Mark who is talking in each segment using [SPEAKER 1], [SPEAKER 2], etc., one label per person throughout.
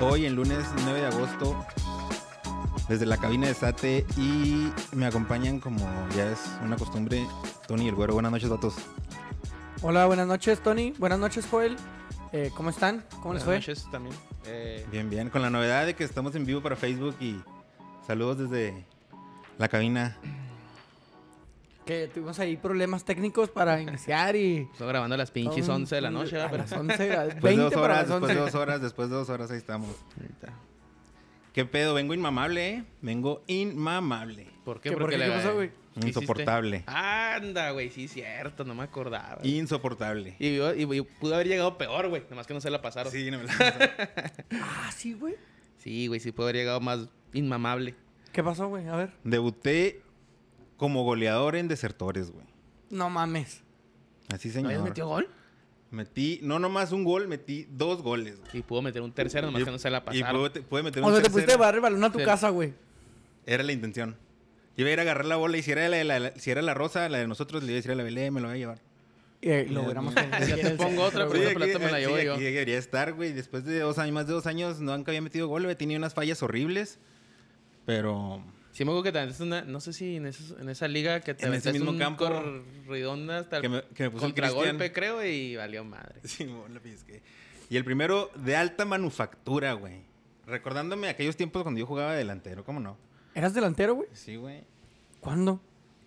[SPEAKER 1] Hoy, el lunes 9 de agosto, desde la cabina de Sate y me acompañan, como ya es una costumbre, Tony el Güero. Buenas noches, vatos.
[SPEAKER 2] Hola, buenas noches, Tony. Buenas noches, Joel. Eh, ¿Cómo están? ¿Cómo les
[SPEAKER 3] Buenas
[SPEAKER 2] fue?
[SPEAKER 3] noches también. Eh,
[SPEAKER 1] Bien, bien. Con la novedad de que estamos en vivo para Facebook y saludos desde la cabina.
[SPEAKER 2] Que tuvimos ahí problemas técnicos para iniciar y.
[SPEAKER 3] estoy grabando a las pinches 11 de la noche,
[SPEAKER 2] A
[SPEAKER 3] ¿verdad? Pero
[SPEAKER 2] las 11, a las
[SPEAKER 1] Después
[SPEAKER 2] 20
[SPEAKER 1] de dos
[SPEAKER 2] para
[SPEAKER 1] horas,
[SPEAKER 2] las
[SPEAKER 1] después
[SPEAKER 2] 11.
[SPEAKER 1] de dos horas, después de dos horas, ahí estamos.
[SPEAKER 3] Ahorita.
[SPEAKER 1] ¿Qué pedo? Vengo inmamable, ¿eh? Vengo inmamable.
[SPEAKER 3] ¿Por qué?
[SPEAKER 2] ¿Qué, por
[SPEAKER 3] Porque
[SPEAKER 2] qué?
[SPEAKER 3] le-
[SPEAKER 2] ¿Qué pasó, güey?
[SPEAKER 3] hiciste?
[SPEAKER 1] Insoportable.
[SPEAKER 3] Anda, güey, sí, cierto, no me acordaba. Y,
[SPEAKER 1] Insoportable.
[SPEAKER 3] yo- y- y pudo haber llegado peor, güey, nomás que no se la pasaron. Sí,
[SPEAKER 1] Sí, no me la
[SPEAKER 2] Ah, sí, güey.
[SPEAKER 3] güey, sí pudo haber llegado más inmamable.
[SPEAKER 2] ¿Qué pasó, güey? A ver.
[SPEAKER 1] Debuté como goleador en Desertores, güey.
[SPEAKER 2] No mames.
[SPEAKER 1] Así,
[SPEAKER 3] ¿No
[SPEAKER 1] señor.
[SPEAKER 3] habías metido gol?
[SPEAKER 1] Metí, no nomás un gol, metí dos goles. güey.
[SPEAKER 3] Y pudo meter un tercero, nomás que no se la
[SPEAKER 1] Y
[SPEAKER 3] pasaron.
[SPEAKER 1] pude, pude meter
[SPEAKER 2] O
[SPEAKER 1] un
[SPEAKER 2] sea, te
[SPEAKER 1] tercero.
[SPEAKER 2] pusiste a barrer el balón a tu
[SPEAKER 3] Sí.
[SPEAKER 2] casa, güey.
[SPEAKER 1] Era la intención. Yo iba a ir a agarrar la bola y si era la, la- la- si era la rosa, la de nosotros, le iba a decir a la Belé, me lo voy a llevar.
[SPEAKER 2] Y eh, lo hubiéramos
[SPEAKER 3] Ya te pongo otra,
[SPEAKER 1] Sí,
[SPEAKER 3] pero esa pelota me la
[SPEAKER 1] sí,
[SPEAKER 3] llevo
[SPEAKER 1] aquí
[SPEAKER 3] yo.
[SPEAKER 1] debería estar, güey. Después de dos años, más de dos años, no nunca había metido gol, güey. Tenía unas fallas horribles. Pero
[SPEAKER 3] Sí, me acuerdo que también es una. No sé si en, esos- en esa liga que te
[SPEAKER 1] En ese
[SPEAKER 3] aventaste
[SPEAKER 1] mismo
[SPEAKER 3] un
[SPEAKER 1] campo
[SPEAKER 3] corridonda hasta el
[SPEAKER 1] que me, que me puso el
[SPEAKER 3] contragolpe,
[SPEAKER 1] Cristian.
[SPEAKER 3] creo, y valió madre.
[SPEAKER 1] Simón, la pellizqué. Y el primero de alta manufactura, güey. Recordándome aquellos tiempos cuando yo jugaba de delantero, ¿cómo no?
[SPEAKER 2] ¿Eras delantero, güey?
[SPEAKER 1] Sí, güey.
[SPEAKER 2] ¿Cuándo?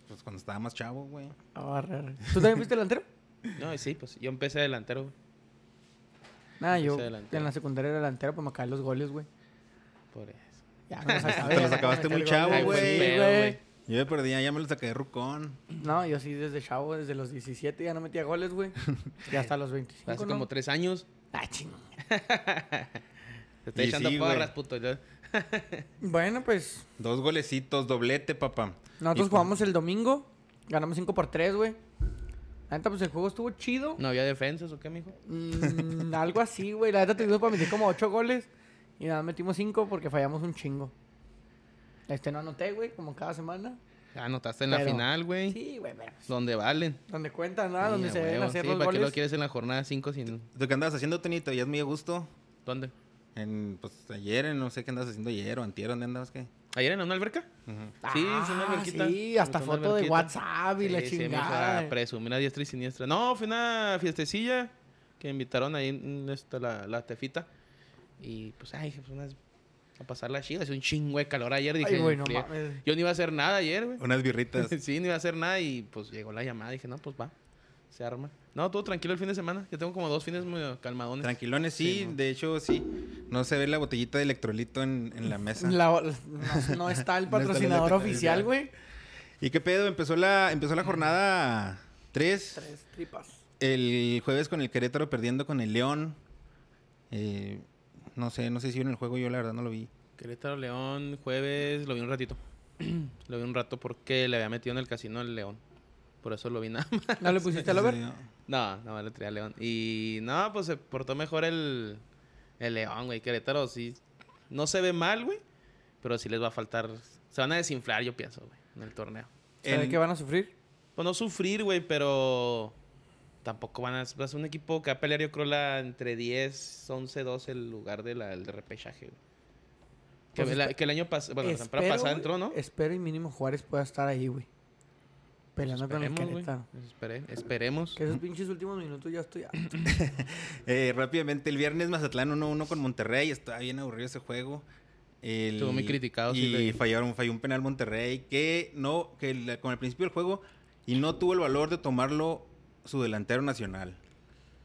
[SPEAKER 1] Pues cuando estaba más chavo, güey.
[SPEAKER 2] A barrer. ¿Tú también fuiste delantero?
[SPEAKER 3] No, y sí, pues yo empecé delantero, güey,
[SPEAKER 2] Nada,
[SPEAKER 3] Yo
[SPEAKER 2] yo
[SPEAKER 3] soy delantero.
[SPEAKER 2] en la secundaria era delantero, pues me caen los goles, güey.
[SPEAKER 3] por eso.
[SPEAKER 2] Ya me los acabé.
[SPEAKER 1] Te los acabaste muy chavo,
[SPEAKER 3] Ay,
[SPEAKER 2] Ay,
[SPEAKER 3] fue el
[SPEAKER 1] güey.
[SPEAKER 3] pedo, güey.
[SPEAKER 1] Yo me perdía, ya me lo saqué de rucón.
[SPEAKER 2] No, yo sí desde chavo, desde los 17 ya no metía goles, güey. Ya hasta los 25.
[SPEAKER 3] Hace
[SPEAKER 2] ¿no?
[SPEAKER 3] como tres años.
[SPEAKER 2] Ah, ching.
[SPEAKER 3] Te estoy
[SPEAKER 1] Y
[SPEAKER 3] echando
[SPEAKER 1] sí, güey.
[SPEAKER 3] porras, puto. Yo-
[SPEAKER 2] Bueno, pues
[SPEAKER 1] Dos golecitos, doblete, papá.
[SPEAKER 2] nosotros
[SPEAKER 1] Y-
[SPEAKER 2] jugamos el domingo, ganamos 5 por 3, güey. La neta, pues el juego estuvo chido.
[SPEAKER 3] ¿No había defensas o qué, mijo?
[SPEAKER 2] Mm, algo así, güey. La neta tuvimos para meter como 8 goles y nada, metimos 5 porque fallamos un chingo. Este no anoté, güey, como cada semana.
[SPEAKER 3] Ah, Anotaste en la
[SPEAKER 2] Pero-
[SPEAKER 3] final, güey.
[SPEAKER 2] Sí, güey, pero
[SPEAKER 3] Donde valen.
[SPEAKER 2] donde cuentan, nada, donde
[SPEAKER 3] Sí,
[SPEAKER 2] se
[SPEAKER 3] a
[SPEAKER 2] deben
[SPEAKER 3] huevo.
[SPEAKER 2] hacer
[SPEAKER 3] Sí,
[SPEAKER 2] los
[SPEAKER 3] ¿Para qué lo
[SPEAKER 2] goles.
[SPEAKER 3] quieres en la jornada 5 sin...?
[SPEAKER 1] ¿Tú qué andabas haciendo, Tonito? Ya es muy a gusto.
[SPEAKER 3] ¿Dónde?
[SPEAKER 1] En, pues ayer, en no sé qué andabas haciendo ayer o antier, ¿dónde andabas qué?
[SPEAKER 3] ¿Ayer en una alberca?
[SPEAKER 1] Ujú.
[SPEAKER 3] Sí, es una
[SPEAKER 2] Ah,
[SPEAKER 3] alberquita.
[SPEAKER 2] Sí, hasta
[SPEAKER 3] Es una
[SPEAKER 2] foto de
[SPEAKER 3] alberquita.
[SPEAKER 2] WhatsApp y la
[SPEAKER 3] Sí, sí, me hizo a
[SPEAKER 2] chingada. güey.
[SPEAKER 3] presumir a diestra y siniestra. No, fue una fiestecilla que invitaron ahí mm, esta, la, la tefita. Y pues, ay, dije, pues unas... A pasarla chida. Hace un chingo de calor ayer. Dije,
[SPEAKER 2] Ay, güey, no
[SPEAKER 3] "Fría".
[SPEAKER 2] mames.
[SPEAKER 3] Yo no iba a hacer nada ayer, güey.
[SPEAKER 1] Unas birritas.
[SPEAKER 3] sí, no iba a hacer nada y pues llegó la llamada. Dije, no, pues va, se arma. No, todo tranquilo el fin de semana. Yo tengo como dos fines medio calmadones.
[SPEAKER 1] Tranquilones, sí.
[SPEAKER 3] Sí, mo.
[SPEAKER 1] de hecho, sí. No se ve la botellita de electrolito en, en la mesa.
[SPEAKER 2] La- no, no está el
[SPEAKER 1] No está el
[SPEAKER 2] patrocinador
[SPEAKER 1] patrocinador.
[SPEAKER 2] oficial, güey.
[SPEAKER 1] ¿Y qué pedo? Empezó la, empezó la jornada 3.
[SPEAKER 2] Tres tripas.
[SPEAKER 1] El jueves con el Querétaro perdiendo con el León. Eh, no sé, no sé si vieron el juego, yo la verdad no lo vi.
[SPEAKER 3] Querétaro León, jueves, lo vi un ratito. lo vi un rato porque le había metido en el casino el León. Por eso lo vi nada más.
[SPEAKER 2] ¿No le pusiste al over?
[SPEAKER 3] No, nada más le traía a León. Y no, pues se portó mejor el, el León, güey. Querétaro sí. No se ve mal, güey. Pero sí les va a faltar. Se van a desinflar, yo pienso, güey, en el torneo.
[SPEAKER 2] ¿Sabe
[SPEAKER 1] El-
[SPEAKER 2] qué van a sufrir?
[SPEAKER 3] Pues no sufrir, güey, pero tampoco van a... Va a ser un equipo que va a pelear, yo creo, la, entre 10, 11, 12 el lugar del repechaje, güey. Que,
[SPEAKER 2] Pues
[SPEAKER 3] la-
[SPEAKER 2] espe-
[SPEAKER 3] que el año pasado, bueno, la temporada pasada
[SPEAKER 2] güey,
[SPEAKER 3] entró, ¿no?
[SPEAKER 2] Espero y mínimo Juárez pueda estar ahí, güey. Peleando con el
[SPEAKER 3] Esperemos, güey.
[SPEAKER 2] Querétaro.
[SPEAKER 3] Espere- esperemos.
[SPEAKER 2] Que esos pinches últimos minutos ya estoy... harto.
[SPEAKER 1] Eh, rápidamente, el viernes Mazatlán 1-1 con Monterrey. Estaba bien aburrido ese juego. El-
[SPEAKER 3] Estuvo muy criticado, sí,
[SPEAKER 1] Y
[SPEAKER 3] le-
[SPEAKER 1] fallaron, falló un penal Monterrey que no, que la- con el principio del juego y no tuvo el valor de tomarlo su delantero nacional.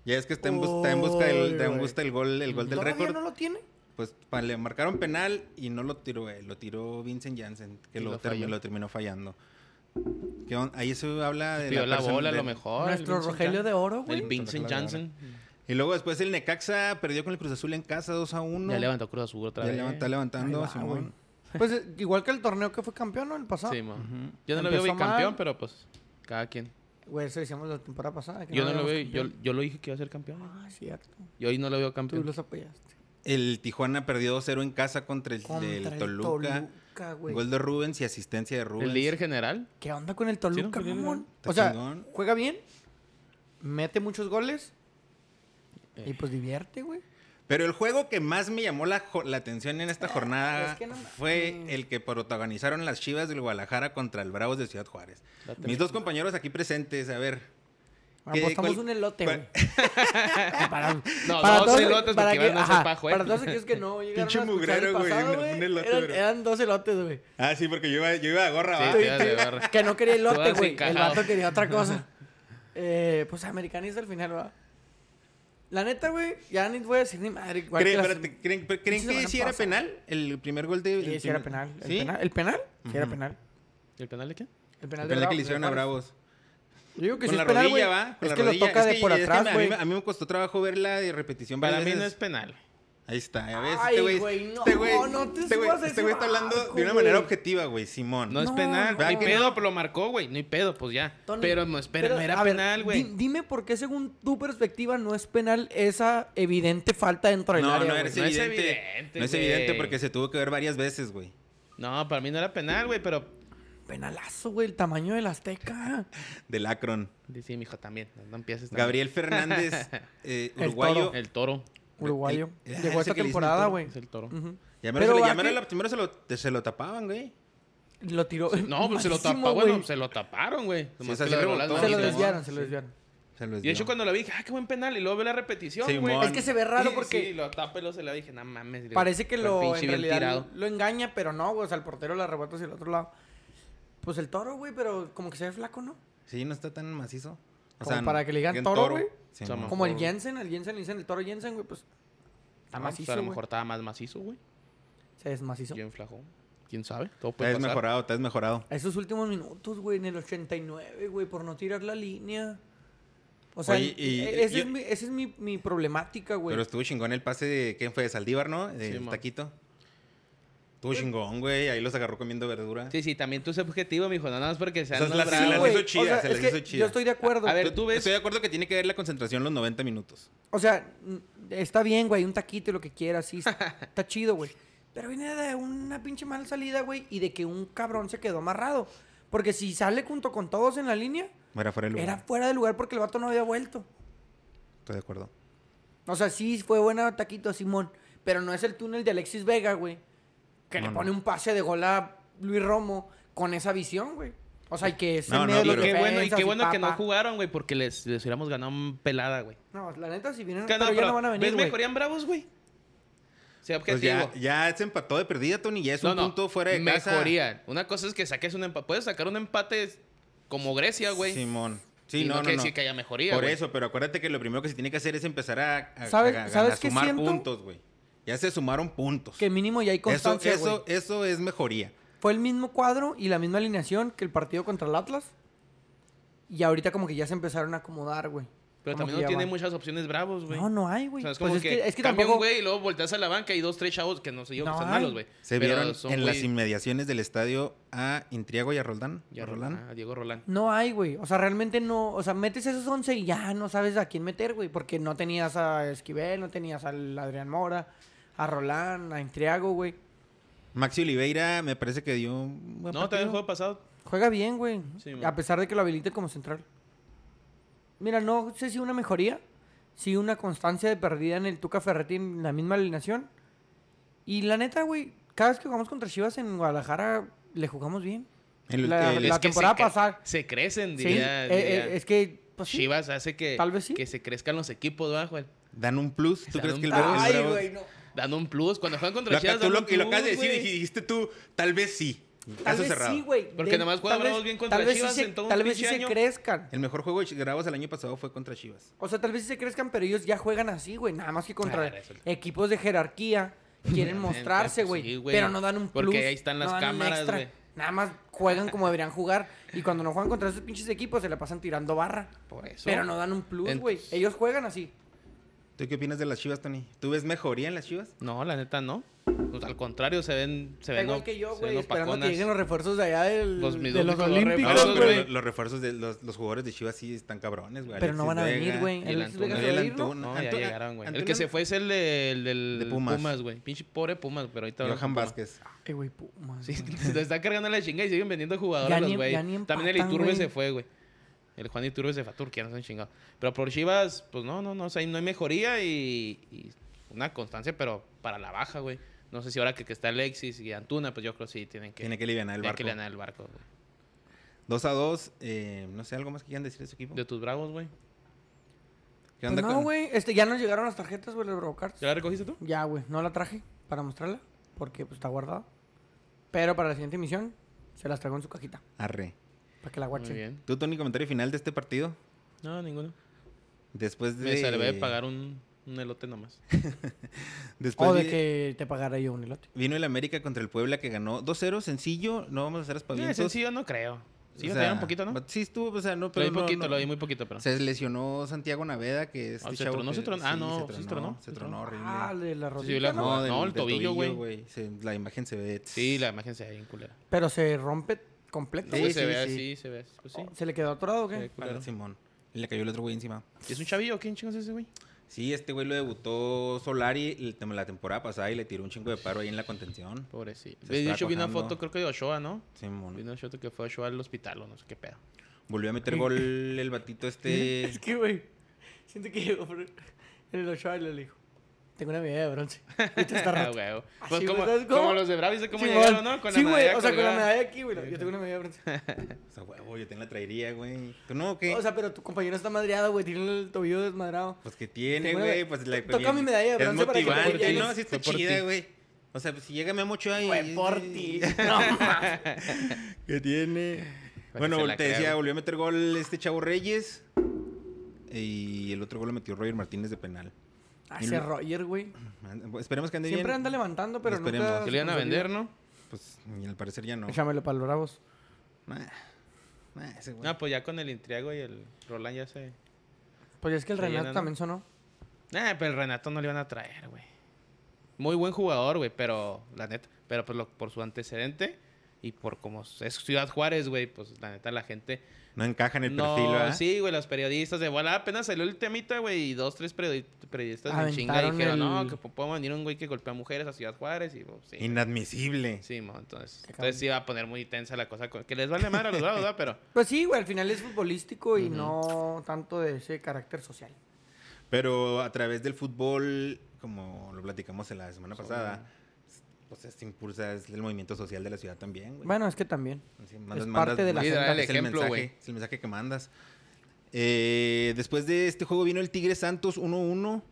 [SPEAKER 1] Ya es que está en, bus- está en busca del, está en
[SPEAKER 2] Uy,
[SPEAKER 1] busca del gol, el gol del
[SPEAKER 2] ¿Todavía
[SPEAKER 1] récord.
[SPEAKER 2] no lo tiene?
[SPEAKER 1] Pues pa- le marcaron penal y no lo tiró él, lo tiró Vincent Janssen, que
[SPEAKER 3] Y
[SPEAKER 1] lo,
[SPEAKER 3] lo
[SPEAKER 1] termi-
[SPEAKER 3] falló.
[SPEAKER 1] lo terminó fallando. ¿Qué on- Ahí eso habla de
[SPEAKER 3] Pidió la,
[SPEAKER 1] person-
[SPEAKER 3] bola a
[SPEAKER 1] de-
[SPEAKER 3] lo mejor. Oh, el
[SPEAKER 2] Nuestro
[SPEAKER 3] Vincent
[SPEAKER 2] Rogelio
[SPEAKER 3] Jan-
[SPEAKER 2] de Oro, güey.
[SPEAKER 3] El Vincent
[SPEAKER 1] Rogelio de
[SPEAKER 3] Janssen.
[SPEAKER 1] Y luego después el Necaxa perdió con el Cruz Azul en casa 2 a 1.
[SPEAKER 3] Ya levantó Cruz Azul otra
[SPEAKER 1] Ya
[SPEAKER 3] vez.
[SPEAKER 1] levanta- está levantando,
[SPEAKER 2] Ahí va,
[SPEAKER 1] Simón.
[SPEAKER 2] güey. Pues eh, igual que el torneo que fue campeón, ¿no? El pasado.
[SPEAKER 3] Sí, mo. Yo no lo veo
[SPEAKER 2] Empezó
[SPEAKER 3] bicampeón,
[SPEAKER 2] mal.
[SPEAKER 3] pero pues cada quien.
[SPEAKER 2] Güey, eso decíamos la temporada pasada. que
[SPEAKER 3] Yo no lo veo,
[SPEAKER 2] habíamos
[SPEAKER 3] yo,
[SPEAKER 2] campeón.
[SPEAKER 3] yo lo dije que iba a ser campeón.
[SPEAKER 2] Ah, cierto.
[SPEAKER 3] Y hoy no lo veo
[SPEAKER 2] Tú
[SPEAKER 3] campeón.
[SPEAKER 2] los apoyaste.
[SPEAKER 1] El Tijuana perdió 2-0 en casa contra el,
[SPEAKER 2] Contra
[SPEAKER 1] del
[SPEAKER 2] el
[SPEAKER 1] Toluca.
[SPEAKER 2] Toluca, güey.
[SPEAKER 1] Gol de Rubens y asistencia de Rubens.
[SPEAKER 3] El líder general.
[SPEAKER 2] ¿Qué onda con el Toluca,
[SPEAKER 3] Sí, no,
[SPEAKER 2] mamón?
[SPEAKER 1] está
[SPEAKER 2] O sea,
[SPEAKER 1] chingón.
[SPEAKER 2] juega
[SPEAKER 1] Eh.
[SPEAKER 2] bien, mete muchos goles y pues divierte, güey.
[SPEAKER 1] Pero el juego que más me llamó la, jo- la atención en esta jornada
[SPEAKER 2] Ah, es que no- mm.
[SPEAKER 1] fue el que protagonizaron las Chivas del Guadalajara contra el Bravos de Ciudad Juárez.
[SPEAKER 3] La tele-
[SPEAKER 1] Mis dos compañeros aquí presentes, a ver. ¿qué-
[SPEAKER 2] Apostamos
[SPEAKER 1] cuál-
[SPEAKER 2] un elote,
[SPEAKER 1] cuál-
[SPEAKER 2] güey. para,
[SPEAKER 3] No,
[SPEAKER 2] para
[SPEAKER 3] dos
[SPEAKER 2] todos-
[SPEAKER 3] elotes
[SPEAKER 2] para
[SPEAKER 3] porque
[SPEAKER 2] que-
[SPEAKER 3] van a
[SPEAKER 2] ajá,
[SPEAKER 3] hacer pajo, ¿eh?
[SPEAKER 2] Para todos aquellos que no llegaron
[SPEAKER 1] Pinche
[SPEAKER 2] a escuchar
[SPEAKER 1] mugrero,
[SPEAKER 2] el
[SPEAKER 1] güey,
[SPEAKER 2] pasado,
[SPEAKER 1] un- un elote,
[SPEAKER 2] eran,
[SPEAKER 1] bro.
[SPEAKER 2] eran dos elotes, güey.
[SPEAKER 1] Ah, sí, porque yo iba, yo iba a gorra,
[SPEAKER 2] Ah,
[SPEAKER 1] ¿va?
[SPEAKER 3] Sí, te vas de barra.
[SPEAKER 2] Que no quería elote,
[SPEAKER 3] Todas
[SPEAKER 2] güey. El
[SPEAKER 3] encajadas.
[SPEAKER 2] vato quería otra cosa. Eh, pues americanista al final, ¿verdad? La neta, güey, ya ni voy a decir ni madre. igual
[SPEAKER 1] ¿Creen,
[SPEAKER 2] que las-
[SPEAKER 1] espérate, ¿creen- creen
[SPEAKER 2] Pinches
[SPEAKER 1] que
[SPEAKER 2] semana
[SPEAKER 1] sí era
[SPEAKER 2] pasada.
[SPEAKER 1] penal el primer gol de...
[SPEAKER 2] Sí,
[SPEAKER 1] el
[SPEAKER 2] sí era
[SPEAKER 1] primer-
[SPEAKER 2] penal. ¿El
[SPEAKER 1] ¿Sí?
[SPEAKER 2] penal? ¿El penal? Sí era
[SPEAKER 1] Ujú.
[SPEAKER 2] penal.
[SPEAKER 3] ¿Y el penal de qué?
[SPEAKER 2] El penal, de
[SPEAKER 1] El penal que
[SPEAKER 2] Bravos,
[SPEAKER 1] le hicieron a
[SPEAKER 2] de Juárez.
[SPEAKER 1] Bravos.
[SPEAKER 2] Yo digo que
[SPEAKER 1] Con
[SPEAKER 2] sí
[SPEAKER 1] la
[SPEAKER 2] es penal, güey.
[SPEAKER 1] rodilla, ¿va? Con
[SPEAKER 2] Es
[SPEAKER 1] la
[SPEAKER 2] que lo
[SPEAKER 1] rodilla.
[SPEAKER 2] toca
[SPEAKER 1] Es
[SPEAKER 2] de
[SPEAKER 1] que-
[SPEAKER 2] por
[SPEAKER 1] es que me-
[SPEAKER 2] atrás,
[SPEAKER 1] a mí
[SPEAKER 2] güey.
[SPEAKER 1] me- A mí me costó trabajo verla de repetición.
[SPEAKER 3] Para
[SPEAKER 1] varias
[SPEAKER 3] mí no
[SPEAKER 1] veces.
[SPEAKER 3] es penal.
[SPEAKER 1] Ahí está, ya ves.
[SPEAKER 2] Ay,
[SPEAKER 1] este güey.
[SPEAKER 2] güey, no,
[SPEAKER 1] este güey.
[SPEAKER 2] no te
[SPEAKER 1] este güey-
[SPEAKER 2] subas a
[SPEAKER 1] este
[SPEAKER 2] ese
[SPEAKER 1] güey está hablando
[SPEAKER 2] barco,
[SPEAKER 1] de una manera
[SPEAKER 2] güey.
[SPEAKER 1] objetiva, güey, Simón.
[SPEAKER 3] No, es
[SPEAKER 2] No,
[SPEAKER 3] penal.
[SPEAKER 2] no.
[SPEAKER 3] Ni pedo, pero lo marcó, güey. No hay pedo, pues ya.
[SPEAKER 2] Tony,
[SPEAKER 3] pero no, espera, no era
[SPEAKER 2] a ver,
[SPEAKER 3] penal,
[SPEAKER 2] di-
[SPEAKER 3] güey.
[SPEAKER 2] dime por qué, según tu perspectiva, no es penal esa evidente falta dentro del
[SPEAKER 1] no,
[SPEAKER 2] área.
[SPEAKER 1] no,
[SPEAKER 2] güey.
[SPEAKER 1] eres
[SPEAKER 3] No es
[SPEAKER 1] evidente.
[SPEAKER 3] evidente,
[SPEAKER 1] no es evidente
[SPEAKER 3] güey.
[SPEAKER 1] porque se tuvo que ver varias veces, güey.
[SPEAKER 3] No, para mí no era penal, güey, pero.
[SPEAKER 2] Penalazo, güey, el tamaño del Azteca.
[SPEAKER 1] Del Akron.
[SPEAKER 3] Sí, mijo, también. No empieces. también.
[SPEAKER 1] Gabriel Fernández, eh,
[SPEAKER 2] El
[SPEAKER 1] uruguayo.
[SPEAKER 3] El toro.
[SPEAKER 2] Uruguayo.
[SPEAKER 1] El- el-
[SPEAKER 2] Llegó
[SPEAKER 1] ah,
[SPEAKER 2] esta
[SPEAKER 1] ese que le dicen el
[SPEAKER 2] temporada,
[SPEAKER 1] toro,
[SPEAKER 2] güey.
[SPEAKER 3] Es el toro.
[SPEAKER 2] Ujú.
[SPEAKER 1] Ya mero
[SPEAKER 2] Pero
[SPEAKER 1] se lo- ya
[SPEAKER 2] va
[SPEAKER 1] mero
[SPEAKER 2] que-
[SPEAKER 1] la- primero se lo, te- se lo tapaban, güey.
[SPEAKER 2] Lo tiró.
[SPEAKER 3] No, pues se lo
[SPEAKER 2] malísimo,
[SPEAKER 3] tapa, bueno,
[SPEAKER 2] güey.
[SPEAKER 3] se lo taparon, güey.
[SPEAKER 1] Sí,
[SPEAKER 3] Nomás
[SPEAKER 1] o sea,
[SPEAKER 3] que
[SPEAKER 1] sí
[SPEAKER 3] lo-
[SPEAKER 1] rebotó.
[SPEAKER 3] las
[SPEAKER 2] Se lo
[SPEAKER 1] Sí,
[SPEAKER 3] manitas.
[SPEAKER 2] desviaron,
[SPEAKER 1] pues, sí.
[SPEAKER 2] se lo desviaron.
[SPEAKER 1] Se los
[SPEAKER 3] Y de hecho
[SPEAKER 1] dio.
[SPEAKER 3] cuando la vi, dije, ah, qué buen penal. Y luego veo la repetición, güey.
[SPEAKER 1] Simón.
[SPEAKER 2] Es que se ve raro
[SPEAKER 3] Sí,
[SPEAKER 2] porque
[SPEAKER 3] Sí, lo tapa y luego se la dije, no mames.
[SPEAKER 2] parece que
[SPEAKER 3] el
[SPEAKER 2] lo, en
[SPEAKER 3] pinche bien
[SPEAKER 2] realidad,
[SPEAKER 3] tirado.
[SPEAKER 2] lo engaña, pero no, güey. O sea, el portero la rebota hacia el otro lado. Pues el toro, güey, pero como que se ve flaco, ¿no?
[SPEAKER 1] Sí, no está tan macizo. O
[SPEAKER 2] Como
[SPEAKER 1] sea,
[SPEAKER 2] para que le digan
[SPEAKER 1] en
[SPEAKER 2] toro, güey.
[SPEAKER 1] Sí,
[SPEAKER 3] Somos.
[SPEAKER 1] mo.
[SPEAKER 2] Como el
[SPEAKER 3] mejor-
[SPEAKER 2] Jensen, el Jensen le dicen el toro Jensen, güey, pues está
[SPEAKER 3] Ah, pues,
[SPEAKER 2] macizo,
[SPEAKER 3] a lo
[SPEAKER 2] güey.
[SPEAKER 3] mejor estaba más macizo, güey.
[SPEAKER 2] Se desmacizo.
[SPEAKER 3] Bien flaco. ¿Quién sabe? Todo
[SPEAKER 1] Te
[SPEAKER 3] puede
[SPEAKER 1] has
[SPEAKER 3] pasar.
[SPEAKER 1] mejorado, te has mejorado.
[SPEAKER 2] A esos últimos minutos, güey, en el 89, güey, por no tirar la línea. O sea,
[SPEAKER 1] Oye, y-
[SPEAKER 2] e- ese,
[SPEAKER 1] yo-
[SPEAKER 2] es mi, esa es mi, mi problemática, güey.
[SPEAKER 1] Pero estuvo chingón el pase de quién fue de Saldívar, ¿no? Del
[SPEAKER 3] Sí, mo.
[SPEAKER 1] taquito. Estuvo chingón, güey. Ahí los agarró comiendo verdura.
[SPEAKER 3] Sí, sí, también tu objetivo, mijo. No, nada más porque sean
[SPEAKER 1] Esas
[SPEAKER 3] los
[SPEAKER 1] las-
[SPEAKER 2] Sí,
[SPEAKER 1] se las
[SPEAKER 3] bravos.
[SPEAKER 2] güey,
[SPEAKER 1] hizo chida,
[SPEAKER 2] o sea,
[SPEAKER 1] se las
[SPEAKER 2] es que
[SPEAKER 1] hizo chida.
[SPEAKER 2] Yo estoy de acuerdo.
[SPEAKER 3] A ver,
[SPEAKER 1] Estoy-
[SPEAKER 3] tú ves-
[SPEAKER 1] Estoy de acuerdo que tiene que ver la concentración los 90 minutos.
[SPEAKER 2] O sea, mm, está bien, güey, un taquito y lo que quieras, sí, está chido, güey. Pero viene de una pinche mala salida, güey, y de que un cabrón se quedó amarrado. Porque si sale junto con todos en la línea,
[SPEAKER 1] Era fuera de lugar.
[SPEAKER 2] era fuera de lugar porque el vato no había vuelto.
[SPEAKER 1] Estoy de acuerdo.
[SPEAKER 2] O sea, sí fue buena taquito a Simón, pero no es el túnel de Alexis Vega, güey, que
[SPEAKER 1] No,
[SPEAKER 2] le
[SPEAKER 1] no.
[SPEAKER 2] pone un pase de gol a Luis Romo con esa visión, güey. O sea, y que es
[SPEAKER 1] No,
[SPEAKER 2] en
[SPEAKER 1] no,
[SPEAKER 2] medio de
[SPEAKER 1] pero-
[SPEAKER 2] los
[SPEAKER 3] Qué bueno, y
[SPEAKER 2] defensas
[SPEAKER 3] qué bueno que no
[SPEAKER 2] papa.
[SPEAKER 3] jugaron, güey, porque les, les hubiéramos ganado un pelada, güey.
[SPEAKER 2] No, la neta, si vienen,
[SPEAKER 3] Que
[SPEAKER 2] Mm, pero, ya
[SPEAKER 3] pero
[SPEAKER 2] no van a venir,
[SPEAKER 3] ¿Ves
[SPEAKER 2] güey.
[SPEAKER 3] mejorían bravos, güey? Sea
[SPEAKER 1] Pues
[SPEAKER 3] objetivo.
[SPEAKER 1] ya, ya se empató de perdida, Tony. Ya es un punto fuera de casa.
[SPEAKER 3] mejoría. Una cosa es que saques un empate. Puedes sacar un empate como Grecia, güey.
[SPEAKER 1] Simón. Sí,
[SPEAKER 3] Y
[SPEAKER 1] no, no,
[SPEAKER 3] quiere
[SPEAKER 1] no.
[SPEAKER 3] decir que haya mejoría,
[SPEAKER 1] Por
[SPEAKER 3] güey.
[SPEAKER 1] eso, pero acuérdate que lo primero que se tiene que hacer es empezar a, a-
[SPEAKER 2] ¿Sabes-
[SPEAKER 1] a- a- a
[SPEAKER 2] sabes qué
[SPEAKER 1] sumar
[SPEAKER 2] siento?
[SPEAKER 1] puntos, güey. Ya se sumaron puntos.
[SPEAKER 2] Que mínimo ya hay
[SPEAKER 1] eso,
[SPEAKER 2] constancia, güey.
[SPEAKER 1] eso, eso es mejoría.
[SPEAKER 2] Fue el mismo cuadro y la misma alineación que el partido contra el Atlas. Y ahorita como que ya se empezaron a acomodar, güey.
[SPEAKER 3] Pero
[SPEAKER 2] Como
[SPEAKER 3] también
[SPEAKER 2] que
[SPEAKER 3] no
[SPEAKER 2] ya
[SPEAKER 3] tiene
[SPEAKER 2] van.
[SPEAKER 3] muchas opciones bravos, güey.
[SPEAKER 2] No, no hay, güey.
[SPEAKER 3] O sea, es
[SPEAKER 2] Pues
[SPEAKER 3] como
[SPEAKER 2] es
[SPEAKER 3] que,
[SPEAKER 2] que, es que
[SPEAKER 3] cambia un
[SPEAKER 2] tampoco...
[SPEAKER 3] güey y luego volteas a la banca y dos, tres chavos que no sé yo
[SPEAKER 2] No
[SPEAKER 3] que están
[SPEAKER 2] hay.
[SPEAKER 3] malos, güey.
[SPEAKER 1] Se
[SPEAKER 3] Pero
[SPEAKER 1] vieron
[SPEAKER 3] son
[SPEAKER 1] en
[SPEAKER 3] muy-
[SPEAKER 1] las inmediaciones del estadio a Intriago y a Roldán.
[SPEAKER 3] Ya,
[SPEAKER 1] ¿A Roldán?
[SPEAKER 3] Roland, a Diego Roland.
[SPEAKER 2] No hay, güey. O sea, realmente no... O sea, metes esos 11 y ya no sabes a quién meter, güey. Porque no tenías a Esquivel, no tenías al Adrián Mora, a Rolán, a Intriago, güey.
[SPEAKER 1] Maxi Oliveira me parece que dio un buen
[SPEAKER 3] No, también el
[SPEAKER 1] partido.
[SPEAKER 3] juego pasado.
[SPEAKER 2] Juega bien, güey.
[SPEAKER 3] Sí, man.
[SPEAKER 2] a pesar de que lo habilite como central. Mira, no sé si una mejoría, si una constancia de perdida en el Tuca Ferretti en la misma alineación. Y la neta, güey, cada vez que jugamos contra Chivas en Guadalajara, le jugamos bien.
[SPEAKER 1] El-
[SPEAKER 2] La-
[SPEAKER 1] el-
[SPEAKER 2] la-
[SPEAKER 3] Es que
[SPEAKER 2] temporada
[SPEAKER 3] se cre-
[SPEAKER 2] pasada.
[SPEAKER 3] Se crecen,
[SPEAKER 2] Sí,
[SPEAKER 3] diría.
[SPEAKER 2] eh, eh,
[SPEAKER 3] diría.
[SPEAKER 2] es que... pues, sí.
[SPEAKER 3] Chivas hace que,
[SPEAKER 2] Tal vez sí.
[SPEAKER 3] que se crezcan los equipos, ¿verdad, Joel?
[SPEAKER 1] dan un plus. ¿Tú
[SPEAKER 3] Dan
[SPEAKER 1] crees
[SPEAKER 3] un
[SPEAKER 1] que el
[SPEAKER 3] plus.
[SPEAKER 1] Bravos- el
[SPEAKER 2] Ay,
[SPEAKER 1] Bravos-
[SPEAKER 2] güey, no.
[SPEAKER 3] Dan un plus. Cuando juegan
[SPEAKER 1] Lo
[SPEAKER 3] contra
[SPEAKER 1] acá-
[SPEAKER 3] Chivas,
[SPEAKER 1] tú
[SPEAKER 3] dan
[SPEAKER 1] lo,
[SPEAKER 3] un
[SPEAKER 1] y
[SPEAKER 3] plus,
[SPEAKER 1] lo acabas de decir y
[SPEAKER 3] güey.
[SPEAKER 1] dijiste tú, tal vez sí.
[SPEAKER 2] Tal
[SPEAKER 1] Caso
[SPEAKER 2] vez
[SPEAKER 1] cerrado.
[SPEAKER 2] sí, güey.
[SPEAKER 3] Porque
[SPEAKER 2] De-
[SPEAKER 3] nomás juega
[SPEAKER 2] tal vez-
[SPEAKER 3] Bravos bien contra
[SPEAKER 2] tal vez
[SPEAKER 3] Chivas
[SPEAKER 2] sí se-
[SPEAKER 3] en todo un
[SPEAKER 2] Tal vez sí
[SPEAKER 3] pinche
[SPEAKER 2] se
[SPEAKER 3] año.
[SPEAKER 2] crezcan.
[SPEAKER 1] El mejor juego de Bravos el año pasado fue contra Chivas.
[SPEAKER 2] O sea, tal vez sí se crezcan, pero ellos ya juegan así, güey. Nada más que contra
[SPEAKER 3] Ah, resulta.
[SPEAKER 2] equipos de jerarquía. Quieren
[SPEAKER 3] Exactamente,
[SPEAKER 2] mostrarse,
[SPEAKER 3] pues
[SPEAKER 2] güey.
[SPEAKER 3] sí, güey.
[SPEAKER 2] pero no dan un plus.
[SPEAKER 3] Porque ahí están las
[SPEAKER 2] no dan un
[SPEAKER 3] cámaras,
[SPEAKER 2] extra.
[SPEAKER 3] güey.
[SPEAKER 2] Nada más juegan como deberían jugar. Y cuando no juegan contra esos pinches equipos, se la pasan tirando barra.
[SPEAKER 3] Por eso.
[SPEAKER 2] Pero no dan un plus,
[SPEAKER 3] Ent-
[SPEAKER 2] güey. Ellos juegan así.
[SPEAKER 1] ¿Tú qué opinas de las Chivas, Tony? ¿Tú ves mejoría en las Chivas?
[SPEAKER 3] No, la neta no. Pues, al contrario, se ven.
[SPEAKER 2] Está
[SPEAKER 3] Se ven
[SPEAKER 2] igual
[SPEAKER 3] op-
[SPEAKER 2] que yo,
[SPEAKER 3] se
[SPEAKER 2] güey.
[SPEAKER 3] ven
[SPEAKER 2] Esperando que
[SPEAKER 3] opaconas.
[SPEAKER 2] lleguen los refuerzos de allá del,
[SPEAKER 3] Los- mis
[SPEAKER 2] de los
[SPEAKER 3] dos últimos
[SPEAKER 1] No,
[SPEAKER 3] Pero,
[SPEAKER 2] Olímpicos,
[SPEAKER 1] los,
[SPEAKER 2] güey.
[SPEAKER 1] los- los refuerzos de los, los jugadores de Chivas sí están cabrones, güey.
[SPEAKER 2] Pero no
[SPEAKER 1] Alexis
[SPEAKER 2] van a venir,
[SPEAKER 1] Vega,
[SPEAKER 2] güey.
[SPEAKER 3] y el
[SPEAKER 2] Alexis Vega
[SPEAKER 3] Antuna.
[SPEAKER 2] se va a
[SPEAKER 1] El
[SPEAKER 2] ir, ¿no?
[SPEAKER 1] Antuna.
[SPEAKER 3] No, ya
[SPEAKER 1] Antuna-
[SPEAKER 3] llegaron, güey. El
[SPEAKER 1] Antuna-
[SPEAKER 3] que se fue es el del, del
[SPEAKER 1] De Pumas.
[SPEAKER 3] Pumas, güey. Pinche pobre Pumas, pero ahorita hablamos
[SPEAKER 1] Johan
[SPEAKER 3] de Pumas.
[SPEAKER 1] Vázquez.
[SPEAKER 2] Ay, güey, Pumas,
[SPEAKER 3] Sí,
[SPEAKER 2] güey.
[SPEAKER 3] se está cargando la chinga y siguen vendiendo
[SPEAKER 2] Ya
[SPEAKER 3] jugadores
[SPEAKER 2] ni-
[SPEAKER 3] los güey.
[SPEAKER 2] ya ni
[SPEAKER 3] También el
[SPEAKER 2] empatan,
[SPEAKER 3] Iturbe
[SPEAKER 2] güey.
[SPEAKER 3] se fue, güey. El Juan Iturbe se fue a Turquía, no se han chingado. Pero por Chivas, pues no, no, no, o sea, ahí no hay mejoría y, y una constancia, pero para la baja, güey. No sé si ahora que, que está Alexis y Antuna, pues yo creo que sí tienen que,
[SPEAKER 1] Tiene que alivianar el
[SPEAKER 3] tienen que
[SPEAKER 1] barco.
[SPEAKER 3] ganar el barco. güey.
[SPEAKER 1] 2 a 2. no sé, ¿algo más que quieran decir de su equipo?
[SPEAKER 3] De tus bravos, güey.
[SPEAKER 1] ¿Qué
[SPEAKER 2] Pues
[SPEAKER 1] onda
[SPEAKER 2] no,
[SPEAKER 1] con-
[SPEAKER 2] güey. Este, ya nos llegaron las tarjetas, güey, de Brocards.
[SPEAKER 3] ¿Ya la recogiste tú?
[SPEAKER 2] Ya, güey. No la traje para mostrarla. Porque pues está guardada. Pero para la siguiente misión, se las traigo en su cajita.
[SPEAKER 1] Arre.
[SPEAKER 2] Para que la
[SPEAKER 3] Muy
[SPEAKER 2] guachen.
[SPEAKER 3] bien.
[SPEAKER 1] ¿Tú, Tony, comentario final de este partido?
[SPEAKER 3] No, ninguno.
[SPEAKER 1] Después de...
[SPEAKER 3] Me salvé de pagar un, un elote nomás.
[SPEAKER 1] Después
[SPEAKER 2] O Oh, de
[SPEAKER 1] vi-
[SPEAKER 2] que te pagara yo un elote.
[SPEAKER 1] Vino el América contra el Puebla que ganó 2-0, sencillo. No vamos a hacer
[SPEAKER 3] Eh,
[SPEAKER 1] aspavientos.
[SPEAKER 3] sencillo no creo. Sí, te dieron un poquito, ¿no?
[SPEAKER 1] but- Sí, estuvo, o sea, no,
[SPEAKER 3] Lo
[SPEAKER 1] pero
[SPEAKER 3] vi
[SPEAKER 1] no-
[SPEAKER 3] poquito,
[SPEAKER 1] no-
[SPEAKER 3] lo vi muy poquito, pero.
[SPEAKER 1] Se lesionó Santiago Naveda, que es
[SPEAKER 3] Ah, se tronó, se tronó. Ah, no, sí se tronó,
[SPEAKER 1] Se
[SPEAKER 3] se
[SPEAKER 1] tronó
[SPEAKER 3] tronó.
[SPEAKER 1] horrible.
[SPEAKER 2] Ah, de la
[SPEAKER 3] Sí,
[SPEAKER 2] rodilla.
[SPEAKER 3] la
[SPEAKER 2] ¿no?
[SPEAKER 3] jugada. No, el tobillo, güey.
[SPEAKER 1] Se- La imagen se ve.
[SPEAKER 3] Sí, la imagen se ve bien culera.
[SPEAKER 2] Pero se rompe completo.
[SPEAKER 1] Sí,
[SPEAKER 3] Sí,
[SPEAKER 1] sí,
[SPEAKER 3] pues, se ve
[SPEAKER 1] sí.
[SPEAKER 3] así, se ve así. Pues sí.
[SPEAKER 2] güey. ¿Se le quedó atorado o
[SPEAKER 3] se ve
[SPEAKER 2] qué?
[SPEAKER 1] Para
[SPEAKER 3] culero.
[SPEAKER 1] Simón. Y Le cayó el otro güey encima.
[SPEAKER 3] ¿Es un chavillo? ¿Quién chingos es ese, güey?
[SPEAKER 1] Sí, este güey lo debutó Solari el tem- la temporada pasada y le tiró un chingo de paro ahí en la contención.
[SPEAKER 3] Pobrecito.
[SPEAKER 1] Se
[SPEAKER 3] De
[SPEAKER 1] está
[SPEAKER 3] hecho, vi una
[SPEAKER 1] cuajando.
[SPEAKER 3] foto, creo que de Ochoa, ¿no? Vi
[SPEAKER 1] Simón.
[SPEAKER 3] una foto que fue Ochoa al hospital o no sé qué pedo.
[SPEAKER 1] Volvió a meter gol el batito este.
[SPEAKER 2] Es que, güey, siento que llegó por- en el Ochoa y le dijo, tengo una medalla de bronce. Y te está
[SPEAKER 3] Ah,
[SPEAKER 2] roto.
[SPEAKER 3] güey.
[SPEAKER 2] Así,
[SPEAKER 3] Pues
[SPEAKER 2] güey,
[SPEAKER 3] como,
[SPEAKER 2] ¿sabes
[SPEAKER 3] como
[SPEAKER 2] cómo?
[SPEAKER 3] los de Bravis, de cómo
[SPEAKER 2] Sí,
[SPEAKER 3] llegaron,
[SPEAKER 2] güey.
[SPEAKER 3] ¿no? Con
[SPEAKER 2] sí,
[SPEAKER 3] la
[SPEAKER 2] güey,
[SPEAKER 3] medalla
[SPEAKER 2] o sea, con la
[SPEAKER 3] colgada.
[SPEAKER 2] medalla aquí, güey. Yo tengo una medalla de bronce.
[SPEAKER 1] O sea, huevo, yo también la traería, güey. ¿Tú no? ¿Qué?
[SPEAKER 2] O sea, pero tu compañero está madreado, güey. Tiene el tobillo desmadrado.
[SPEAKER 1] Pues que tiene,
[SPEAKER 2] Tengo una-
[SPEAKER 1] güey. Pues la
[SPEAKER 2] Toca mi medalla de
[SPEAKER 1] Es
[SPEAKER 2] bronce para que
[SPEAKER 1] motivante,
[SPEAKER 3] fue por ti.
[SPEAKER 1] ¿no? Sí está
[SPEAKER 3] Fue por
[SPEAKER 1] chida,
[SPEAKER 3] ti.
[SPEAKER 1] güey. O sea, pues si llega me mucho ahí.
[SPEAKER 2] Güey, por ti. No, mames.
[SPEAKER 1] ¿Qué tiene?
[SPEAKER 3] que
[SPEAKER 1] Bueno,
[SPEAKER 3] se la
[SPEAKER 1] te
[SPEAKER 3] crea,
[SPEAKER 1] decía,
[SPEAKER 3] güey.
[SPEAKER 1] volvió a meter gol este Chavo Reyes. eh, Y el otro gol lo metió Roger Martínez de penal.
[SPEAKER 2] Hace Roger, güey.
[SPEAKER 1] Esperemos que ande
[SPEAKER 2] Siempre
[SPEAKER 1] bien.
[SPEAKER 2] anda levantando, pero
[SPEAKER 1] Esperemos.
[SPEAKER 2] nunca...
[SPEAKER 3] Que le iban a vender, ¿no?
[SPEAKER 1] Pues y al parecer ya no.
[SPEAKER 2] Échamelo para los bravos.
[SPEAKER 1] Ah, ah, ese güey.
[SPEAKER 3] No, pues ya con el Intriago y el Roland ya se.
[SPEAKER 2] Pues es que el
[SPEAKER 3] Se
[SPEAKER 2] Renato
[SPEAKER 3] llenan.
[SPEAKER 2] también sonó.
[SPEAKER 3] Nah, pero el Renato no le iban a traer, güey. Muy buen jugador, güey, pero la neta. Pero pues lo- por su antecedente y por como es Ciudad Juárez, güey, pues la neta la gente.
[SPEAKER 1] No encaja en el
[SPEAKER 3] no,
[SPEAKER 1] perfil, ¿verdad?
[SPEAKER 3] sí, güey, los periodistas de bola. Apenas salió el temita, güey, y dos, tres periodi- periodistas en chinga
[SPEAKER 2] Aventaron
[SPEAKER 3] dijeron, no,
[SPEAKER 2] el-
[SPEAKER 3] que po- puede venir un güey que golpea mujeres a Ciudad Juárez y pues, sí.
[SPEAKER 1] Inadmisible.
[SPEAKER 3] Sí, mo, entonces,
[SPEAKER 2] Qué
[SPEAKER 3] entonces sí va a poner muy tensa la cosa. con- Que les vale madre a los bravos, ¿verdad? Pero
[SPEAKER 2] Pues sí, güey, al final es futbolístico y no tanto de ese carácter social.
[SPEAKER 1] Pero a través del fútbol, como lo platicamos en la semana pasada, pues se impulsa es el movimiento social de la ciudad también, güey.
[SPEAKER 2] Bueno, es que también.
[SPEAKER 1] Sí, mandas-
[SPEAKER 2] parte
[SPEAKER 1] mandas-
[SPEAKER 2] de la
[SPEAKER 1] sí,
[SPEAKER 2] agenda.
[SPEAKER 1] dale,
[SPEAKER 3] Es
[SPEAKER 1] Es
[SPEAKER 3] el
[SPEAKER 1] el
[SPEAKER 3] ejemplo,
[SPEAKER 1] mensaje,
[SPEAKER 3] güey.
[SPEAKER 1] es el mensaje que mandas. Eh, después de este juego vino el Tigre Santos 1-1.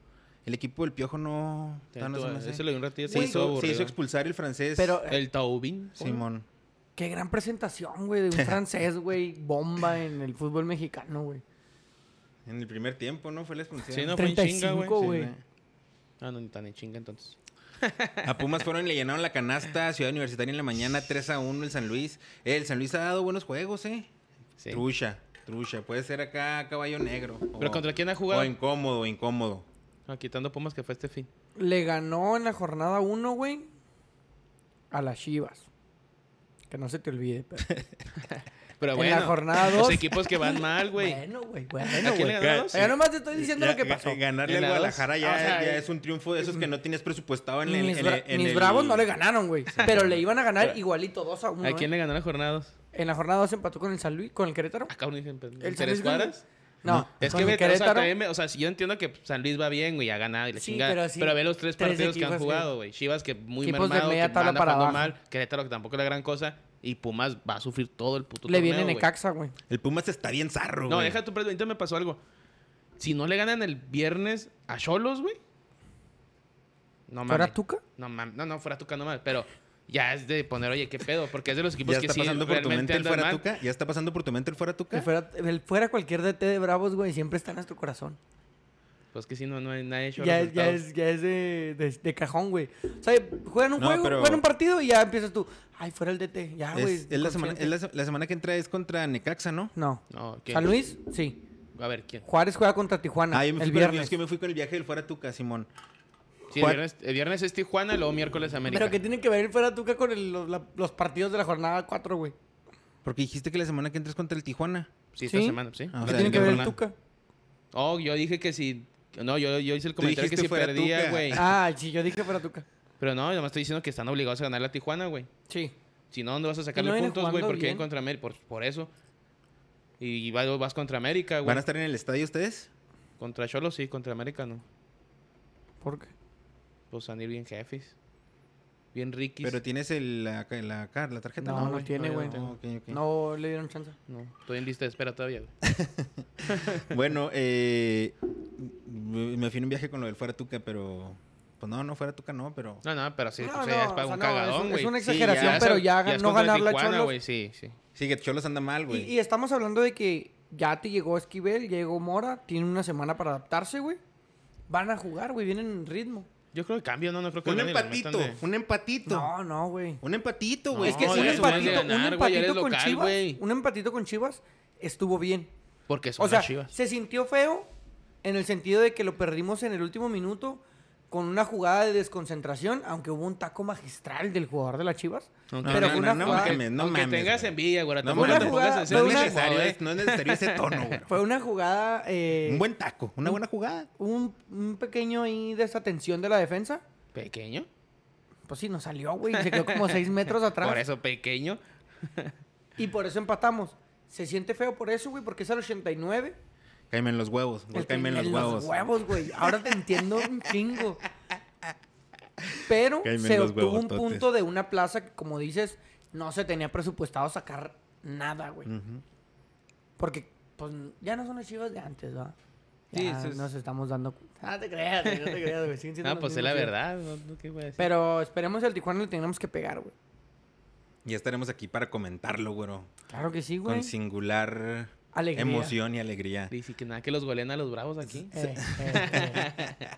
[SPEAKER 1] El equipo del Piojo no... todavía no se me hace.
[SPEAKER 3] eso lo vi un ratito.
[SPEAKER 1] se,
[SPEAKER 3] Se hizo
[SPEAKER 1] hizo, se hizo
[SPEAKER 3] aburrido.
[SPEAKER 1] expulsar el francés
[SPEAKER 2] Pero
[SPEAKER 3] El Taubín.
[SPEAKER 1] Simón.
[SPEAKER 2] Qué gran presentación, güey, de un francés, güey, bomba en el fútbol mexicano, güey.
[SPEAKER 1] En el primer tiempo, ¿no? Fue la expulsión.
[SPEAKER 3] Sí, no fue en chinga,
[SPEAKER 2] 35,
[SPEAKER 3] güey.
[SPEAKER 1] Sí,
[SPEAKER 2] güey.
[SPEAKER 1] güey.
[SPEAKER 3] Ah, no, ni tan en chinga entonces.
[SPEAKER 1] A Pumas fueron y le llenaron la canasta. Ciudad Universitaria en la mañana, 3 a 1 el San Luis. El San Luis ha dado buenos juegos, ¿eh?
[SPEAKER 3] Sí.
[SPEAKER 1] Trucha, trucha. Puede ser acá caballo negro.
[SPEAKER 3] ¿Pero
[SPEAKER 1] o-
[SPEAKER 3] contra quién ha jugado?
[SPEAKER 1] O incómodo, incómodo.
[SPEAKER 3] Ah, quitando Pumas que fue este fin.
[SPEAKER 2] Le ganó en la jornada 1, güey, a las Chivas. Que no se te olvide, pero.
[SPEAKER 3] Pero
[SPEAKER 2] En
[SPEAKER 3] bueno,
[SPEAKER 2] la jornada
[SPEAKER 3] los
[SPEAKER 2] dos.
[SPEAKER 3] equipos que van mal, güey.
[SPEAKER 2] Bueno, güey,
[SPEAKER 3] ¿A
[SPEAKER 2] bueno,
[SPEAKER 3] quién le
[SPEAKER 2] güey.
[SPEAKER 3] ganaron?
[SPEAKER 2] Yo nomás te estoy diciendo
[SPEAKER 1] Ya,
[SPEAKER 2] lo que
[SPEAKER 1] ga-
[SPEAKER 2] pasó.
[SPEAKER 1] Ganarle
[SPEAKER 3] En
[SPEAKER 1] al
[SPEAKER 3] la
[SPEAKER 1] Guadalajara
[SPEAKER 3] dos.
[SPEAKER 1] ya,
[SPEAKER 3] O sea,
[SPEAKER 1] ya es un triunfo de esos que no tienes presupuestado en el.
[SPEAKER 2] Mis,
[SPEAKER 1] en
[SPEAKER 2] bra-
[SPEAKER 1] el- en
[SPEAKER 2] mis
[SPEAKER 1] el-
[SPEAKER 2] bravos no le ganaron, güey. Pero le iban a ganar
[SPEAKER 3] Pero-
[SPEAKER 2] igualito 2 a 1.
[SPEAKER 3] ¿A quién le ganó la jornada? dos?
[SPEAKER 2] En la jornada 2 empató con el San Luis, con el Querétaro.
[SPEAKER 3] Acá un ejemplo.
[SPEAKER 2] ¿El
[SPEAKER 3] ¿El
[SPEAKER 2] San
[SPEAKER 3] Tres
[SPEAKER 2] Luis ganó?
[SPEAKER 3] Cuadras?
[SPEAKER 2] No,
[SPEAKER 3] Es
[SPEAKER 2] con el
[SPEAKER 3] que, me, o sea,
[SPEAKER 2] Querétaro.
[SPEAKER 3] también me- o sea, si yo entiendo que San Luis va bien, güey, ha ganado y la
[SPEAKER 2] Sí,
[SPEAKER 3] chingada.
[SPEAKER 2] pero
[SPEAKER 3] Pero,
[SPEAKER 2] sí,
[SPEAKER 3] ve los tres
[SPEAKER 2] tres
[SPEAKER 3] partidos que han
[SPEAKER 2] equipos, sí.
[SPEAKER 3] jugado, güey. Chivas que muy
[SPEAKER 2] Equipos de
[SPEAKER 3] mermado,
[SPEAKER 2] media
[SPEAKER 3] que
[SPEAKER 2] tabla
[SPEAKER 3] anda
[SPEAKER 2] para
[SPEAKER 3] jugando
[SPEAKER 2] abajo.
[SPEAKER 3] mal. Querétaro que tampoco es la gran cosa. Y Pumas va a sufrir todo el puto
[SPEAKER 2] Le
[SPEAKER 3] torneo,
[SPEAKER 2] viene
[SPEAKER 3] güey.
[SPEAKER 2] Necaxa, güey.
[SPEAKER 1] El Pumas está bien zarro,
[SPEAKER 3] No,
[SPEAKER 1] güey.
[SPEAKER 3] deja tu precio. Ahorita me pasó algo. Si no le ganan el viernes a Cholos, güey. No mames.
[SPEAKER 2] ¿Fuera Tuca?
[SPEAKER 3] No mames. No, no, fuera Tuca no mames. Pero ya es de poner, oye, qué pedo. Porque es de los equipos
[SPEAKER 1] ¿Ya
[SPEAKER 3] que
[SPEAKER 1] está
[SPEAKER 3] sí
[SPEAKER 1] pasando por tu mente
[SPEAKER 3] realmente
[SPEAKER 1] el
[SPEAKER 3] andan
[SPEAKER 1] fuera
[SPEAKER 3] mal.
[SPEAKER 1] tuca? ¿Ya está pasando por tu mente el fuera tuca?
[SPEAKER 2] El fuera, el fuera cualquier DT de Bravos, güey, siempre está en nuestro corazón.
[SPEAKER 3] Pues que sí, no, no hay nadie hecho
[SPEAKER 2] Ya, es- ya
[SPEAKER 3] resultados.
[SPEAKER 2] es, ya es de, de- de cajón, güey. O sea, juegan un
[SPEAKER 1] No,
[SPEAKER 2] juego,
[SPEAKER 1] pero-
[SPEAKER 2] juegan un partido y ya empiezas tú. Ay, fuera el DT. Ya, güey.
[SPEAKER 1] Es, es la semana,
[SPEAKER 2] consciente.
[SPEAKER 1] es la, se- la semana que entra es contra Necaxa, ¿no?
[SPEAKER 2] No.
[SPEAKER 3] No, ¿quién?
[SPEAKER 2] San Luis, sí.
[SPEAKER 3] A ver, ¿quién?
[SPEAKER 2] Juárez juega contra Tijuana
[SPEAKER 1] Ah, yo me fui
[SPEAKER 2] el
[SPEAKER 1] con-
[SPEAKER 2] viernes.
[SPEAKER 1] Es que me fui con el viaje del fuera tuca, Simón.
[SPEAKER 3] Sí, el
[SPEAKER 1] Juan-
[SPEAKER 3] viernes, el viernes es Tijuana, luego miércoles América.
[SPEAKER 2] Pero que tiene que ver el fuera Tuca con el- los, la- los partidos de la jornada 4, güey.
[SPEAKER 1] Porque dijiste que la semana que entra es contra el Tijuana.
[SPEAKER 3] Sí, esta
[SPEAKER 2] ¿Sí?
[SPEAKER 3] semana, sí.
[SPEAKER 1] Ah, o
[SPEAKER 2] No
[SPEAKER 3] La
[SPEAKER 1] sea,
[SPEAKER 2] tiene
[SPEAKER 3] siguiente
[SPEAKER 2] que ver el
[SPEAKER 3] jornada.
[SPEAKER 2] Tuca.
[SPEAKER 3] Oh, yo dije que si... No, yo, yo hice el comentario que
[SPEAKER 1] dijiste
[SPEAKER 3] si
[SPEAKER 1] fuera
[SPEAKER 3] perdía,
[SPEAKER 1] Tuca.
[SPEAKER 3] güey.
[SPEAKER 2] Ah, sí, yo dije fuera Tuca.
[SPEAKER 3] Pero no, nomás estoy diciendo que están obligados a ganar la Tijuana, güey.
[SPEAKER 2] Sí.
[SPEAKER 3] Si no, ¿dónde vas a
[SPEAKER 2] Y no
[SPEAKER 3] sacarle
[SPEAKER 2] viene
[SPEAKER 3] puntos, güey?
[SPEAKER 2] jugando
[SPEAKER 3] Porque
[SPEAKER 2] bien.
[SPEAKER 3] en contra América, por, por eso. Y vas, vas contra
[SPEAKER 2] Ah,
[SPEAKER 3] América, güey.
[SPEAKER 1] ¿Van a estar en el estadio ustedes?
[SPEAKER 3] Contra Cholos sí, contra América no.
[SPEAKER 2] ¿Por qué?
[SPEAKER 3] pues van a ir bien jefes. Bien riquis.
[SPEAKER 1] Pero tienes el, la, ca- la, car- la tarjeta.
[SPEAKER 2] No, no tiene,
[SPEAKER 3] yo
[SPEAKER 2] güey.
[SPEAKER 3] no tengo.
[SPEAKER 1] ok, ok.
[SPEAKER 2] No le dieron chance.
[SPEAKER 3] No, estoy en lista de espera todavía, güey.
[SPEAKER 1] Bueno, eh, me me fui en un viaje con lo del fuera tuca, pero... Pues no, no fuera tuca, no, pero...
[SPEAKER 3] No, no, pero sí,
[SPEAKER 2] No,
[SPEAKER 3] o sea, ya
[SPEAKER 2] no,
[SPEAKER 3] es para
[SPEAKER 2] o sea, no,
[SPEAKER 3] un
[SPEAKER 2] es un-
[SPEAKER 3] cagadón,
[SPEAKER 2] es
[SPEAKER 3] güey.
[SPEAKER 2] una
[SPEAKER 3] Sí, ya
[SPEAKER 2] exageración,
[SPEAKER 3] es-
[SPEAKER 2] pero ya
[SPEAKER 3] es
[SPEAKER 2] no
[SPEAKER 3] contra
[SPEAKER 2] ganarle a
[SPEAKER 3] Tijuana,
[SPEAKER 2] Cholos.
[SPEAKER 3] güey, Sí, sí.
[SPEAKER 1] Sí, que Cholos anda mal,
[SPEAKER 2] Y,
[SPEAKER 1] güey.
[SPEAKER 2] y estamos hablando de que ya te llegó Esquivel, ya llegó Mora, tiene una semana para adaptarse, güey. Van a jugar, güey, vienen en ritmo.
[SPEAKER 3] Yo creo que cambio, no, no creo que
[SPEAKER 1] Un
[SPEAKER 3] ganen y los
[SPEAKER 1] empatito,
[SPEAKER 3] metan de-
[SPEAKER 1] un empatito.
[SPEAKER 2] No, no, güey.
[SPEAKER 1] Un empatito, güey.
[SPEAKER 2] es
[SPEAKER 3] No,
[SPEAKER 2] que
[SPEAKER 3] ya
[SPEAKER 2] un
[SPEAKER 3] eres local
[SPEAKER 2] empatito,
[SPEAKER 3] de ganar,
[SPEAKER 2] un
[SPEAKER 3] güey, ya eres
[SPEAKER 2] empatito con
[SPEAKER 3] local,
[SPEAKER 2] Chivas,
[SPEAKER 3] güey.
[SPEAKER 2] un empatito con Chivas estuvo bien.
[SPEAKER 3] Porque son
[SPEAKER 2] O sea,
[SPEAKER 3] las chivas.
[SPEAKER 2] se sintió feo en el sentido de que lo perdimos en el último minuto con una jugada de desconcentración, aunque hubo un taco magistral del jugador de las Chivas.
[SPEAKER 3] Aunque-
[SPEAKER 2] pero
[SPEAKER 3] no,
[SPEAKER 2] fue
[SPEAKER 3] no,
[SPEAKER 2] una
[SPEAKER 3] no,
[SPEAKER 2] jugada-
[SPEAKER 3] aunque-
[SPEAKER 1] mames, no
[SPEAKER 3] aunque
[SPEAKER 1] mames,
[SPEAKER 3] tengas
[SPEAKER 1] güey.
[SPEAKER 3] envidia, güey.
[SPEAKER 1] No,
[SPEAKER 3] tampoco
[SPEAKER 2] mames,
[SPEAKER 3] te
[SPEAKER 2] no
[SPEAKER 3] pongas
[SPEAKER 2] es
[SPEAKER 3] en
[SPEAKER 1] no,
[SPEAKER 3] ser
[SPEAKER 2] una
[SPEAKER 1] es
[SPEAKER 3] mismo,
[SPEAKER 1] necesario,
[SPEAKER 3] güey.
[SPEAKER 1] es- no es necesario ese tono, güey.
[SPEAKER 2] Fue una jugada. eh,
[SPEAKER 1] Un buen taco, una buena jugada.
[SPEAKER 2] un, un pequeño ahí desatención de la defensa.
[SPEAKER 3] ¿Pequeño?
[SPEAKER 2] Pues sí, nos salió, güey. Se quedó como seis metros atrás.
[SPEAKER 3] Por eso, pequeño.
[SPEAKER 2] Y por eso empatamos. Se siente feo por eso, güey, porque es al 89.
[SPEAKER 1] Cáeme en los huevos, güey,
[SPEAKER 2] El que-
[SPEAKER 1] cáeme en los huevos.
[SPEAKER 2] huevos, güey. Ahora te entiendo un chingo. Pero
[SPEAKER 1] Cáeme en
[SPEAKER 2] se
[SPEAKER 1] los
[SPEAKER 2] obtuvo un
[SPEAKER 1] huevototes.
[SPEAKER 2] punto de una plaza que, como dices, no se tenía presupuestado sacar nada, güey.
[SPEAKER 1] Ujú.
[SPEAKER 2] Porque, pues, ya no son las chivas de antes, ¿verdad?
[SPEAKER 3] Sí,
[SPEAKER 2] Ya
[SPEAKER 3] eso es-
[SPEAKER 2] nos estamos dando cuenta. Ah, te creas, güey, no te creas, güey. Siguen siendo
[SPEAKER 3] No,
[SPEAKER 2] las
[SPEAKER 3] pues es
[SPEAKER 2] mismas
[SPEAKER 3] la
[SPEAKER 2] chivas.
[SPEAKER 3] verdad. No, no, ¿qué voy a decir?
[SPEAKER 2] Pero esperemos el Tijuana le tengamos que pegar, güey.
[SPEAKER 1] Ya estaremos aquí para comentarlo, güero.
[SPEAKER 2] Claro que sí, güey.
[SPEAKER 1] Con singular
[SPEAKER 2] Alegría.
[SPEAKER 1] emoción y alegría.
[SPEAKER 3] Dice que nada, que los goleen a los bravos aquí.
[SPEAKER 2] Eh, eh, eh.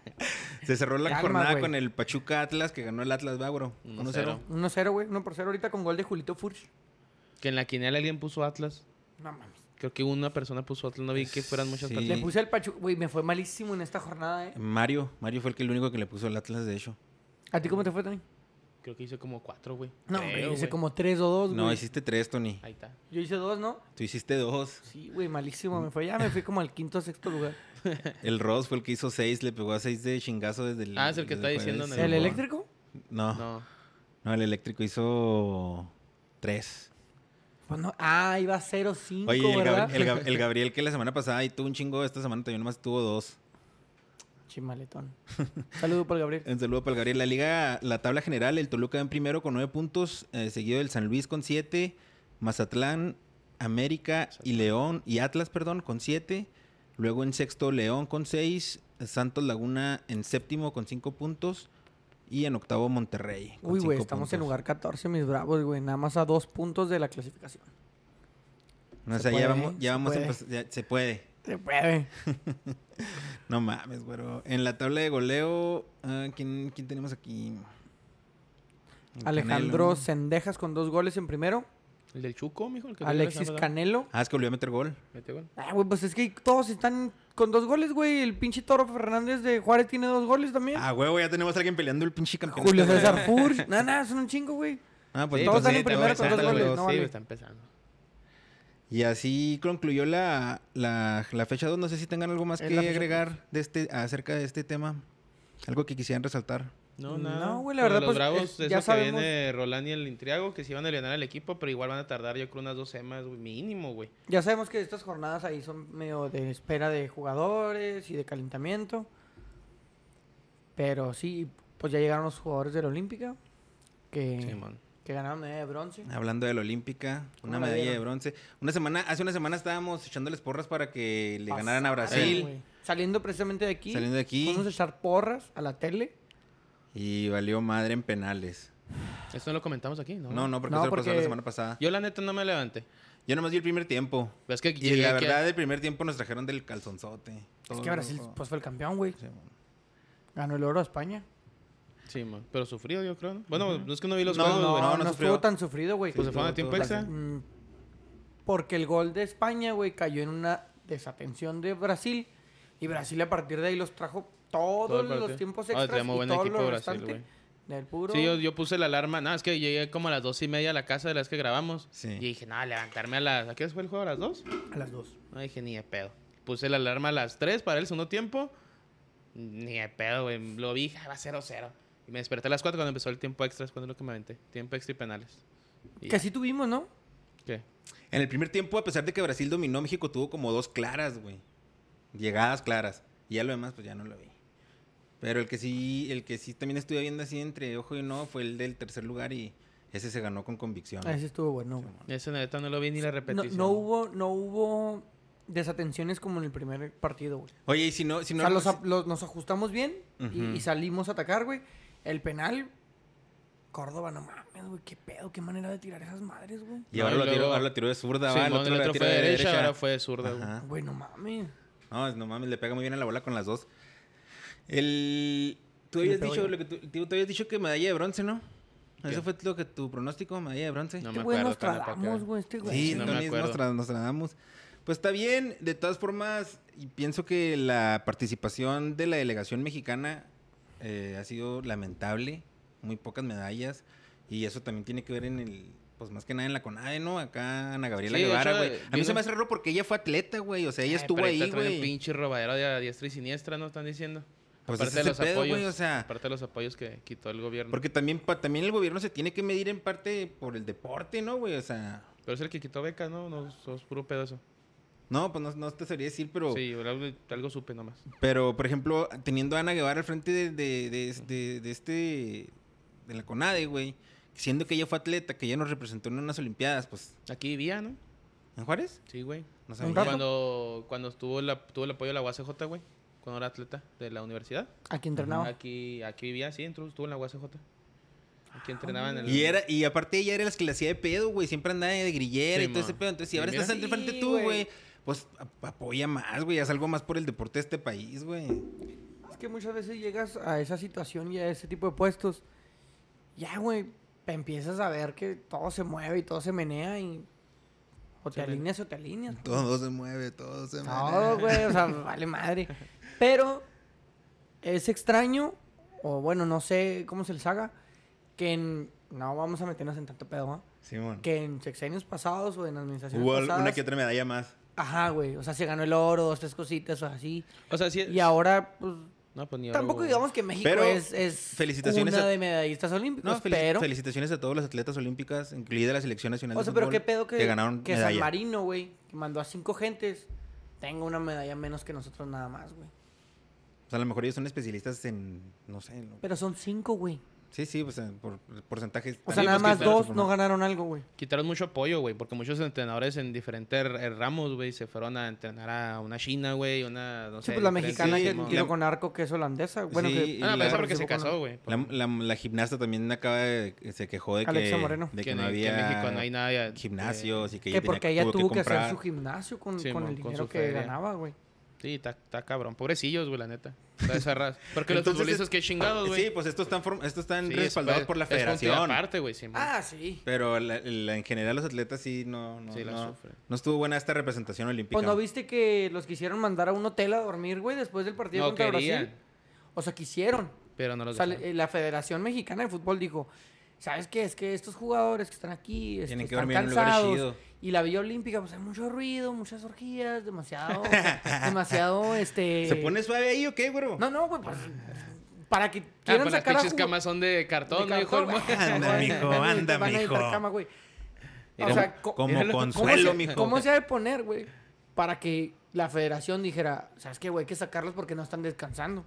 [SPEAKER 1] Se cerró la
[SPEAKER 2] Calma,
[SPEAKER 1] jornada
[SPEAKER 2] güey.
[SPEAKER 1] con el Pachuca Atlas, que ganó el Atlas, va, güero.
[SPEAKER 3] 1-0.
[SPEAKER 1] 1-0.
[SPEAKER 2] 1-0, güey. 1 por 0 ahorita con gol de Julito Furch.
[SPEAKER 3] Que en la quiniela alguien puso Atlas.
[SPEAKER 2] No mames.
[SPEAKER 3] Creo que una persona puso Atlas. No vi que fueran muchas
[SPEAKER 1] Sí.
[SPEAKER 3] personas.
[SPEAKER 2] Le puse al Pachuca. Güey, me fue malísimo en esta jornada, eh.
[SPEAKER 1] Mario, Mario fue el, que, el único que le puso el Atlas, de hecho.
[SPEAKER 2] ¿A ti cómo te fue, Tony?
[SPEAKER 3] Creo que hice como cuatro, güey.
[SPEAKER 2] No,
[SPEAKER 3] Creo,
[SPEAKER 2] hombre, hice
[SPEAKER 3] güey.
[SPEAKER 2] como 3 o 2, güey.
[SPEAKER 1] No, hiciste tres, Tony.
[SPEAKER 3] Ahí está.
[SPEAKER 2] Yo hice 2, ¿no?
[SPEAKER 1] Tú hiciste dos.
[SPEAKER 2] Sí, güey, malísimo. Me fue ya, me fui como al quinto o sexto lugar.
[SPEAKER 1] El Ross fue el que hizo seis, le pegó a seis de chingazo desde el.
[SPEAKER 3] Ah, es el que
[SPEAKER 1] desde
[SPEAKER 3] está diciendo
[SPEAKER 1] jueves.
[SPEAKER 3] en
[SPEAKER 2] ¿El
[SPEAKER 3] bueno.
[SPEAKER 2] eléctrico?
[SPEAKER 1] No, no,
[SPEAKER 3] No.
[SPEAKER 1] el eléctrico hizo tres.
[SPEAKER 2] Pues no. Ah, iba 0-5,
[SPEAKER 1] Oye, y el,
[SPEAKER 2] ¿verdad?
[SPEAKER 1] Gab- el Gab- el Gabriel que la semana pasada y tuvo un chingo, esta semana también nomás tuvo dos.
[SPEAKER 2] Chimaletón. Saludo por Gabriel.
[SPEAKER 1] Un saludo para el Gabriel. La liga, la tabla general, el Toluca en primero con nueve puntos, eh, seguido del San Luis con siete, Mazatlán, América y León, y Atlas, perdón, con siete. Luego en sexto, León con seis, Santos Laguna en séptimo con cinco puntos, y en octavo, Monterrey. con
[SPEAKER 2] Uy, güey,
[SPEAKER 1] cinco
[SPEAKER 2] estamos en
[SPEAKER 1] puntos.
[SPEAKER 2] lugar 14, mis bravos, güey. Nada más a dos puntos de la clasificación.
[SPEAKER 1] No, o
[SPEAKER 2] Se
[SPEAKER 1] sea, ya
[SPEAKER 2] puede,
[SPEAKER 1] vamos,
[SPEAKER 2] ¿eh?
[SPEAKER 1] ya
[SPEAKER 2] Se
[SPEAKER 1] vamos a
[SPEAKER 2] puede.
[SPEAKER 1] empezar- ya- se puede.
[SPEAKER 2] Se puede.
[SPEAKER 1] No mames, güero. En la tabla de goleo, ah, ¿quién, quién tenemos aquí? El
[SPEAKER 2] Alejandro
[SPEAKER 1] Canelo.
[SPEAKER 2] Sendejas con dos goles en primero.
[SPEAKER 3] El del Chuco, mijo. El que
[SPEAKER 2] Alexis Canelo.
[SPEAKER 1] Ah, es que volvió a meter gol.
[SPEAKER 3] Canel.
[SPEAKER 2] Ah, güey, pues es que todos están con dos goles, güey. El pinche Toro Fernández de Juárez tiene dos goles también.
[SPEAKER 1] Ah, huevo, ya tenemos a alguien peleando el pinche campeón.
[SPEAKER 2] ¿Eh? Julio César Furch. Nada, nada, son un chingo, güey.
[SPEAKER 1] Ah, pues
[SPEAKER 2] Sí, todos
[SPEAKER 1] entonces-
[SPEAKER 2] están en primero con dos goles, no
[SPEAKER 3] Sí,
[SPEAKER 2] vale.
[SPEAKER 3] güey, está empezando.
[SPEAKER 1] Y así concluyó la, la, la fecha 2. No sé si tengan algo más
[SPEAKER 2] Es
[SPEAKER 1] que
[SPEAKER 2] la fecha
[SPEAKER 1] agregar de este, acerca de este tema. Algo que quisieran resaltar.
[SPEAKER 3] No,
[SPEAKER 2] Mm, No,
[SPEAKER 3] nada.
[SPEAKER 2] güey, la
[SPEAKER 3] Con
[SPEAKER 2] verdad,
[SPEAKER 3] los
[SPEAKER 2] pues,
[SPEAKER 3] bravos,
[SPEAKER 2] es-
[SPEAKER 3] eso
[SPEAKER 2] ya
[SPEAKER 3] que
[SPEAKER 2] sabemos.
[SPEAKER 3] viene Roland y el Intriago, que sí van a alienar al equipo, pero igual van a tardar, yo creo, unas dos semanas, güey, mínimo, güey.
[SPEAKER 2] Ya sabemos que estas jornadas ahí son medio de espera de jugadores y de calentamiento. Pero sí, pues ya llegaron los jugadores de la Olímpica que,
[SPEAKER 3] Simón.
[SPEAKER 2] que ganaron medalla de bronce.
[SPEAKER 1] Hablando de la Olímpica,
[SPEAKER 2] ¿Cómo
[SPEAKER 1] una
[SPEAKER 2] la
[SPEAKER 1] medalla de
[SPEAKER 2] vieron?
[SPEAKER 1] bronce. Una semana, hace una semana estábamos echándoles porras para que le ganaran a
[SPEAKER 2] Pasaron,
[SPEAKER 1] Brasil.
[SPEAKER 2] güey. Saliendo precisamente de aquí.
[SPEAKER 1] Saliendo de aquí.
[SPEAKER 2] Vamos a echar porras a la tele.
[SPEAKER 1] Y valió madre en penales.
[SPEAKER 3] Eso no lo comentamos aquí, ¿no?
[SPEAKER 1] No, no, porque
[SPEAKER 2] No,
[SPEAKER 1] eso lo pasó la
[SPEAKER 2] porque-
[SPEAKER 1] semana pasada.
[SPEAKER 3] Yo, la neta, no me levanté.
[SPEAKER 1] Yo nomás vi el primer tiempo.
[SPEAKER 3] Pero Es que
[SPEAKER 1] Y la
[SPEAKER 3] aquí-
[SPEAKER 1] verdad, el primer tiempo nos trajeron del calzonzote.
[SPEAKER 2] Es
[SPEAKER 1] Todo
[SPEAKER 2] que Brasil
[SPEAKER 1] lo-
[SPEAKER 2] pues fue el campeón, güey.
[SPEAKER 1] Sí, bueno.
[SPEAKER 2] Ganó el oro a España.
[SPEAKER 3] Sí, man. Pero sufrido, yo creo, ¿no? Bueno, no es que no vi los
[SPEAKER 1] No,
[SPEAKER 3] juegos,
[SPEAKER 1] no,
[SPEAKER 3] güey.
[SPEAKER 2] no, no,
[SPEAKER 1] sufrió.
[SPEAKER 2] estuvo tan sufrido, güey.
[SPEAKER 3] Pues se fueron a tiempo
[SPEAKER 1] todo-
[SPEAKER 3] extra.
[SPEAKER 2] Mm, Porque el gol de España, güey, cayó en una desatención de Brasil. Y Brasil a partir de ahí los trajo todos
[SPEAKER 3] Todo el partido.
[SPEAKER 2] los tiempos
[SPEAKER 3] Ah,
[SPEAKER 2] extras
[SPEAKER 3] tenemos
[SPEAKER 2] y
[SPEAKER 3] buen
[SPEAKER 2] todo
[SPEAKER 3] equipo
[SPEAKER 2] lo
[SPEAKER 3] Brasil,
[SPEAKER 2] restante
[SPEAKER 3] güey.
[SPEAKER 2] del puro.
[SPEAKER 3] Sí, yo, yo puse la alarma. No, es que llegué como a las dos y media a la casa de las que grabamos.
[SPEAKER 1] Sí.
[SPEAKER 3] Y dije, no, levantarme a las... ¿A qué hora fue el juego? ¿A las dos?
[SPEAKER 2] A las dos.
[SPEAKER 3] No dije, ni de pedo. Puse la alarma a las tres para el segundo tiempo. Ni de pedo, güey. Lo vi, ah, va 0-0. Y me desperté a las cuatro cuando empezó el tiempo extra. Es cuando lo que me aventé. Tiempo extra y penales. Y
[SPEAKER 2] Que así tuvimos, ¿no?
[SPEAKER 3] ¿Qué?
[SPEAKER 1] En el primer tiempo, a pesar de que Brasil dominó, México tuvo como dos claras, güey. Llegadas claras. Y ya lo demás, pues ya no lo vi. Pero el que sí, el que sí también estuve viendo así entre ojo y no fue el del tercer lugar y ese se ganó con convicción.
[SPEAKER 2] Ah, ese estuvo bueno, güey.
[SPEAKER 3] Ese neta no lo vi ni la
[SPEAKER 2] No,
[SPEAKER 3] repetición.
[SPEAKER 2] no hubo, no hubo desatenciones como en el primer partido, güey.
[SPEAKER 1] Oye, y si no, si
[SPEAKER 2] o
[SPEAKER 1] no. pues
[SPEAKER 2] sea, los a- los- nos ajustamos bien y- y,
[SPEAKER 1] Ujú.
[SPEAKER 2] salimos a atacar, güey. El penal, Córdoba, no mames, güey. Qué pedo, qué manera de tirar esas madres, güey.
[SPEAKER 1] Y ahora
[SPEAKER 3] No,
[SPEAKER 1] lo
[SPEAKER 3] y
[SPEAKER 1] tiró,
[SPEAKER 3] luego-
[SPEAKER 1] ahora lo tiró de zurda,
[SPEAKER 3] Simón,
[SPEAKER 1] va, el otro, la tiró
[SPEAKER 3] fue
[SPEAKER 1] de
[SPEAKER 3] derecha,
[SPEAKER 1] derecha.
[SPEAKER 3] ahora fue de zurda. güey.
[SPEAKER 1] Ajá.
[SPEAKER 2] Güey, no mames.
[SPEAKER 1] No, es- no mames, le pega muy bien a la bola con las dos. El. Tú habías
[SPEAKER 2] pegó
[SPEAKER 1] dicho,
[SPEAKER 2] bien.
[SPEAKER 1] lo que tú, tú- tú habías dicho que medalla de bronce, ¿no?
[SPEAKER 3] ¿Qué?
[SPEAKER 1] Eso fue lo que tu pronóstico, medalla de bronce.
[SPEAKER 3] No
[SPEAKER 2] Este
[SPEAKER 3] me
[SPEAKER 2] güey
[SPEAKER 3] acuerdo,
[SPEAKER 2] nos
[SPEAKER 3] carnal, para
[SPEAKER 2] tradamos,
[SPEAKER 3] acá.
[SPEAKER 2] güey. Este güey.
[SPEAKER 1] Sí,
[SPEAKER 3] no me
[SPEAKER 1] Tony,
[SPEAKER 3] acuerdo.
[SPEAKER 1] nos, tra- nos tratamos. Pues está bien, de todas formas, y pienso que la participación de la delegación mexicana eh, ha sido lamentable, muy pocas medallas, y eso también tiene que ver en el, pues más que nada en la CONADE, ¿no? Acá Ana Gabriela
[SPEAKER 3] Sí, de
[SPEAKER 1] Guevara,
[SPEAKER 3] hecho,
[SPEAKER 1] güey.
[SPEAKER 3] eh,
[SPEAKER 1] A mí se
[SPEAKER 3] vino-
[SPEAKER 1] me hace raro porque ella fue atleta, güey, o sea, ella
[SPEAKER 3] Eh,
[SPEAKER 1] estuvo
[SPEAKER 3] pero ahorita
[SPEAKER 1] ahí,
[SPEAKER 3] traen un
[SPEAKER 1] güey.
[SPEAKER 3] pinche robadero de a diestra y siniestra, ¿no? Están diciendo.
[SPEAKER 1] Pues
[SPEAKER 3] aparte
[SPEAKER 1] ese
[SPEAKER 3] de
[SPEAKER 1] es el
[SPEAKER 3] los
[SPEAKER 1] pedo,
[SPEAKER 3] apoyos.
[SPEAKER 1] güey, o sea,
[SPEAKER 3] Aparte de los apoyos que quitó el gobierno.
[SPEAKER 1] porque también, pa- también el gobierno se tiene que medir en parte por el deporte, ¿no, güey? O sea,
[SPEAKER 3] Pero es el que quitó becas, ¿no? No, sos puro pedo eso.
[SPEAKER 1] no, pues no, no te sabría decir, pero...
[SPEAKER 3] Sí, algo, algo supe nomás.
[SPEAKER 1] Pero, por ejemplo, teniendo a Ana Guevara al frente de, de- de- de- de este. de la CONADE, güey. Siendo que ella fue atleta, que ella nos representó en unas Olimpiadas, pues.
[SPEAKER 3] Aquí vivía, ¿no?
[SPEAKER 1] ¿En Juárez?
[SPEAKER 3] Sí, güey.
[SPEAKER 1] No
[SPEAKER 2] Un
[SPEAKER 1] sabía.
[SPEAKER 2] rato.
[SPEAKER 3] Cuando, cuando estuvo la, tuvo el apoyo de la UACJ, güey. Cuando era atleta de la universidad.
[SPEAKER 2] Aquí entrenaba.
[SPEAKER 3] Aquí, aquí vivía, sí, entró, estuvo en la UACJ. Aquí entrenaba en el...
[SPEAKER 1] Y, era, y aparte ella era la que le hacía de pedo, güey. Siempre andaba de grillera y
[SPEAKER 3] Sí,
[SPEAKER 1] todo ese
[SPEAKER 3] ma.
[SPEAKER 1] pedo. Entonces, si
[SPEAKER 3] Y
[SPEAKER 1] ahora
[SPEAKER 3] mira.
[SPEAKER 1] estás al frente
[SPEAKER 2] Sí,
[SPEAKER 1] tú,
[SPEAKER 2] güey.
[SPEAKER 1] güey, pues ap- apoya más, güey. Haz algo más por el deporte de este país, güey.
[SPEAKER 2] Es que muchas veces llegas a esa situación y a ese tipo de puestos. Ya, güey, empiezas a ver que todo se mueve y todo se menea y... O te
[SPEAKER 3] Se menea.
[SPEAKER 2] alineas o te alineas.
[SPEAKER 1] Todo se mueve, todo se
[SPEAKER 2] Todo, güey, o sea, vale madre. Pero es extraño, o bueno, no sé cómo se les haga, que en... No vamos a meternos en tanto pedo, ¿ah?
[SPEAKER 1] Simón.
[SPEAKER 2] Que en sexenios pasados o en administraciones
[SPEAKER 1] Hubo al-
[SPEAKER 2] pasadas...
[SPEAKER 1] una que otra medalla más.
[SPEAKER 2] Ajá, güey, o sea, se ganó el oro, dos, tres cositas o así.
[SPEAKER 3] O sea, sí...
[SPEAKER 2] Y ahora, pues,
[SPEAKER 3] No, pues ni ahora
[SPEAKER 2] Tampoco
[SPEAKER 3] hubo-
[SPEAKER 2] digamos que México
[SPEAKER 1] Pero,
[SPEAKER 2] es, es
[SPEAKER 1] felicitaciones
[SPEAKER 2] una
[SPEAKER 1] a-
[SPEAKER 2] de medallistas olímpicos,
[SPEAKER 1] No, felici-
[SPEAKER 2] pero...
[SPEAKER 1] felicitaciones a todos los atletas olímpicas, incluida la selección nacional
[SPEAKER 2] O
[SPEAKER 1] de
[SPEAKER 2] sea, pero qué
[SPEAKER 1] fútbol,
[SPEAKER 2] pedo que,
[SPEAKER 1] que ganaron
[SPEAKER 2] que San
[SPEAKER 1] medalla.
[SPEAKER 2] Marino, güey, que mandó a cinco gentes, tenga una medalla menos que nosotros nada más, güey.
[SPEAKER 1] O sea, a lo mejor ellos son especialistas en, no sé, en lo-
[SPEAKER 2] Pero son cinco, güey.
[SPEAKER 1] sí, sí, o sea, por por porcentajes.
[SPEAKER 2] O
[SPEAKER 1] Sí,
[SPEAKER 2] sea, nada
[SPEAKER 1] pues,
[SPEAKER 2] más
[SPEAKER 1] que claro,
[SPEAKER 2] dos
[SPEAKER 1] por-
[SPEAKER 2] no ganaron algo, güey.
[SPEAKER 3] Quitaron mucho apoyo, güey, porque muchos entrenadores en diferentes r- eh, ramos, güey, se fueron a entrenar a una china, güey, una, no
[SPEAKER 2] Sí,
[SPEAKER 3] sé.
[SPEAKER 2] pues la
[SPEAKER 3] diferentes-
[SPEAKER 2] mexicana
[SPEAKER 1] sí,
[SPEAKER 2] que
[SPEAKER 1] mo-
[SPEAKER 3] Simón.
[SPEAKER 2] tiró
[SPEAKER 1] la-
[SPEAKER 2] con arco que es holandesa. Bueno,
[SPEAKER 1] Sí,
[SPEAKER 2] que-
[SPEAKER 1] y
[SPEAKER 3] Ah, no, pero
[SPEAKER 1] la-
[SPEAKER 3] esa porque se
[SPEAKER 2] participó con-
[SPEAKER 3] casó, güey.
[SPEAKER 1] La, la- la gimnasta también acaba de, se quejó de
[SPEAKER 2] Alexia
[SPEAKER 1] que,
[SPEAKER 2] Moreno.
[SPEAKER 1] de
[SPEAKER 3] Que
[SPEAKER 1] que
[SPEAKER 3] en-
[SPEAKER 1] no
[SPEAKER 3] que en
[SPEAKER 1] había
[SPEAKER 3] México no hay nada, eh,
[SPEAKER 1] gimnasios y que,
[SPEAKER 2] Que
[SPEAKER 1] ella tenía-
[SPEAKER 2] porque ella tuvo que, hacer
[SPEAKER 1] comprar.
[SPEAKER 2] su gimnasio con,
[SPEAKER 3] Sí,
[SPEAKER 2] con
[SPEAKER 3] mo,
[SPEAKER 2] el
[SPEAKER 3] con su
[SPEAKER 2] dinero que
[SPEAKER 3] feria. Mm.
[SPEAKER 2] ganaba, güey.
[SPEAKER 3] Sí, está- está cabrón. Pobrecillos, güey, la neta. Toda esa raza. Porque los
[SPEAKER 1] Entonces,
[SPEAKER 3] futbolistas,
[SPEAKER 1] es-
[SPEAKER 3] qué chingados, güey.
[SPEAKER 1] Sí, pues estos están, form- estos están
[SPEAKER 3] Sí, es-
[SPEAKER 1] respaldados
[SPEAKER 3] es-
[SPEAKER 1] por la
[SPEAKER 3] es punto y
[SPEAKER 1] federación.
[SPEAKER 3] aparte, güey, Simón.
[SPEAKER 2] Ah, sí.
[SPEAKER 1] Pero la- la- en general los atletas sí no, no,
[SPEAKER 3] Sí, la
[SPEAKER 1] no,
[SPEAKER 3] sufren.
[SPEAKER 1] no estuvo buena esta representación olímpica.
[SPEAKER 2] Pues no viste que los quisieron mandar a un hotel a dormir, güey, después del partido
[SPEAKER 3] No
[SPEAKER 2] contra
[SPEAKER 3] querían.
[SPEAKER 2] Brasil. O sea, quisieron.
[SPEAKER 3] Pero no los
[SPEAKER 2] O sea,
[SPEAKER 3] dejaron.
[SPEAKER 2] le- la Federación Mexicana de Fútbol dijo, ¿sabes qué? Es que estos jugadores que están aquí este,
[SPEAKER 1] Tienen que
[SPEAKER 2] están
[SPEAKER 1] dormir en un lugar
[SPEAKER 2] cansados.
[SPEAKER 1] chido.
[SPEAKER 2] y la Villa Olímpica, pues hay mucho ruido, muchas orgías, demasiado, demasiado, este...
[SPEAKER 1] ¿Se pone suave ahí o qué, güero?
[SPEAKER 2] No, no, güey, pues para que
[SPEAKER 3] Ah,
[SPEAKER 2] quieran
[SPEAKER 3] pues las
[SPEAKER 2] sacar a
[SPEAKER 3] pinches
[SPEAKER 2] jugo-
[SPEAKER 3] camas son de
[SPEAKER 2] de
[SPEAKER 3] cartón, ¿no, hijo?
[SPEAKER 2] cartón, güey.
[SPEAKER 3] del mo-
[SPEAKER 1] Anda, mijo,
[SPEAKER 2] Van a
[SPEAKER 1] anda,
[SPEAKER 2] editar- van a editar
[SPEAKER 1] mijo.
[SPEAKER 2] cama, güey.
[SPEAKER 3] Mira,
[SPEAKER 2] O sea, co-
[SPEAKER 1] como
[SPEAKER 3] míralo, ¿cómo
[SPEAKER 1] consuelo,
[SPEAKER 2] se,
[SPEAKER 1] mijo.
[SPEAKER 2] ¿Cómo se ha de poner, güey? Para que la federación dijera, ¿sabes qué, güey? Hay que sacarlos porque no están descansando.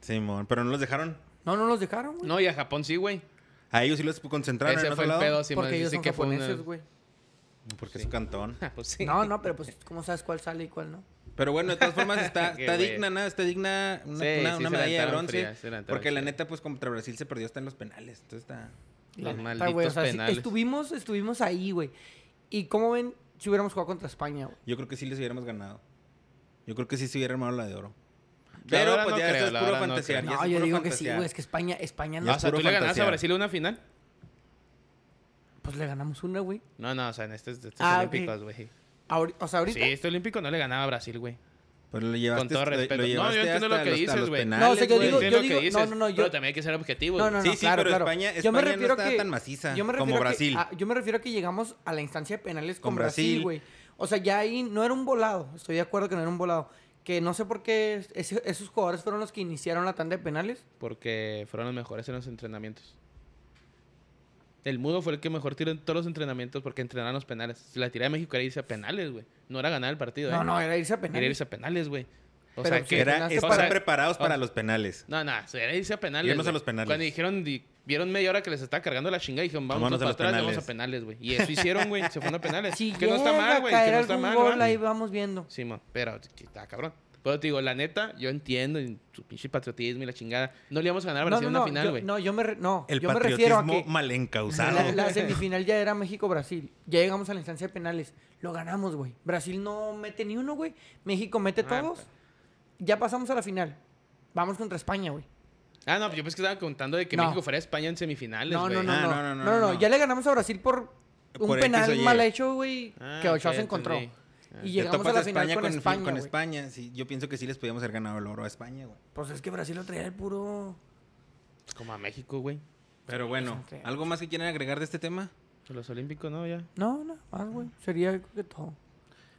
[SPEAKER 1] Simón, pero no los dejaron.
[SPEAKER 2] No, no los dejaron, güey.
[SPEAKER 3] No, y a Japón sí, güey.
[SPEAKER 1] A ellos sí los concentraron en
[SPEAKER 3] Ese
[SPEAKER 1] otro
[SPEAKER 3] fue el
[SPEAKER 1] lado.
[SPEAKER 3] pedo, Simón.
[SPEAKER 2] porque ellos
[SPEAKER 3] Dicen
[SPEAKER 2] son
[SPEAKER 3] que fue una-
[SPEAKER 2] japoneses, güey.
[SPEAKER 1] Porque es
[SPEAKER 3] Sí.
[SPEAKER 1] su cantón.
[SPEAKER 3] Ah, pues sí.
[SPEAKER 2] No, no, pero pues, ¿cómo sabes cuál sale y cuál no?
[SPEAKER 1] Pero bueno, de todas formas está,
[SPEAKER 3] Qué
[SPEAKER 1] está
[SPEAKER 3] güey.
[SPEAKER 1] digna, nada, está digna una,
[SPEAKER 3] Sí,
[SPEAKER 1] una- una
[SPEAKER 3] sí, se
[SPEAKER 1] medalla de
[SPEAKER 3] levantaron
[SPEAKER 1] bronce.
[SPEAKER 3] frías, se levantaron
[SPEAKER 1] porque la
[SPEAKER 3] frías.
[SPEAKER 1] neta, pues contra Brasil se perdió hasta en los penales. Entonces está.
[SPEAKER 2] La neta, güey,
[SPEAKER 3] Los
[SPEAKER 2] o
[SPEAKER 3] malditos
[SPEAKER 2] sea, sí,
[SPEAKER 3] penales.
[SPEAKER 2] estuvimos, estuvimos ahí, güey. Y cómo ven si hubiéramos jugado contra España, güey.
[SPEAKER 1] Yo creo que sí les hubiéramos ganado. Yo creo que sí se hubiera armado la de oro.
[SPEAKER 3] La
[SPEAKER 1] Pero
[SPEAKER 3] verdad
[SPEAKER 1] pues
[SPEAKER 3] no
[SPEAKER 1] ya
[SPEAKER 3] creo,
[SPEAKER 1] esto
[SPEAKER 3] la
[SPEAKER 1] es puro
[SPEAKER 3] verdad no
[SPEAKER 1] fantasear.
[SPEAKER 3] creo.
[SPEAKER 1] ya
[SPEAKER 2] No,
[SPEAKER 1] es
[SPEAKER 2] yo
[SPEAKER 1] puro
[SPEAKER 2] digo que sí,
[SPEAKER 1] fantasear.
[SPEAKER 2] güey. Es que España, España no.
[SPEAKER 1] Ya
[SPEAKER 3] O sea,
[SPEAKER 1] puro
[SPEAKER 3] Ah, ¿tú le ganaste a
[SPEAKER 1] fantasear.
[SPEAKER 3] Brasil una final?
[SPEAKER 2] Pues le ganamos una, güey.
[SPEAKER 3] No, no, o sea, en este, estos, estos
[SPEAKER 2] Ah, ok.
[SPEAKER 3] olímpicos, güey.
[SPEAKER 2] Ahori- O sea, ahorita.
[SPEAKER 3] Sí, este olímpico no le ganaba a Brasil, güey.
[SPEAKER 1] Pero lo llevaste,
[SPEAKER 3] Con todo
[SPEAKER 1] lo-
[SPEAKER 3] respeto.
[SPEAKER 1] Lo,
[SPEAKER 3] No, yo
[SPEAKER 1] llevaste
[SPEAKER 3] entiendo lo
[SPEAKER 1] hasta
[SPEAKER 3] que
[SPEAKER 1] los- hasta
[SPEAKER 3] dices,
[SPEAKER 1] los
[SPEAKER 3] güey.
[SPEAKER 1] penales,
[SPEAKER 2] No, o sea, yo
[SPEAKER 1] güey.
[SPEAKER 2] digo-
[SPEAKER 3] Entiendo lo
[SPEAKER 2] digo-
[SPEAKER 3] que dices,
[SPEAKER 2] no, no, no, yo-
[SPEAKER 3] Pero también hay que ser objetivos.
[SPEAKER 2] No,
[SPEAKER 3] güey.
[SPEAKER 2] no, no,
[SPEAKER 1] Sí, sí,
[SPEAKER 2] claro,
[SPEAKER 1] pero
[SPEAKER 2] claro.
[SPEAKER 1] España-
[SPEAKER 2] yo me
[SPEAKER 1] España no
[SPEAKER 2] refiero
[SPEAKER 1] estaba
[SPEAKER 2] que,
[SPEAKER 1] tan maciza
[SPEAKER 2] yo me
[SPEAKER 1] como
[SPEAKER 2] refiero que-
[SPEAKER 1] Brasil.
[SPEAKER 2] ah, yo me refiero a que llegamos a la instancia de penales con,
[SPEAKER 1] Con
[SPEAKER 2] Brasil,
[SPEAKER 1] Brasil.
[SPEAKER 2] güey. O sea, ya ahí no era un volado. Estoy de acuerdo que no era un volado. Que no sé por qué ese- esos jugadores fueron los que iniciaron la tanda de penales.
[SPEAKER 3] Porque fueron los mejores en los entrenamientos. El mudo fue el que mejor tiró en todos los entrenamientos porque entrenaron los penales. Si La tirada de México era irse a penales, güey. No era ganar el partido,
[SPEAKER 2] No,
[SPEAKER 3] ¿eh?
[SPEAKER 2] no, era irse a penales.
[SPEAKER 3] Era irse a penales, güey. O
[SPEAKER 2] Pero
[SPEAKER 3] sea,
[SPEAKER 2] sí,
[SPEAKER 3] que... Oh.
[SPEAKER 1] Era-
[SPEAKER 2] penales
[SPEAKER 3] o
[SPEAKER 1] están
[SPEAKER 3] sea,
[SPEAKER 1] preparados
[SPEAKER 3] o-
[SPEAKER 1] para los penales.
[SPEAKER 3] No, no, se era irse a penales.
[SPEAKER 1] Irnos a
[SPEAKER 3] güey.
[SPEAKER 1] los penales.
[SPEAKER 3] Cuando dijeron, di- vieron media hora que les está cargando la chinga, dijeron, vamos
[SPEAKER 1] Vámonos a
[SPEAKER 3] para
[SPEAKER 1] los
[SPEAKER 3] atrás, vamos
[SPEAKER 1] penales.
[SPEAKER 3] a penales, güey. Y eso hicieron, güey, se fueron a penales.
[SPEAKER 2] Si
[SPEAKER 3] que no está
[SPEAKER 2] llega
[SPEAKER 3] mal,
[SPEAKER 2] a
[SPEAKER 3] güey, que
[SPEAKER 2] caer
[SPEAKER 3] no está
[SPEAKER 2] algún
[SPEAKER 3] mal.
[SPEAKER 2] gol,
[SPEAKER 3] ¿va?
[SPEAKER 2] ahí vamos viendo.
[SPEAKER 3] Sí, mo, pero que está cabrón. Pero te digo, la neta, yo entiendo en su pinche patriotismo y la chingada. No le íbamos a ganar a
[SPEAKER 2] No,
[SPEAKER 3] Brasil
[SPEAKER 2] no,
[SPEAKER 3] en una
[SPEAKER 2] no,
[SPEAKER 3] final,
[SPEAKER 2] yo,
[SPEAKER 3] güey.
[SPEAKER 2] no, yo me, re- no,
[SPEAKER 1] El
[SPEAKER 2] yo me refiero a
[SPEAKER 1] patriotismo
[SPEAKER 2] que
[SPEAKER 1] mal
[SPEAKER 2] la,
[SPEAKER 1] encausado.
[SPEAKER 2] la semifinal ya era México-Brasil. Ya llegamos a la instancia de penales. Lo ganamos, güey. Brasil no mete ni uno, güey. México mete
[SPEAKER 3] Ah,
[SPEAKER 2] todos. Ya pasamos a la final. Vamos contra España, güey.
[SPEAKER 3] Ah, no, pues yo pensé que estaban contando de que
[SPEAKER 2] No.
[SPEAKER 3] México fuera a España en semifinales,
[SPEAKER 2] No,
[SPEAKER 3] güey.
[SPEAKER 2] no, no,
[SPEAKER 1] Ah,
[SPEAKER 2] no,
[SPEAKER 1] no, no, no,
[SPEAKER 2] No, no,
[SPEAKER 1] no.
[SPEAKER 2] Ya le ganamos a Brasil por un
[SPEAKER 1] Por X o
[SPEAKER 2] penal
[SPEAKER 1] Y.
[SPEAKER 2] mal hecho, güey,
[SPEAKER 3] Ah,
[SPEAKER 2] que Ochoa
[SPEAKER 3] ok,
[SPEAKER 2] se encontró.
[SPEAKER 3] entendí. Ah.
[SPEAKER 2] Y
[SPEAKER 1] Te
[SPEAKER 2] llegamos a
[SPEAKER 1] topas
[SPEAKER 2] la final con,
[SPEAKER 1] el-
[SPEAKER 2] España.
[SPEAKER 1] Con
[SPEAKER 2] güey.
[SPEAKER 1] España, sí. Yo pienso que sí les podíamos haber ganado el oro a España, güey.
[SPEAKER 2] Pues es que Brasil lo traía el puro.
[SPEAKER 3] Pues como a México, güey.
[SPEAKER 1] Pero bueno,
[SPEAKER 2] Pues, ok.
[SPEAKER 1] ¿algo más que quieran agregar de este tema?
[SPEAKER 3] A Los Olímpicos, ¿no? Ya.
[SPEAKER 2] No, no, más, güey. Sería creo que todo.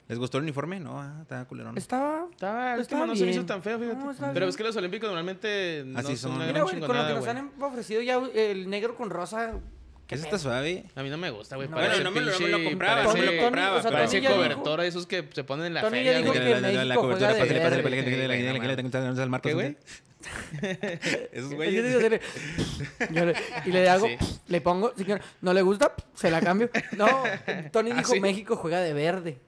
[SPEAKER 1] ¿Les gustó el uniforme? No, ah, está culerón.
[SPEAKER 2] Estaba.
[SPEAKER 3] Estaba, el
[SPEAKER 2] Estaba
[SPEAKER 3] último no se me hizo
[SPEAKER 2] bien.
[SPEAKER 3] tan feo, fíjate.
[SPEAKER 2] No, estaba
[SPEAKER 3] Pero
[SPEAKER 2] bien.
[SPEAKER 3] es que los Olímpicos normalmente no
[SPEAKER 1] Así
[SPEAKER 3] son
[SPEAKER 1] son.
[SPEAKER 3] una
[SPEAKER 1] Mira,
[SPEAKER 2] Mira,
[SPEAKER 3] gran
[SPEAKER 2] güey, con lo que
[SPEAKER 3] chingonada,
[SPEAKER 2] nos
[SPEAKER 3] güey.
[SPEAKER 2] han ofrecido ya el negro con rosa. qué
[SPEAKER 1] Eso
[SPEAKER 2] pedo.
[SPEAKER 1] está suave.
[SPEAKER 3] A mí no me gusta, güey.
[SPEAKER 2] No,
[SPEAKER 3] parece
[SPEAKER 1] bueno, no me lo- no me lo
[SPEAKER 3] pinche-
[SPEAKER 1] compraba,
[SPEAKER 2] no me lo
[SPEAKER 3] parece-
[SPEAKER 2] compraba,
[SPEAKER 3] o sea,
[SPEAKER 1] pero-
[SPEAKER 3] Parece
[SPEAKER 1] Tony ya dijo-
[SPEAKER 3] cobertor de esos que se ponen en la
[SPEAKER 2] Tony ya
[SPEAKER 3] feria,
[SPEAKER 2] dijo que
[SPEAKER 3] güey.
[SPEAKER 2] México juega de
[SPEAKER 1] pásale, pásale,
[SPEAKER 2] verde.
[SPEAKER 1] pásale, que le- que le- que le- que le- que le- que le- que le- Marcos,
[SPEAKER 3] ¿Qué, güey?
[SPEAKER 1] ¿sí? Esos
[SPEAKER 2] Es que
[SPEAKER 1] güeyes.
[SPEAKER 2] tiene que hacerle- Yo le- y le hago,
[SPEAKER 3] Sí.
[SPEAKER 2] le pongo, señor, no le gusta, se la cambio. No, Tony dijo,
[SPEAKER 3] ¿Ah, sí?
[SPEAKER 2] México juega de verde.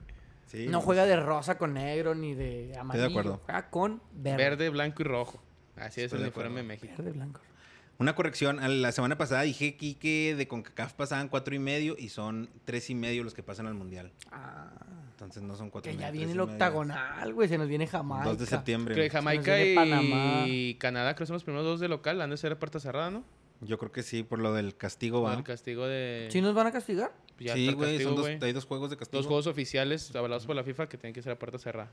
[SPEAKER 1] Sí.
[SPEAKER 2] No juega de rosa con negro ni de amarillo.
[SPEAKER 1] acuerdo.
[SPEAKER 2] Juega con verde.
[SPEAKER 3] Verde, blanco y rojo. Así es
[SPEAKER 1] Estoy
[SPEAKER 3] el
[SPEAKER 1] de
[SPEAKER 3] uniforme de
[SPEAKER 1] acuerdo.
[SPEAKER 3] México.
[SPEAKER 2] Verde, blanco.
[SPEAKER 1] Una corrección. a La semana pasada dije aquí que de CONCACAF pasaban cuatro y medio y son tres y medio los que pasan al mundial.
[SPEAKER 2] Ah,
[SPEAKER 1] Entonces no son cuatro y
[SPEAKER 2] que ya
[SPEAKER 1] medio,
[SPEAKER 2] viene
[SPEAKER 1] tres y
[SPEAKER 2] el
[SPEAKER 1] medio.
[SPEAKER 2] octagonal, güey. Se nos viene jamás.
[SPEAKER 1] 2 de septiembre.
[SPEAKER 3] Creo que
[SPEAKER 1] güey.
[SPEAKER 3] Jamaica
[SPEAKER 2] viene
[SPEAKER 3] y
[SPEAKER 2] Panamá.
[SPEAKER 3] Canadá, creo que son los primeros dos de local. Han de ser a puerta cerrada, ¿no?
[SPEAKER 1] Yo creo que sí, por lo del castigo
[SPEAKER 3] Por
[SPEAKER 1] va.
[SPEAKER 3] El castigo de.
[SPEAKER 2] ¿Sí nos van a castigar?
[SPEAKER 3] Ya
[SPEAKER 1] sí,
[SPEAKER 3] está el
[SPEAKER 1] güey,
[SPEAKER 3] castigo,
[SPEAKER 1] son dos,
[SPEAKER 3] güey.
[SPEAKER 1] hay dos juegos de castigo.
[SPEAKER 3] Dos juegos oficiales avalados por la FIFA que tienen que ser a puerta cerrada.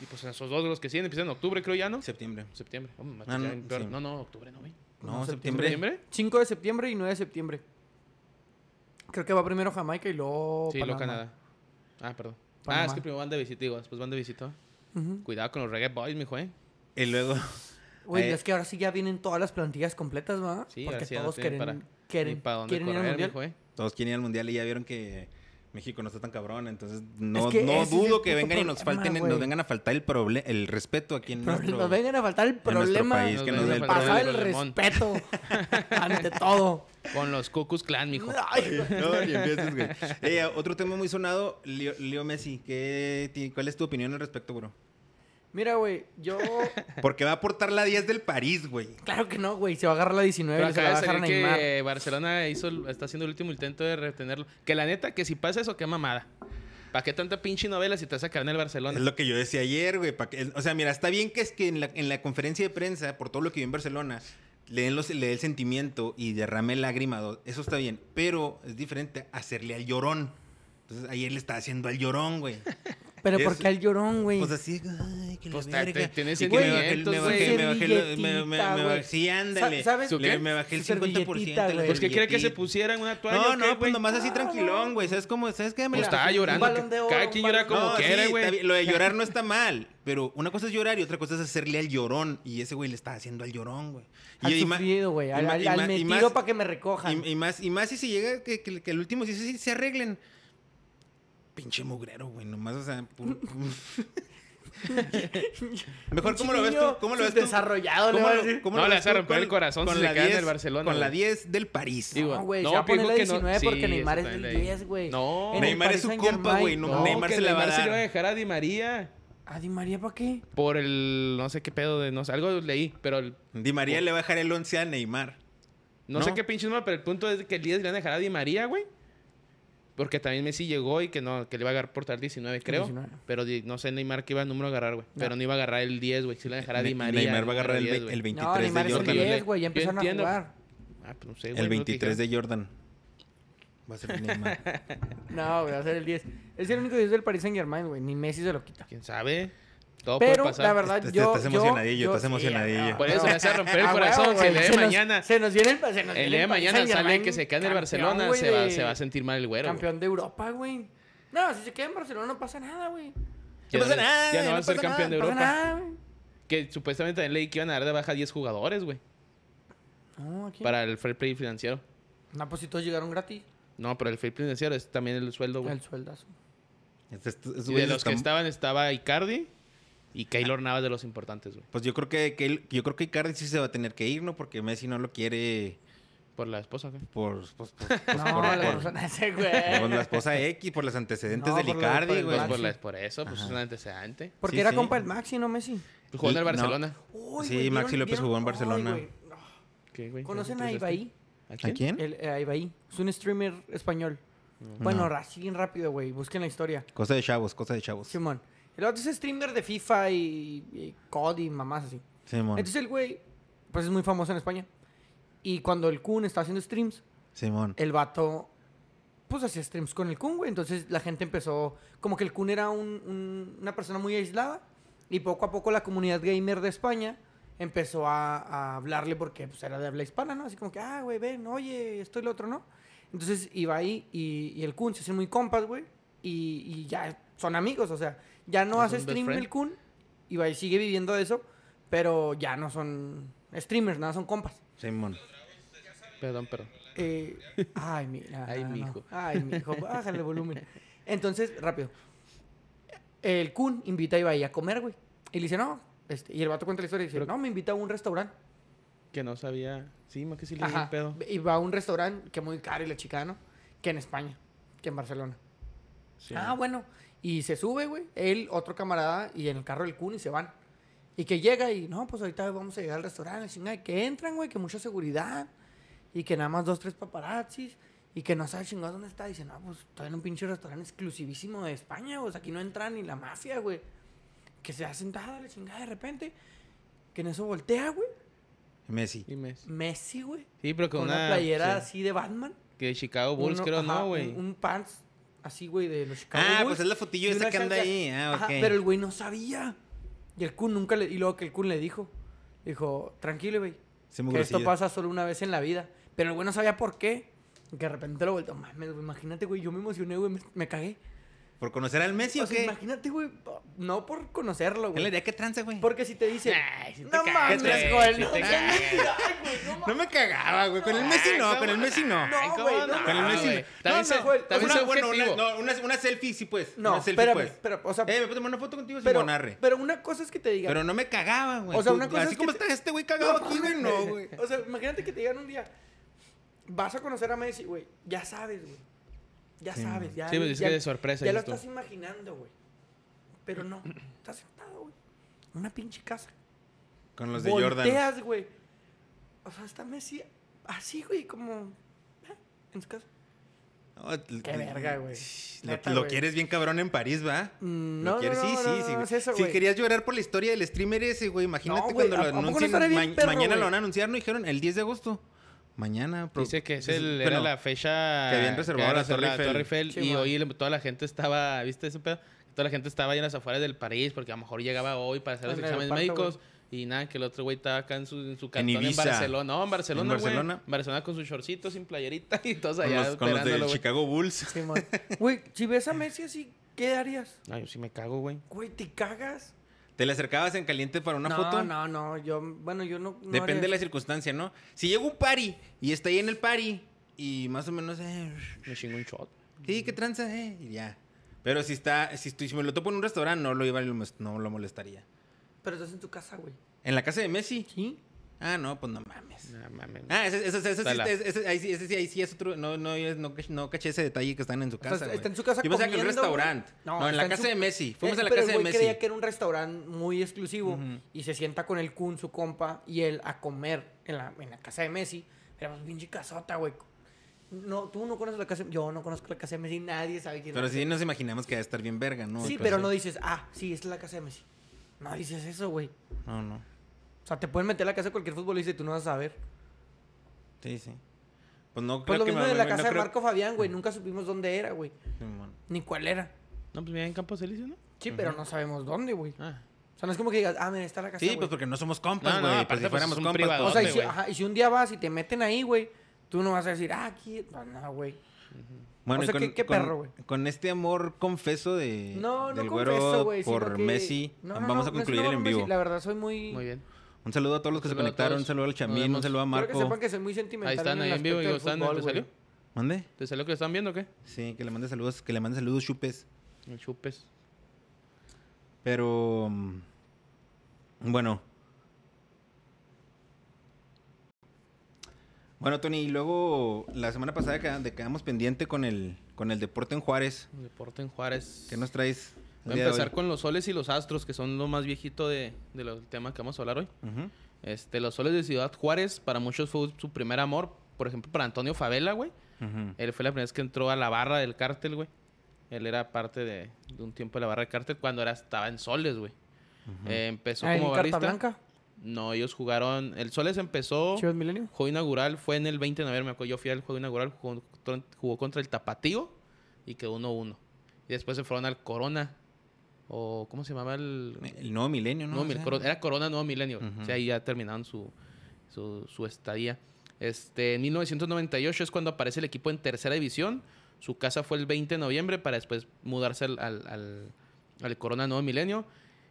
[SPEAKER 3] Y pues esos dos de los que siguen empiezan en octubre, creo ya, ¿no?
[SPEAKER 1] Septiembre.
[SPEAKER 3] Septiembre. Oh, mames,
[SPEAKER 1] Ah,
[SPEAKER 3] ya
[SPEAKER 1] no,
[SPEAKER 3] bien peor.
[SPEAKER 1] sí.
[SPEAKER 3] no, no, octubre, ¿no, güey?
[SPEAKER 1] No,
[SPEAKER 2] No,
[SPEAKER 1] septiembre.
[SPEAKER 3] ¿Septiembre?
[SPEAKER 2] 5 de septiembre y 9 de septiembre. Creo que va primero Jamaica y luego
[SPEAKER 3] Sí, luego
[SPEAKER 2] Panamá.
[SPEAKER 3] Canadá. Ah, perdón. Ah, es
[SPEAKER 2] Oh, Panamá.
[SPEAKER 3] que primero van de visita, digo, después van de visita.
[SPEAKER 2] Ujú.
[SPEAKER 3] Cuidado con los reggae boys, mijo, eh.
[SPEAKER 1] Y luego.
[SPEAKER 2] Güey,
[SPEAKER 1] Eh,
[SPEAKER 2] es que ahora sí ya vienen todas las plantillas completas, ¿va?
[SPEAKER 3] Sí, ahora
[SPEAKER 2] Porque
[SPEAKER 3] sí ya no
[SPEAKER 2] todos
[SPEAKER 3] tienen
[SPEAKER 2] quieren,
[SPEAKER 3] para,
[SPEAKER 2] quieren,
[SPEAKER 3] ni para dónde
[SPEAKER 2] quieren ir al
[SPEAKER 3] correr,
[SPEAKER 2] mundial.
[SPEAKER 3] mijo, eh.
[SPEAKER 1] Todos quieren ir al mundial y ya vieron que México no está tan cabrón. Entonces no,
[SPEAKER 2] Es que
[SPEAKER 1] no
[SPEAKER 2] ese es el
[SPEAKER 1] dudo que
[SPEAKER 2] puto
[SPEAKER 1] vengan y nos
[SPEAKER 2] problema,
[SPEAKER 1] falten,
[SPEAKER 2] güey.
[SPEAKER 1] nos vengan a faltar el proble- el respeto aquí en
[SPEAKER 2] Pero
[SPEAKER 1] nuestro.
[SPEAKER 2] Nos vengan a faltar el
[SPEAKER 1] nuestro
[SPEAKER 2] problema
[SPEAKER 1] país,
[SPEAKER 3] que nos
[SPEAKER 2] de
[SPEAKER 3] den
[SPEAKER 2] pasar el
[SPEAKER 3] problema. Limón.
[SPEAKER 2] respeto ante todo.
[SPEAKER 3] Con los Cucus Clan, mijo.
[SPEAKER 2] Ay,
[SPEAKER 1] No, ni empieces, güey. Eh, otro tema muy sonado, Leo, Leo Messi. ¿Qué, ti- ¿Cuál es tu opinión al respecto, bro?
[SPEAKER 2] Mira, güey, yo...
[SPEAKER 1] Porque va a aportar la 10 del París, güey.
[SPEAKER 2] Claro que no, güey. Se va a agarrar la 19
[SPEAKER 3] Pero
[SPEAKER 2] y se la va a
[SPEAKER 3] acaba de
[SPEAKER 2] dejar a
[SPEAKER 3] salir
[SPEAKER 2] Neymar.
[SPEAKER 3] que Barcelona hizo, el- está haciendo el último intento de retenerlo. Que la neta, que si pasa eso, qué mamada. ¿Para qué tanta pinche novela si te vas a caer en el Barcelona?
[SPEAKER 1] Es lo que yo decía ayer, güey. pa' que- O sea, mira, está bien que es que en la, en la conferencia de prensa, por todo lo que vi en Barcelona, le den, los, le dé el sentimiento y derrame lágrimas. Eso está bien. Pero es diferente hacerle al llorón. Entonces, ayer le está haciendo al llorón, güey.
[SPEAKER 2] Pero
[SPEAKER 1] es-
[SPEAKER 2] ¿por qué al llorón, güey?
[SPEAKER 1] Pues así, ay, que la
[SPEAKER 3] Pues,
[SPEAKER 1] verga.
[SPEAKER 3] te- tienes
[SPEAKER 1] Y que me
[SPEAKER 3] sentimientos,
[SPEAKER 1] bajé el- me
[SPEAKER 3] güey.
[SPEAKER 1] bajé, me bajé, el- me- me- me
[SPEAKER 2] Servilletita, güey.
[SPEAKER 1] bajé- Sí, ándale.
[SPEAKER 2] Sa- ¿sabes
[SPEAKER 1] Le-
[SPEAKER 3] qué?
[SPEAKER 1] Me bajé el
[SPEAKER 2] Servilletita,
[SPEAKER 1] 50%. de la
[SPEAKER 2] güey.
[SPEAKER 3] Pues, ¿qué quiere que se
[SPEAKER 1] servilletita.
[SPEAKER 3] pusiera en una toalla?
[SPEAKER 1] No,
[SPEAKER 3] o qué,
[SPEAKER 1] no, pues
[SPEAKER 3] güey?
[SPEAKER 1] nomás así
[SPEAKER 2] No,
[SPEAKER 1] tranquilón, güey. ¿Sabes cómo? ¿Sabes qué? Me
[SPEAKER 3] Pues
[SPEAKER 1] la-
[SPEAKER 3] estaba llorando.
[SPEAKER 2] balón de
[SPEAKER 3] Cada
[SPEAKER 2] oro,
[SPEAKER 3] quien
[SPEAKER 2] un
[SPEAKER 3] llora
[SPEAKER 2] balón-
[SPEAKER 3] como
[SPEAKER 1] No, sí,
[SPEAKER 3] quiere,
[SPEAKER 1] está
[SPEAKER 3] güey.
[SPEAKER 1] bien. Lo de llorar no está mal, pero una cosa es llorar y otra cosa es hacerle al llorón. Y ese güey le está haciendo al llorón, güey.
[SPEAKER 2] Al
[SPEAKER 1] y ma-
[SPEAKER 2] sufrido, güey. Al,
[SPEAKER 1] y ma-
[SPEAKER 2] al,
[SPEAKER 1] y
[SPEAKER 2] al
[SPEAKER 1] ma- y
[SPEAKER 2] metido
[SPEAKER 1] más-
[SPEAKER 2] para que me recojan.
[SPEAKER 1] y, y más, y más si se llega que, que- que el último sí, sí, sí se arreglen. Pinche mugrero, güey. Nomás, o sea. puro- Mejor, ¿cómo lo ves tú? ¿Cómo lo ves tú?
[SPEAKER 2] Desarrollado, le
[SPEAKER 1] ¿Cómo
[SPEAKER 2] va a
[SPEAKER 1] lo-
[SPEAKER 2] decir.
[SPEAKER 1] cómo
[SPEAKER 3] No,
[SPEAKER 1] lo
[SPEAKER 3] le
[SPEAKER 1] ves
[SPEAKER 3] vas a
[SPEAKER 1] tú
[SPEAKER 3] romper el corazón si se
[SPEAKER 1] la
[SPEAKER 3] queda en el
[SPEAKER 1] 10
[SPEAKER 3] Barcelona,
[SPEAKER 1] Con la
[SPEAKER 3] güey?
[SPEAKER 1] 10 del París.
[SPEAKER 3] Digo,
[SPEAKER 2] No, güey, se
[SPEAKER 3] no,
[SPEAKER 2] va a poner
[SPEAKER 3] digo
[SPEAKER 2] la
[SPEAKER 3] que no.
[SPEAKER 2] 19 porque
[SPEAKER 3] Sí,
[SPEAKER 2] Neymar es
[SPEAKER 3] eso
[SPEAKER 2] del
[SPEAKER 3] también le dije.
[SPEAKER 2] 10, güey.
[SPEAKER 3] No.
[SPEAKER 2] En el
[SPEAKER 1] Neymar es
[SPEAKER 2] Paris
[SPEAKER 1] su
[SPEAKER 2] Saint
[SPEAKER 1] compa, güey.
[SPEAKER 2] Germain.
[SPEAKER 1] No,
[SPEAKER 3] No,
[SPEAKER 1] Neymar
[SPEAKER 3] que
[SPEAKER 1] se la va a
[SPEAKER 3] Neymar sí le va a
[SPEAKER 1] dar.
[SPEAKER 3] dejar a Di María.
[SPEAKER 2] ¿A Ah, Di María para qué?
[SPEAKER 3] Por el no sé qué pedo de no sé, algo leí, pero el-
[SPEAKER 1] Di María le va a dejar el 11 a Neymar.
[SPEAKER 3] no,
[SPEAKER 1] No.
[SPEAKER 3] sé qué pinche número, pero el punto es que el 10 le van a dejar a Di María, güey. Porque también Messi llegó y que no, que le iba a agarrar por tal 19, creo.
[SPEAKER 2] 19.
[SPEAKER 3] Pero di- no sé Neymar qué iba a número agarrar, güey.
[SPEAKER 2] No.
[SPEAKER 3] Pero no iba a agarrar el 10, güey. Sí le iba a dejar a Di
[SPEAKER 1] Ah. Ne-
[SPEAKER 3] María.
[SPEAKER 1] Neymar va a
[SPEAKER 3] número
[SPEAKER 1] agarrar el,
[SPEAKER 3] 10,
[SPEAKER 1] ve-
[SPEAKER 3] güey.
[SPEAKER 1] el 23
[SPEAKER 2] No, Neymar
[SPEAKER 1] de
[SPEAKER 2] es el
[SPEAKER 1] Jordan.
[SPEAKER 3] Yo
[SPEAKER 2] 10, güey. Ya
[SPEAKER 3] entiendo.
[SPEAKER 2] empezaron a jugar.
[SPEAKER 3] Ah, pues no sé, güey.
[SPEAKER 1] El 23 de Jordan. Va a ser el Neymar.
[SPEAKER 2] No, güey, va a ser el 10. Es el único 10 del Paris Saint Germain, güey. Ni Messi se lo quita.
[SPEAKER 3] ¿Quién sabe? Todo puede
[SPEAKER 2] Pero
[SPEAKER 3] pasar.
[SPEAKER 2] la verdad,
[SPEAKER 1] Estás-
[SPEAKER 2] yo.
[SPEAKER 1] estás
[SPEAKER 2] yo-
[SPEAKER 1] emocionadillo,
[SPEAKER 2] yo-
[SPEAKER 1] estás
[SPEAKER 2] sí,
[SPEAKER 1] emocionadillo.
[SPEAKER 2] ah,
[SPEAKER 3] Por eso
[SPEAKER 2] no.
[SPEAKER 3] me hace romper el
[SPEAKER 2] Ah, güey,
[SPEAKER 3] corazón.
[SPEAKER 2] güey,
[SPEAKER 3] se le
[SPEAKER 2] se
[SPEAKER 3] ve
[SPEAKER 2] nos-
[SPEAKER 3] mañana.
[SPEAKER 2] Se nos viene el. Se nos viene
[SPEAKER 3] El día de
[SPEAKER 2] Paris
[SPEAKER 3] mañana
[SPEAKER 2] Saint
[SPEAKER 3] sale
[SPEAKER 2] Germain
[SPEAKER 3] que se queda en el
[SPEAKER 2] campeón,
[SPEAKER 3] Barcelona,
[SPEAKER 2] güey,
[SPEAKER 3] se, va,
[SPEAKER 2] de-
[SPEAKER 3] se va a sentir mal el güero. güey.
[SPEAKER 2] Campeón de Europa, güey. No, si se queda en Barcelona no pasa nada, güey.
[SPEAKER 3] Ya
[SPEAKER 1] No pasa
[SPEAKER 3] no-
[SPEAKER 1] nada,
[SPEAKER 3] Ya no
[SPEAKER 1] no
[SPEAKER 3] va a ser
[SPEAKER 1] pasa
[SPEAKER 3] campeón de
[SPEAKER 1] nada,
[SPEAKER 2] No pasa
[SPEAKER 3] Europa.
[SPEAKER 2] nada, güey.
[SPEAKER 3] Que supuestamente también leí que iban a dar de baja 10 jugadores, güey.
[SPEAKER 2] No, aquí.
[SPEAKER 3] Para el fair play financiero.
[SPEAKER 2] No, pues si todos llegaron gratis.
[SPEAKER 3] No, pero el fair play financiero es también el sueldo, güey.
[SPEAKER 2] El sueldazo.
[SPEAKER 1] Este- estos
[SPEAKER 3] Y de
[SPEAKER 1] güeyes
[SPEAKER 3] los que
[SPEAKER 1] están-
[SPEAKER 3] estaban estaba Icardi, Y
[SPEAKER 2] Ah.
[SPEAKER 3] Keylor Navas de los importantes, güey.
[SPEAKER 1] Pues yo creo que, que- yo creo que Icardi sí se va a tener que ir, ¿no? Porque Messi no lo quiere
[SPEAKER 3] Por la esposa, güey.
[SPEAKER 1] por, pues, pues, pues,
[SPEAKER 2] No,
[SPEAKER 1] por-
[SPEAKER 2] la
[SPEAKER 1] por-
[SPEAKER 2] persona ese, güey.
[SPEAKER 1] por la esposa X, por los antecedentes
[SPEAKER 2] No,
[SPEAKER 1] del
[SPEAKER 2] por la- por
[SPEAKER 1] Icardi,
[SPEAKER 2] el
[SPEAKER 1] güey.
[SPEAKER 3] Pues por,
[SPEAKER 2] Maxi.
[SPEAKER 3] la- por eso, pues
[SPEAKER 1] Ajá.
[SPEAKER 3] es un antecedente. Pues
[SPEAKER 2] Porque
[SPEAKER 1] Sí,
[SPEAKER 2] era
[SPEAKER 1] sí.
[SPEAKER 2] compa el Maxi, ¿no Messi?
[SPEAKER 3] Jugó en el
[SPEAKER 1] No.
[SPEAKER 3] Barcelona.
[SPEAKER 2] Uy,
[SPEAKER 1] Sí,
[SPEAKER 2] güey,
[SPEAKER 1] Maxi López jugó en
[SPEAKER 2] ay,
[SPEAKER 1] Barcelona.
[SPEAKER 2] güey.
[SPEAKER 3] ¿Qué, güey?
[SPEAKER 2] ¿Conocen
[SPEAKER 3] ¿Qué
[SPEAKER 2] a
[SPEAKER 3] te
[SPEAKER 2] Ibai?
[SPEAKER 3] usaste?
[SPEAKER 1] ¿A quién?
[SPEAKER 2] El, eh, Ibai. Es un streamer español. Bueno, así bien rápido, güey. Busquen la historia.
[SPEAKER 1] Cosa de chavos, cosa de chavos.
[SPEAKER 2] Simón. El otro es streamer de FIFA y, y COD y mamás así.
[SPEAKER 1] Simón.
[SPEAKER 2] Entonces el güey, pues es muy famoso en España. Y cuando el Kun está haciendo streams,
[SPEAKER 1] Simón.
[SPEAKER 2] el vato, pues hacía streams con el Kun, güey. Entonces la gente empezó, como que el Kun era un- un- una persona muy aislada. Y poco a poco la comunidad gamer de España empezó a, a hablarle porque pues, era de habla hispana, ¿no? Así como que, ah, güey, ven, oye, esto y lo otro, ¿no? Entonces iba ahí y, y el Kun se hacen muy compas, güey. Y, y ya son amigos, o sea, ya no
[SPEAKER 3] Son
[SPEAKER 2] hace
[SPEAKER 3] best
[SPEAKER 2] stream
[SPEAKER 3] friend.
[SPEAKER 2] el Kun. Ibai sigue viviendo de eso, pero ya no son streamers, nada, son compas.
[SPEAKER 1] Simón.
[SPEAKER 3] Perdón, pero.
[SPEAKER 2] Eh, ay, mira.
[SPEAKER 3] Ay,
[SPEAKER 2] no.
[SPEAKER 3] mijo.
[SPEAKER 2] Ay, mijo, bájale el volumen. Entonces, rápido. El Kun invita a Ibai a comer, güey. Y le dice, no. este, y el vato cuenta la historia y dice,
[SPEAKER 3] Pero-
[SPEAKER 2] no, me invita a un restaurante.
[SPEAKER 3] Que no sabía. Sí, más que sí le di
[SPEAKER 2] Ajá.
[SPEAKER 3] un pedo.
[SPEAKER 2] Y va a un restaurante que muy caro y la chica, ¿no? Que en España, que en Barcelona.
[SPEAKER 3] Sí.
[SPEAKER 2] Ah, bueno. Y se sube, güey. Él, otro camarada, y en el carro del Kun y se van. Y que llega y, no, pues ahorita vamos a llegar al restaurante. la chingada, y que entran, güey, que mucha seguridad. Y que nada más dos, tres paparazzis. Y que no sabe chingado dónde está. Dice, no, pues estoy en un pinche restaurante exclusivísimo de España, güey. O sea, aquí no entra ni la mafia, güey. Que se ha sentado la chingada de repente. Que en eso voltea, güey.
[SPEAKER 1] Messi.
[SPEAKER 3] Dime.
[SPEAKER 2] Messi, güey.
[SPEAKER 3] Sí, pero
[SPEAKER 2] Con
[SPEAKER 3] con
[SPEAKER 2] una,
[SPEAKER 3] una.
[SPEAKER 2] playera
[SPEAKER 3] sí,
[SPEAKER 2] así de Batman.
[SPEAKER 3] Que de Chicago Bulls,
[SPEAKER 2] Uno-
[SPEAKER 3] creo,
[SPEAKER 2] ajá,
[SPEAKER 3] no,
[SPEAKER 2] un-
[SPEAKER 3] güey.
[SPEAKER 2] Un, pants así, güey, de los Chicago
[SPEAKER 1] Ah,
[SPEAKER 2] Bulls
[SPEAKER 1] pues es la
[SPEAKER 2] y
[SPEAKER 1] fotillo esa
[SPEAKER 2] una
[SPEAKER 1] que anda
[SPEAKER 2] chancla-
[SPEAKER 1] ahí. Ah, ok.
[SPEAKER 2] Ajá, pero el güey no sabía. Y el Kun nunca le... Y luego que el Kun le dijo. Dijo, tranquilo, güey.
[SPEAKER 1] Sí, muy
[SPEAKER 2] que esto
[SPEAKER 1] grosillo.
[SPEAKER 2] pasa solo una vez en la vida. Pero el güey no sabía por qué. Y que de repente lo volteó. Mames, güey, imagínate, güey. Yo me emocioné, güey. Me, me cagué.
[SPEAKER 1] ¿Por conocer al Messi o,
[SPEAKER 2] o sea,
[SPEAKER 1] qué?
[SPEAKER 2] imagínate, güey. No por conocerlo,
[SPEAKER 1] ¿Qué le
[SPEAKER 2] güey.
[SPEAKER 1] diría? ¿Qué tranza, güey?
[SPEAKER 2] Porque si te dicen...
[SPEAKER 3] Ay, si te
[SPEAKER 2] no mames,
[SPEAKER 3] cagas, güey,
[SPEAKER 2] güey.
[SPEAKER 3] si
[SPEAKER 2] no,
[SPEAKER 3] te
[SPEAKER 2] no,
[SPEAKER 3] cagas".
[SPEAKER 2] no,
[SPEAKER 1] No me cagaba, güey. Con el Messi no, con el Messi no.
[SPEAKER 2] No,
[SPEAKER 3] Ay, ¿cómo
[SPEAKER 2] güey,
[SPEAKER 3] no?
[SPEAKER 2] no,
[SPEAKER 1] Con el
[SPEAKER 2] no,
[SPEAKER 1] Messi
[SPEAKER 3] güey.
[SPEAKER 1] no.
[SPEAKER 3] También
[SPEAKER 1] No,
[SPEAKER 3] se-
[SPEAKER 1] no,
[SPEAKER 2] güey,
[SPEAKER 1] Pues
[SPEAKER 3] también
[SPEAKER 1] una,
[SPEAKER 3] se
[SPEAKER 1] bueno, una,
[SPEAKER 3] objetivo.
[SPEAKER 1] no, una, una selfie sí, pues.
[SPEAKER 2] No,
[SPEAKER 1] una selfie,
[SPEAKER 2] espérame,
[SPEAKER 1] pues.
[SPEAKER 2] pero, o sea-
[SPEAKER 1] Eh, me puedo tomar una foto contigo,
[SPEAKER 2] Pero,
[SPEAKER 1] Simón, arre.
[SPEAKER 2] pero una cosa es que te digan...
[SPEAKER 1] Pero no me cagaba, güey.
[SPEAKER 2] O sea,
[SPEAKER 1] Tú-
[SPEAKER 2] una cosa
[SPEAKER 1] Así
[SPEAKER 2] es
[SPEAKER 1] como
[SPEAKER 2] que
[SPEAKER 1] está este güey cagado aquí, güey, no, güey.
[SPEAKER 2] O sea, imagínate que te digan un día, vas a conocer a Messi, güey. Ya sabes, güey. Ya
[SPEAKER 1] Sí,
[SPEAKER 2] sabes, ya.
[SPEAKER 3] Sí, pues, es
[SPEAKER 2] ya-
[SPEAKER 3] que de sorpresa,
[SPEAKER 2] Ya lo
[SPEAKER 3] dices tú.
[SPEAKER 2] estás imaginando, güey. Pero no, estás sentado, güey. en Una pinche casa.
[SPEAKER 1] Con los de Jordan.
[SPEAKER 2] Volteas, güey. O sea, está Messi así, güey, como ah, en su casa.
[SPEAKER 1] No, t-
[SPEAKER 2] Qué verga, güey.
[SPEAKER 1] Lo,
[SPEAKER 2] Neta,
[SPEAKER 1] lo
[SPEAKER 2] güey.
[SPEAKER 1] quieres bien cabrón en París, ¿va?
[SPEAKER 2] Mm,
[SPEAKER 1] Lo
[SPEAKER 2] no,
[SPEAKER 1] quieres-
[SPEAKER 2] no,
[SPEAKER 1] sí,
[SPEAKER 2] no,
[SPEAKER 1] sí,
[SPEAKER 2] no, no,
[SPEAKER 1] sí.
[SPEAKER 2] no es eso,
[SPEAKER 1] si
[SPEAKER 2] güey.
[SPEAKER 1] querías llorar por la historia del streamer ese, güey, imagínate
[SPEAKER 2] No, güey,
[SPEAKER 1] cuando
[SPEAKER 2] ¿a- a
[SPEAKER 1] lo
[SPEAKER 2] poco no
[SPEAKER 1] anuncien.
[SPEAKER 2] estará bien
[SPEAKER 1] ma-
[SPEAKER 2] perro,
[SPEAKER 1] mañana lo
[SPEAKER 2] güey?
[SPEAKER 1] van a anunciar, ¿no? Dijeron el 10 de agosto. Mañana. pro-
[SPEAKER 3] Dice que es el, era
[SPEAKER 1] pues, bueno,
[SPEAKER 3] la fecha
[SPEAKER 1] que habían reservado
[SPEAKER 3] era
[SPEAKER 1] la Torre Eiffel.
[SPEAKER 2] Sí,
[SPEAKER 3] y
[SPEAKER 2] man.
[SPEAKER 3] hoy le- toda la gente estaba, ¿viste ese pedo? Toda la gente estaba ahí en las afueras del París porque a lo mejor llegaba hoy para hacer los
[SPEAKER 2] En el
[SPEAKER 3] exámenes
[SPEAKER 2] aeropuerto,
[SPEAKER 3] médicos y nada, que el otro güey estaba acá en su, en su cantón en,
[SPEAKER 1] Ibiza.
[SPEAKER 3] Barcelona. No, en Barcelona, güey.
[SPEAKER 1] Barcelona.
[SPEAKER 3] En Barcelona con sus shortcitos sin playerita y todos
[SPEAKER 1] Con
[SPEAKER 3] allá
[SPEAKER 1] los, con los de
[SPEAKER 3] esperándolo, güey.
[SPEAKER 1] Chicago Bulls.
[SPEAKER 2] Sí, man. Güey, si ves a Messi así, ¿qué harías?
[SPEAKER 3] Ay, yo sí me cago, güey.
[SPEAKER 2] Güey, ¿te cagas?
[SPEAKER 1] ¿Te le acercabas en caliente para una
[SPEAKER 2] no,
[SPEAKER 1] foto?
[SPEAKER 2] no, no. Yo, bueno, yo no. no
[SPEAKER 1] Depende de
[SPEAKER 2] haría
[SPEAKER 1] la circunstancia, ¿no? Si llega un party y está ahí en el party y más o menos, eh,
[SPEAKER 3] Me chingo un shot.
[SPEAKER 1] sí, qué tranza, eh, y ya. Pero si está, si, estoy- si me lo topo en un restaurante, no lo iba y lo mos- no lo molestaría.
[SPEAKER 2] Pero estás en tu casa, güey.
[SPEAKER 1] ¿En la casa de Messi?
[SPEAKER 2] ¿Sí?
[SPEAKER 1] Ah, no, pues no mames.
[SPEAKER 3] No mames.
[SPEAKER 1] Ah, ese, ese, ese, ese sí
[SPEAKER 3] Sala.
[SPEAKER 1] está- ese- ahí sí- ese sí- ahí sí es otro. No, no, es- no, cach- no caché ese detalle que están en su casa.
[SPEAKER 2] está,
[SPEAKER 1] güey.
[SPEAKER 2] en su casa
[SPEAKER 1] Yo pensaba que en un
[SPEAKER 2] comiendo, güey.
[SPEAKER 1] restaurante. No, en la
[SPEAKER 2] está
[SPEAKER 1] casa
[SPEAKER 2] su-
[SPEAKER 1] de Messi. Fuimos
[SPEAKER 2] Eh,
[SPEAKER 1] a la
[SPEAKER 2] pero
[SPEAKER 1] casa de
[SPEAKER 2] el güey
[SPEAKER 1] Messi.
[SPEAKER 2] creía que era un restaurante muy exclusivo
[SPEAKER 1] Ujú.
[SPEAKER 2] y se sienta con el Kun, su compa, y él a comer en la, en la casa de Messi. Era un pinche casota, güey. No, tú no conoces la casa de Yo no conozco la casa de Messi, nadie sabe quién
[SPEAKER 1] Pero
[SPEAKER 2] es.
[SPEAKER 1] sí nos imaginamos que va a estar bien verga, ¿no? pues
[SPEAKER 2] sí,
[SPEAKER 1] Entonces,
[SPEAKER 2] pero no dices, ah, sí, esta es la casa de Messi. No dices eso, güey.
[SPEAKER 1] No, no.
[SPEAKER 2] O sea, te pueden meter a la casa de cualquier futbolista y tú no vas a saber.
[SPEAKER 1] Sí, sí. Pues no
[SPEAKER 2] Pues
[SPEAKER 1] creo
[SPEAKER 2] lo
[SPEAKER 1] que
[SPEAKER 2] mismo
[SPEAKER 1] me-
[SPEAKER 2] de la
[SPEAKER 1] no
[SPEAKER 2] casa de
[SPEAKER 1] creo- Mm.
[SPEAKER 2] Marco Fabián, güey. Nunca supimos dónde era, güey.
[SPEAKER 1] Simón.
[SPEAKER 2] Ni cuál era.
[SPEAKER 3] No, pues mira, en Campos Elíseos, ¿no?
[SPEAKER 2] Sí, pero no sabemos dónde, güey.
[SPEAKER 3] Ah.
[SPEAKER 2] O sea, no es como que digas, ah, mira, está la casa.
[SPEAKER 1] Sí,
[SPEAKER 2] güey.
[SPEAKER 1] pues porque no somos compas,
[SPEAKER 3] No,
[SPEAKER 1] güey.
[SPEAKER 3] no,
[SPEAKER 1] Pues
[SPEAKER 3] aparte,
[SPEAKER 1] si
[SPEAKER 3] pues,
[SPEAKER 1] fuéramos
[SPEAKER 3] es un
[SPEAKER 1] compas,
[SPEAKER 3] privado.
[SPEAKER 1] pues,
[SPEAKER 2] O sea, y
[SPEAKER 3] ¿dónde,
[SPEAKER 2] si,
[SPEAKER 3] güey?
[SPEAKER 2] ajá, y si un día vas y te meten ahí, güey, tú no vas a decir, ah, aquí. No, no, güey.
[SPEAKER 1] Bueno,
[SPEAKER 2] o
[SPEAKER 1] y
[SPEAKER 2] sea,
[SPEAKER 1] con,
[SPEAKER 2] qué- qué
[SPEAKER 1] con-
[SPEAKER 2] perro, güey.
[SPEAKER 1] Con este amor confeso de,
[SPEAKER 2] No, no
[SPEAKER 1] Eh, del güero
[SPEAKER 2] confieso, güey. sino
[SPEAKER 1] por
[SPEAKER 2] que-
[SPEAKER 1] Messi,
[SPEAKER 2] No, no, no,
[SPEAKER 1] vamos
[SPEAKER 2] pues,
[SPEAKER 1] a
[SPEAKER 2] no es
[SPEAKER 1] concluir
[SPEAKER 2] un
[SPEAKER 1] el en
[SPEAKER 2] amor por
[SPEAKER 1] vivo.
[SPEAKER 2] Messi, La verdad, soy muy.
[SPEAKER 3] Muy bien.
[SPEAKER 1] Un saludo a todos los que
[SPEAKER 3] Un
[SPEAKER 1] se
[SPEAKER 3] saludo a
[SPEAKER 1] conectaron,
[SPEAKER 3] todos.
[SPEAKER 1] un saludo al
[SPEAKER 3] Nos
[SPEAKER 1] Chamín,
[SPEAKER 3] vemos.
[SPEAKER 1] un saludo a
[SPEAKER 2] Quiero que
[SPEAKER 1] Marco.
[SPEAKER 2] sepan que soy muy sentimental.
[SPEAKER 3] Ahí están
[SPEAKER 2] en el
[SPEAKER 3] ahí en vivo.
[SPEAKER 2] aspecto
[SPEAKER 3] digo,
[SPEAKER 2] del
[SPEAKER 3] ¿están?
[SPEAKER 2] fútbol,
[SPEAKER 3] ¿Te
[SPEAKER 2] güey.
[SPEAKER 3] salió?
[SPEAKER 1] ¿Mande?
[SPEAKER 3] ¿Te salió que lo están viendo o qué?
[SPEAKER 1] Sí, que le mande saludos, que le mande saludos chupes.
[SPEAKER 3] El chupes.
[SPEAKER 1] Pero mm, Bueno. Bueno, Tony, y luego la semana pasada queda- de- quedamos pendiente con el, con el deporte en Juárez.
[SPEAKER 3] Deporte en Juárez.
[SPEAKER 1] ¿Qué nos traes? el
[SPEAKER 3] Voy a
[SPEAKER 1] día de
[SPEAKER 3] empezar
[SPEAKER 1] hoy?
[SPEAKER 3] con los soles y los astros, que son lo más viejito de, de los temas que vamos a hablar hoy.
[SPEAKER 1] Ujú.
[SPEAKER 3] Este, los soles de Ciudad Juárez, para muchos fue su primer amor. Por ejemplo, para Antonio Favela, güey.
[SPEAKER 1] Ujú.
[SPEAKER 3] Él fue la primera vez que entró a la barra del cártel, güey. Él era parte de, de un tiempo de la barra del cártel cuando era, estaba en soles, güey. Eh, empezó
[SPEAKER 2] Ah, ¿en
[SPEAKER 3] como
[SPEAKER 2] carta
[SPEAKER 3] barrista.
[SPEAKER 2] blanca?
[SPEAKER 3] No, ellos jugaron. El Soles empezó.
[SPEAKER 2] Chivas Milenio.
[SPEAKER 3] Juego inaugural fue en el 20 de noviembre, me acuerdo. Yo fui al juego inaugural, jugó, tron- jugó contra el Tapatío y quedó 1-1. Y después se fueron al Corona. O, ¿cómo se llamaba el.?
[SPEAKER 1] Eh, El nuevo milenio, ¿no?
[SPEAKER 3] Nuevo
[SPEAKER 1] O
[SPEAKER 3] Mil-
[SPEAKER 1] sea,
[SPEAKER 3] Coro- era Corona Nuevo Milenio. güey.
[SPEAKER 1] Ujú.
[SPEAKER 3] O sea, ahí ya terminaron su, su, su estadía. Este, en 1998 es cuando aparece el equipo en tercera división. Su casa fue el 20 de noviembre para después mudarse al, al, al- al Corona Nuevo Milenio.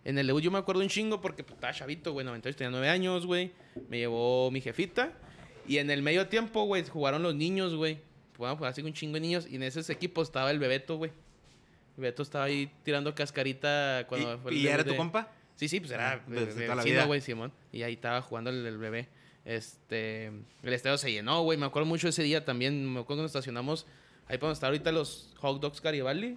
[SPEAKER 3] En el debut yo me acuerdo un chingo porque pues, estaba chavito, güey, 98, tenía 9 años, güey. Me llevó mi jefita. Y en el medio tiempo, güey, jugaron los niños, güey. Jugaban jugar así un chingo de niños. Y en ese equipo estaba el Bebeto, güey. Bebeto estaba ahí tirando cascarita cuando
[SPEAKER 1] ¿Y, y
[SPEAKER 3] debut
[SPEAKER 1] era tu
[SPEAKER 3] de-
[SPEAKER 1] compa?
[SPEAKER 3] Sí, sí, pues era
[SPEAKER 1] Ah, desde
[SPEAKER 3] eh,
[SPEAKER 1] toda la
[SPEAKER 3] vecino,
[SPEAKER 1] vida.
[SPEAKER 3] güey, Simón. Y ahí estaba jugando el, el bebé. Este, el estadio se llenó, güey. Me acuerdo mucho ese día también. Me acuerdo que nos estacionamos ahí para donde están ahorita los hot dogs Garibaldi.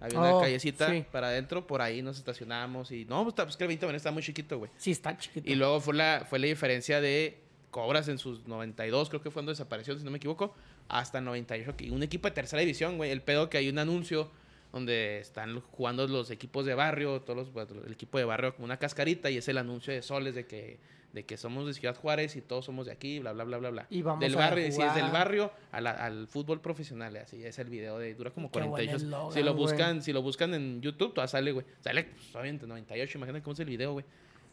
[SPEAKER 3] Había
[SPEAKER 2] Oh,
[SPEAKER 3] una callecita
[SPEAKER 2] sí.
[SPEAKER 3] para adentro, por ahí nos estacionamos. Y no, pues, ta- pues que el 20 también estaba muy chiquito, güey.
[SPEAKER 2] Sí, está chiquito.
[SPEAKER 3] Y luego fue la, fue la diferencia de Cobras en sus 92, creo que fue cuando desapareció, si no me equivoco, hasta el 98. que Un equipo de tercera división, güey. El pedo que hay un anuncio donde están jugando los equipos de barrio, todos los, bueno, el equipo de barrio como una cascarita y es el anuncio de Soles de que, de que somos de Ciudad Juárez y todos somos de aquí, bla, bla, bla, bla, bla.
[SPEAKER 2] Y vamos
[SPEAKER 3] del
[SPEAKER 2] a
[SPEAKER 3] barrio, y si es del
[SPEAKER 2] jugar.
[SPEAKER 3] barrio a la- al fútbol profesional, y así es el video de dura como
[SPEAKER 2] Qué buen
[SPEAKER 3] 48. si
[SPEAKER 2] eslogan,
[SPEAKER 3] lo
[SPEAKER 2] güey.
[SPEAKER 3] buscan, si lo buscan en YouTube, todavía sale, güey. Sale pues, obviamente 98, imagínate cómo es el video, güey.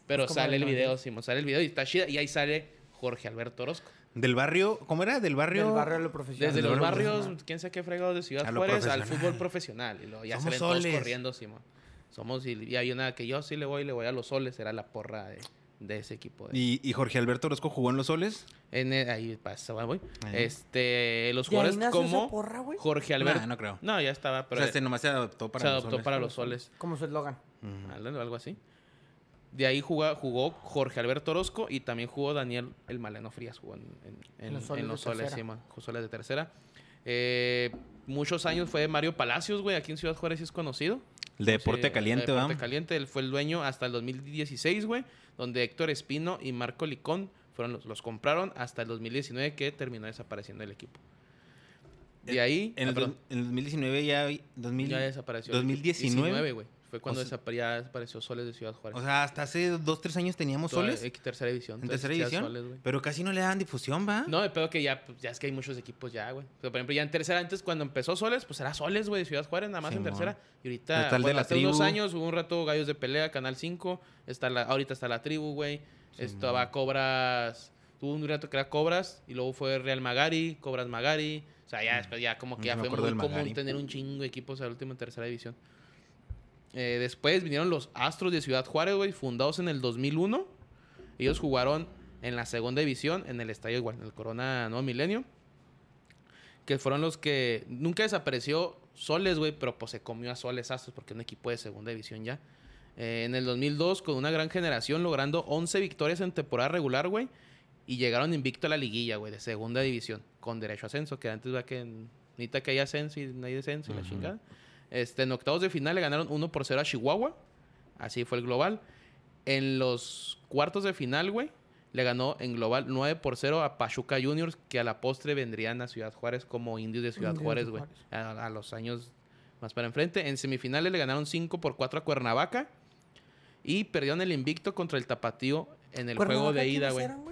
[SPEAKER 3] Pero
[SPEAKER 2] Es como
[SPEAKER 3] sale
[SPEAKER 2] de
[SPEAKER 3] el video,
[SPEAKER 2] 92.
[SPEAKER 3] Simón, sale el video y está chida. Y ahí sale Jorge Alberto Orozco.
[SPEAKER 1] Del barrio, ¿cómo era? Del barrio.
[SPEAKER 2] Del barrio a lo profesional.
[SPEAKER 3] Desde
[SPEAKER 1] lo
[SPEAKER 3] los
[SPEAKER 1] profesional.
[SPEAKER 3] barrios, quién sabe qué fregados de Ciudad
[SPEAKER 1] Pues A lo
[SPEAKER 3] Juárez, al
[SPEAKER 1] profesional.
[SPEAKER 3] fútbol profesional. Y luego ya
[SPEAKER 1] Somos
[SPEAKER 3] salen todos
[SPEAKER 1] soles.
[SPEAKER 3] corriendo, Simón. Somos, y, y hay una que yo sí le voy, le voy a los soles, era la porra de, de ese equipo. de-
[SPEAKER 1] Y, y Jorge Alberto Orozco jugó en Los Soles.
[SPEAKER 3] en el- ahí pasa, voy.
[SPEAKER 1] Ajá.
[SPEAKER 3] Este, los
[SPEAKER 2] ¿De ahí
[SPEAKER 3] jugadores
[SPEAKER 2] nació esa
[SPEAKER 3] como
[SPEAKER 2] porra, güey?
[SPEAKER 3] Jorge Alberto.
[SPEAKER 1] Nah, no creo.
[SPEAKER 3] No, ya estaba, pero
[SPEAKER 1] o sea, este nomás se adoptó para
[SPEAKER 3] se
[SPEAKER 1] Los
[SPEAKER 3] adoptó
[SPEAKER 1] Soles.
[SPEAKER 3] para los soles.
[SPEAKER 2] Como su eslogan.
[SPEAKER 1] Ujú.
[SPEAKER 3] Ándale, algo así. De ahí jugó, jugó Jorge Alberto Orozco y también jugó Daniel El Maleno Frías, jugó en, en- en- en
[SPEAKER 2] los
[SPEAKER 3] los soles,
[SPEAKER 2] Soles de
[SPEAKER 3] sí,
[SPEAKER 2] tercera.
[SPEAKER 3] man, jugó soles de tercera. Eh, muchos años fue Mario Palacios, güey, aquí en Ciudad Juárez sí es conocido.
[SPEAKER 1] El de deporte
[SPEAKER 3] Sí,
[SPEAKER 1] caliente,
[SPEAKER 3] de Deporte
[SPEAKER 1] ¿verdad?
[SPEAKER 3] Caliente, él fue el dueño hasta el 2016, güey, donde Héctor Espino y Marco Licón fueron los, los compraron hasta el 2019 que terminó desapareciendo el equipo. De ahí...
[SPEAKER 1] En
[SPEAKER 3] ah,
[SPEAKER 1] el,
[SPEAKER 3] perdón.
[SPEAKER 1] do- en el 2019 ya. hay- 2000,
[SPEAKER 3] Ya desapareció.
[SPEAKER 1] 2019.
[SPEAKER 3] 19, güey. Fue cuando
[SPEAKER 1] O sea-
[SPEAKER 3] desapare- ya desapareció Soles de Ciudad Juárez.
[SPEAKER 1] O sea, hasta hace dos, tres años teníamos
[SPEAKER 3] Toda-
[SPEAKER 1] Soles.
[SPEAKER 3] eh, tercera división.
[SPEAKER 1] En
[SPEAKER 3] entonces,
[SPEAKER 1] tercera
[SPEAKER 3] ya
[SPEAKER 1] división.
[SPEAKER 3] Soles, güey.
[SPEAKER 1] pero casi no le dan difusión, ¿va?
[SPEAKER 3] no, el pedo que ya, pues, ya es que hay muchos equipos ya, güey. O sea, por ejemplo, ya en tercera, antes cuando empezó Soles, pues era Soles, güey, de Ciudad Juárez, nada más en
[SPEAKER 1] Simón.
[SPEAKER 3] tercera. Y ahorita,
[SPEAKER 1] Está el de
[SPEAKER 3] bueno,
[SPEAKER 1] la
[SPEAKER 3] hace unos
[SPEAKER 1] tribu.
[SPEAKER 3] años hubo un rato Gallos de Pelea, Canal 5. Está la, ahorita está la tribu, güey. Estaba Cobras. Tuvo un rato que era Cobras y luego fue Real Magari, Cobras Magari. O sea, ya, después ya como que
[SPEAKER 1] Sí,
[SPEAKER 3] ya
[SPEAKER 1] Mm. me
[SPEAKER 3] fue
[SPEAKER 1] acuerdo
[SPEAKER 3] muy
[SPEAKER 1] del
[SPEAKER 3] común
[SPEAKER 1] Magari.
[SPEAKER 3] tener un chingo de equipos al último en tercera división. Eh, después vinieron los Astros de Ciudad Juárez, güey, fundados en el 2001. Ellos jugaron en la segunda división, en el estadio igual, en el Corona Nuevo Milenio. Que fueron los que nunca desapareció Soles, güey, pero pues se comió a Soles Astros porque era un equipo de segunda división ya. Eh, en el 2002, con una gran generación, logrando 11 victorias en temporada regular, güey. Y llegaron invicto a la liguilla, güey, de segunda división, con derecho a ascenso, que antes va que en- necesita que haya ascenso y no hay descenso y la
[SPEAKER 1] Ujú.
[SPEAKER 3] chingada. Este, en octavos de final le ganaron 1 por 0 a Chihuahua. Así fue el global. En los cuartos de final, güey, le ganó en global 9 por 0 a Pachuca Juniors, que a la postre vendrían a Ciudad Juárez como indios de Ciudad
[SPEAKER 2] Indios de
[SPEAKER 3] Juárez, güey.
[SPEAKER 2] Juárez.
[SPEAKER 3] A, a los años más para enfrente. En semifinales le ganaron 5 por 4 a Cuernavaca. Y perdieron el invicto contra el Tapatío en el juego
[SPEAKER 2] Cuernavaca,
[SPEAKER 3] de
[SPEAKER 2] ¿quiénes
[SPEAKER 3] ida, güey.
[SPEAKER 2] eran,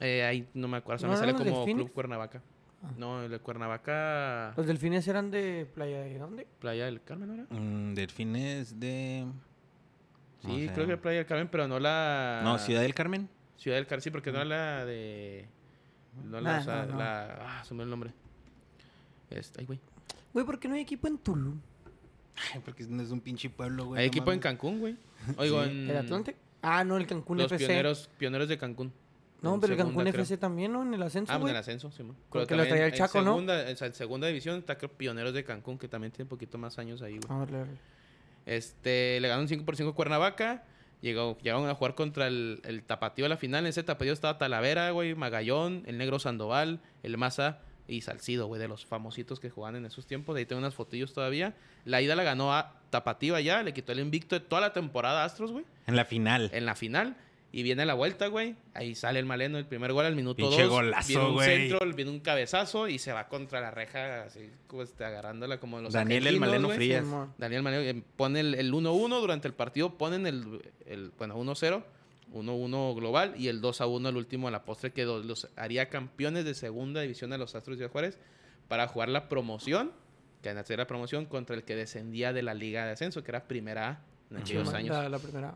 [SPEAKER 3] Eh, ahí no me acuerdo, o sea,
[SPEAKER 2] ¿No
[SPEAKER 3] me sale
[SPEAKER 2] eran los
[SPEAKER 3] como
[SPEAKER 2] Delfines? Ah.
[SPEAKER 3] Club Cuernavaca. No, el de Cuernavaca,
[SPEAKER 2] Los delfines eran de Playa de dónde?
[SPEAKER 3] Playa del Carmen, ¿no era?
[SPEAKER 1] Mm, delfines de.
[SPEAKER 3] Sí,
[SPEAKER 1] no sé.
[SPEAKER 3] creo que Playa del Carmen, pero no la...
[SPEAKER 1] No, Ciudad del Carmen.
[SPEAKER 3] Ciudad del Carmen, sí, porque no la de... No la...
[SPEAKER 2] Nah,
[SPEAKER 3] o sea,
[SPEAKER 2] no, no.
[SPEAKER 3] la- Ah, se me olvidó el nombre. Este, ay, güey.
[SPEAKER 2] Güey, ¿por qué no hay equipo en Tulum?
[SPEAKER 1] Ay, porque es un pinche pueblo, güey.
[SPEAKER 3] Hay
[SPEAKER 1] no
[SPEAKER 3] equipo en
[SPEAKER 1] mames.
[SPEAKER 3] Cancún, güey. Oigo, en...
[SPEAKER 2] ¿El Atlante? Ah, no, el Cancún
[SPEAKER 3] Mm. Los
[SPEAKER 2] FC.
[SPEAKER 3] pioneros, pioneros de Cancún.
[SPEAKER 2] no,
[SPEAKER 3] En
[SPEAKER 2] pero el
[SPEAKER 3] segunda,
[SPEAKER 2] Cancún
[SPEAKER 3] creo.
[SPEAKER 2] FC también, ¿no? En el ascenso,
[SPEAKER 3] Ah, bueno,
[SPEAKER 2] güey.
[SPEAKER 3] el ascenso, sí. man.
[SPEAKER 2] Creo
[SPEAKER 3] Pero
[SPEAKER 2] que lo
[SPEAKER 3] también
[SPEAKER 2] traía el Chaco,
[SPEAKER 3] en
[SPEAKER 2] ¿no?
[SPEAKER 3] segunda, En en segunda división está creo, Pioneros de Cancún, que también tiene un poquito más años ahí, güey.
[SPEAKER 2] A ver, a ver.
[SPEAKER 3] Este, le ganaron 5 por 5 Cuernavaca. Llegó, llegaron a jugar contra el, el Tapatío a la final. En ese Tapatío estaba Talavera, güey, Magallón, el Negro Sandoval, el Maza y Salcido, güey, de los famositos que jugaban en esos tiempos. De ahí tengo unas fotillos todavía. La ida la ganó a Tapatío allá, le quitó el invicto de toda la temporada a Astros, güey,
[SPEAKER 1] En la final.
[SPEAKER 3] en la final. Y viene la vuelta, güey. Ahí sale el Maleno, el primer gol al minuto
[SPEAKER 1] Pinche
[SPEAKER 3] 2.
[SPEAKER 1] golazo,
[SPEAKER 3] Viene un
[SPEAKER 1] güey.
[SPEAKER 3] centro, viene un cabezazo y se va contra la reja, así, pues, este, agarrándola como los
[SPEAKER 1] Daniel el
[SPEAKER 3] argentinos,
[SPEAKER 1] Maleno
[SPEAKER 3] güey.
[SPEAKER 1] Frías.
[SPEAKER 2] Simón.
[SPEAKER 3] Daniel Manero eh, pone el el 1-1 durante el partido, ponen el, el, bueno, 1-0, 1-1 global y el 2-1 el último a la postre que los, los haría campeones de segunda división a los Astros de Juárez para jugar la promoción, que en la tercera promoción contra el que descendía de la Liga de Ascenso, que era primera A en aquellos
[SPEAKER 2] Simón,
[SPEAKER 3] años.
[SPEAKER 2] La, la primera.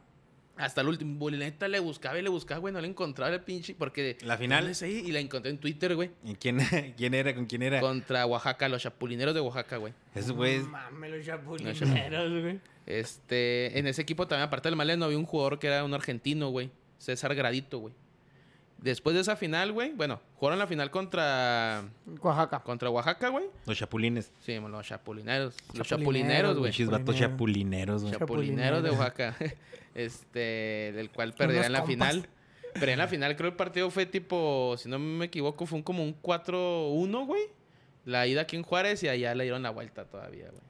[SPEAKER 3] Hasta el último, güey, neta le buscaba y le buscaba, güey, no le encontraba el pinche, porque...
[SPEAKER 1] La final.
[SPEAKER 3] ¿Dónde es ahí? Y la encontré en Twitter, güey.
[SPEAKER 1] ¿Y quién, quién era? ¿Con Mm. quién era?
[SPEAKER 3] Contra Oaxaca, los chapulineros de Oaxaca, güey.
[SPEAKER 1] Esos güeyes.
[SPEAKER 2] No mames, los chapulineros,
[SPEAKER 3] chapulineros.
[SPEAKER 2] güey.
[SPEAKER 3] Este, en ese equipo también, aparte del Maleno, había un jugador que era un argentino, güey. César Gradito, güey. Después de esa final, güey, bueno, jugaron la final contra,
[SPEAKER 2] Oaxaca.
[SPEAKER 3] contra Oaxaca, güey.
[SPEAKER 1] Los chapulines.
[SPEAKER 3] Sí, los chapulineros. Los
[SPEAKER 2] Chapulineros,
[SPEAKER 3] chapulineros, güey.
[SPEAKER 1] Pinches vatos chapulineros, güey.
[SPEAKER 2] Chap-
[SPEAKER 3] Chapulineros de
[SPEAKER 2] Chapulineros.
[SPEAKER 3] Oaxaca. Este, del cual perderá
[SPEAKER 2] Unos
[SPEAKER 3] en la
[SPEAKER 2] compas.
[SPEAKER 3] final. Pero en la final creo el partido fue tipo, si no me equivoco, fue un como un 4-1, güey. La ida aquí en Juárez y allá le dieron la vuelta todavía, güey.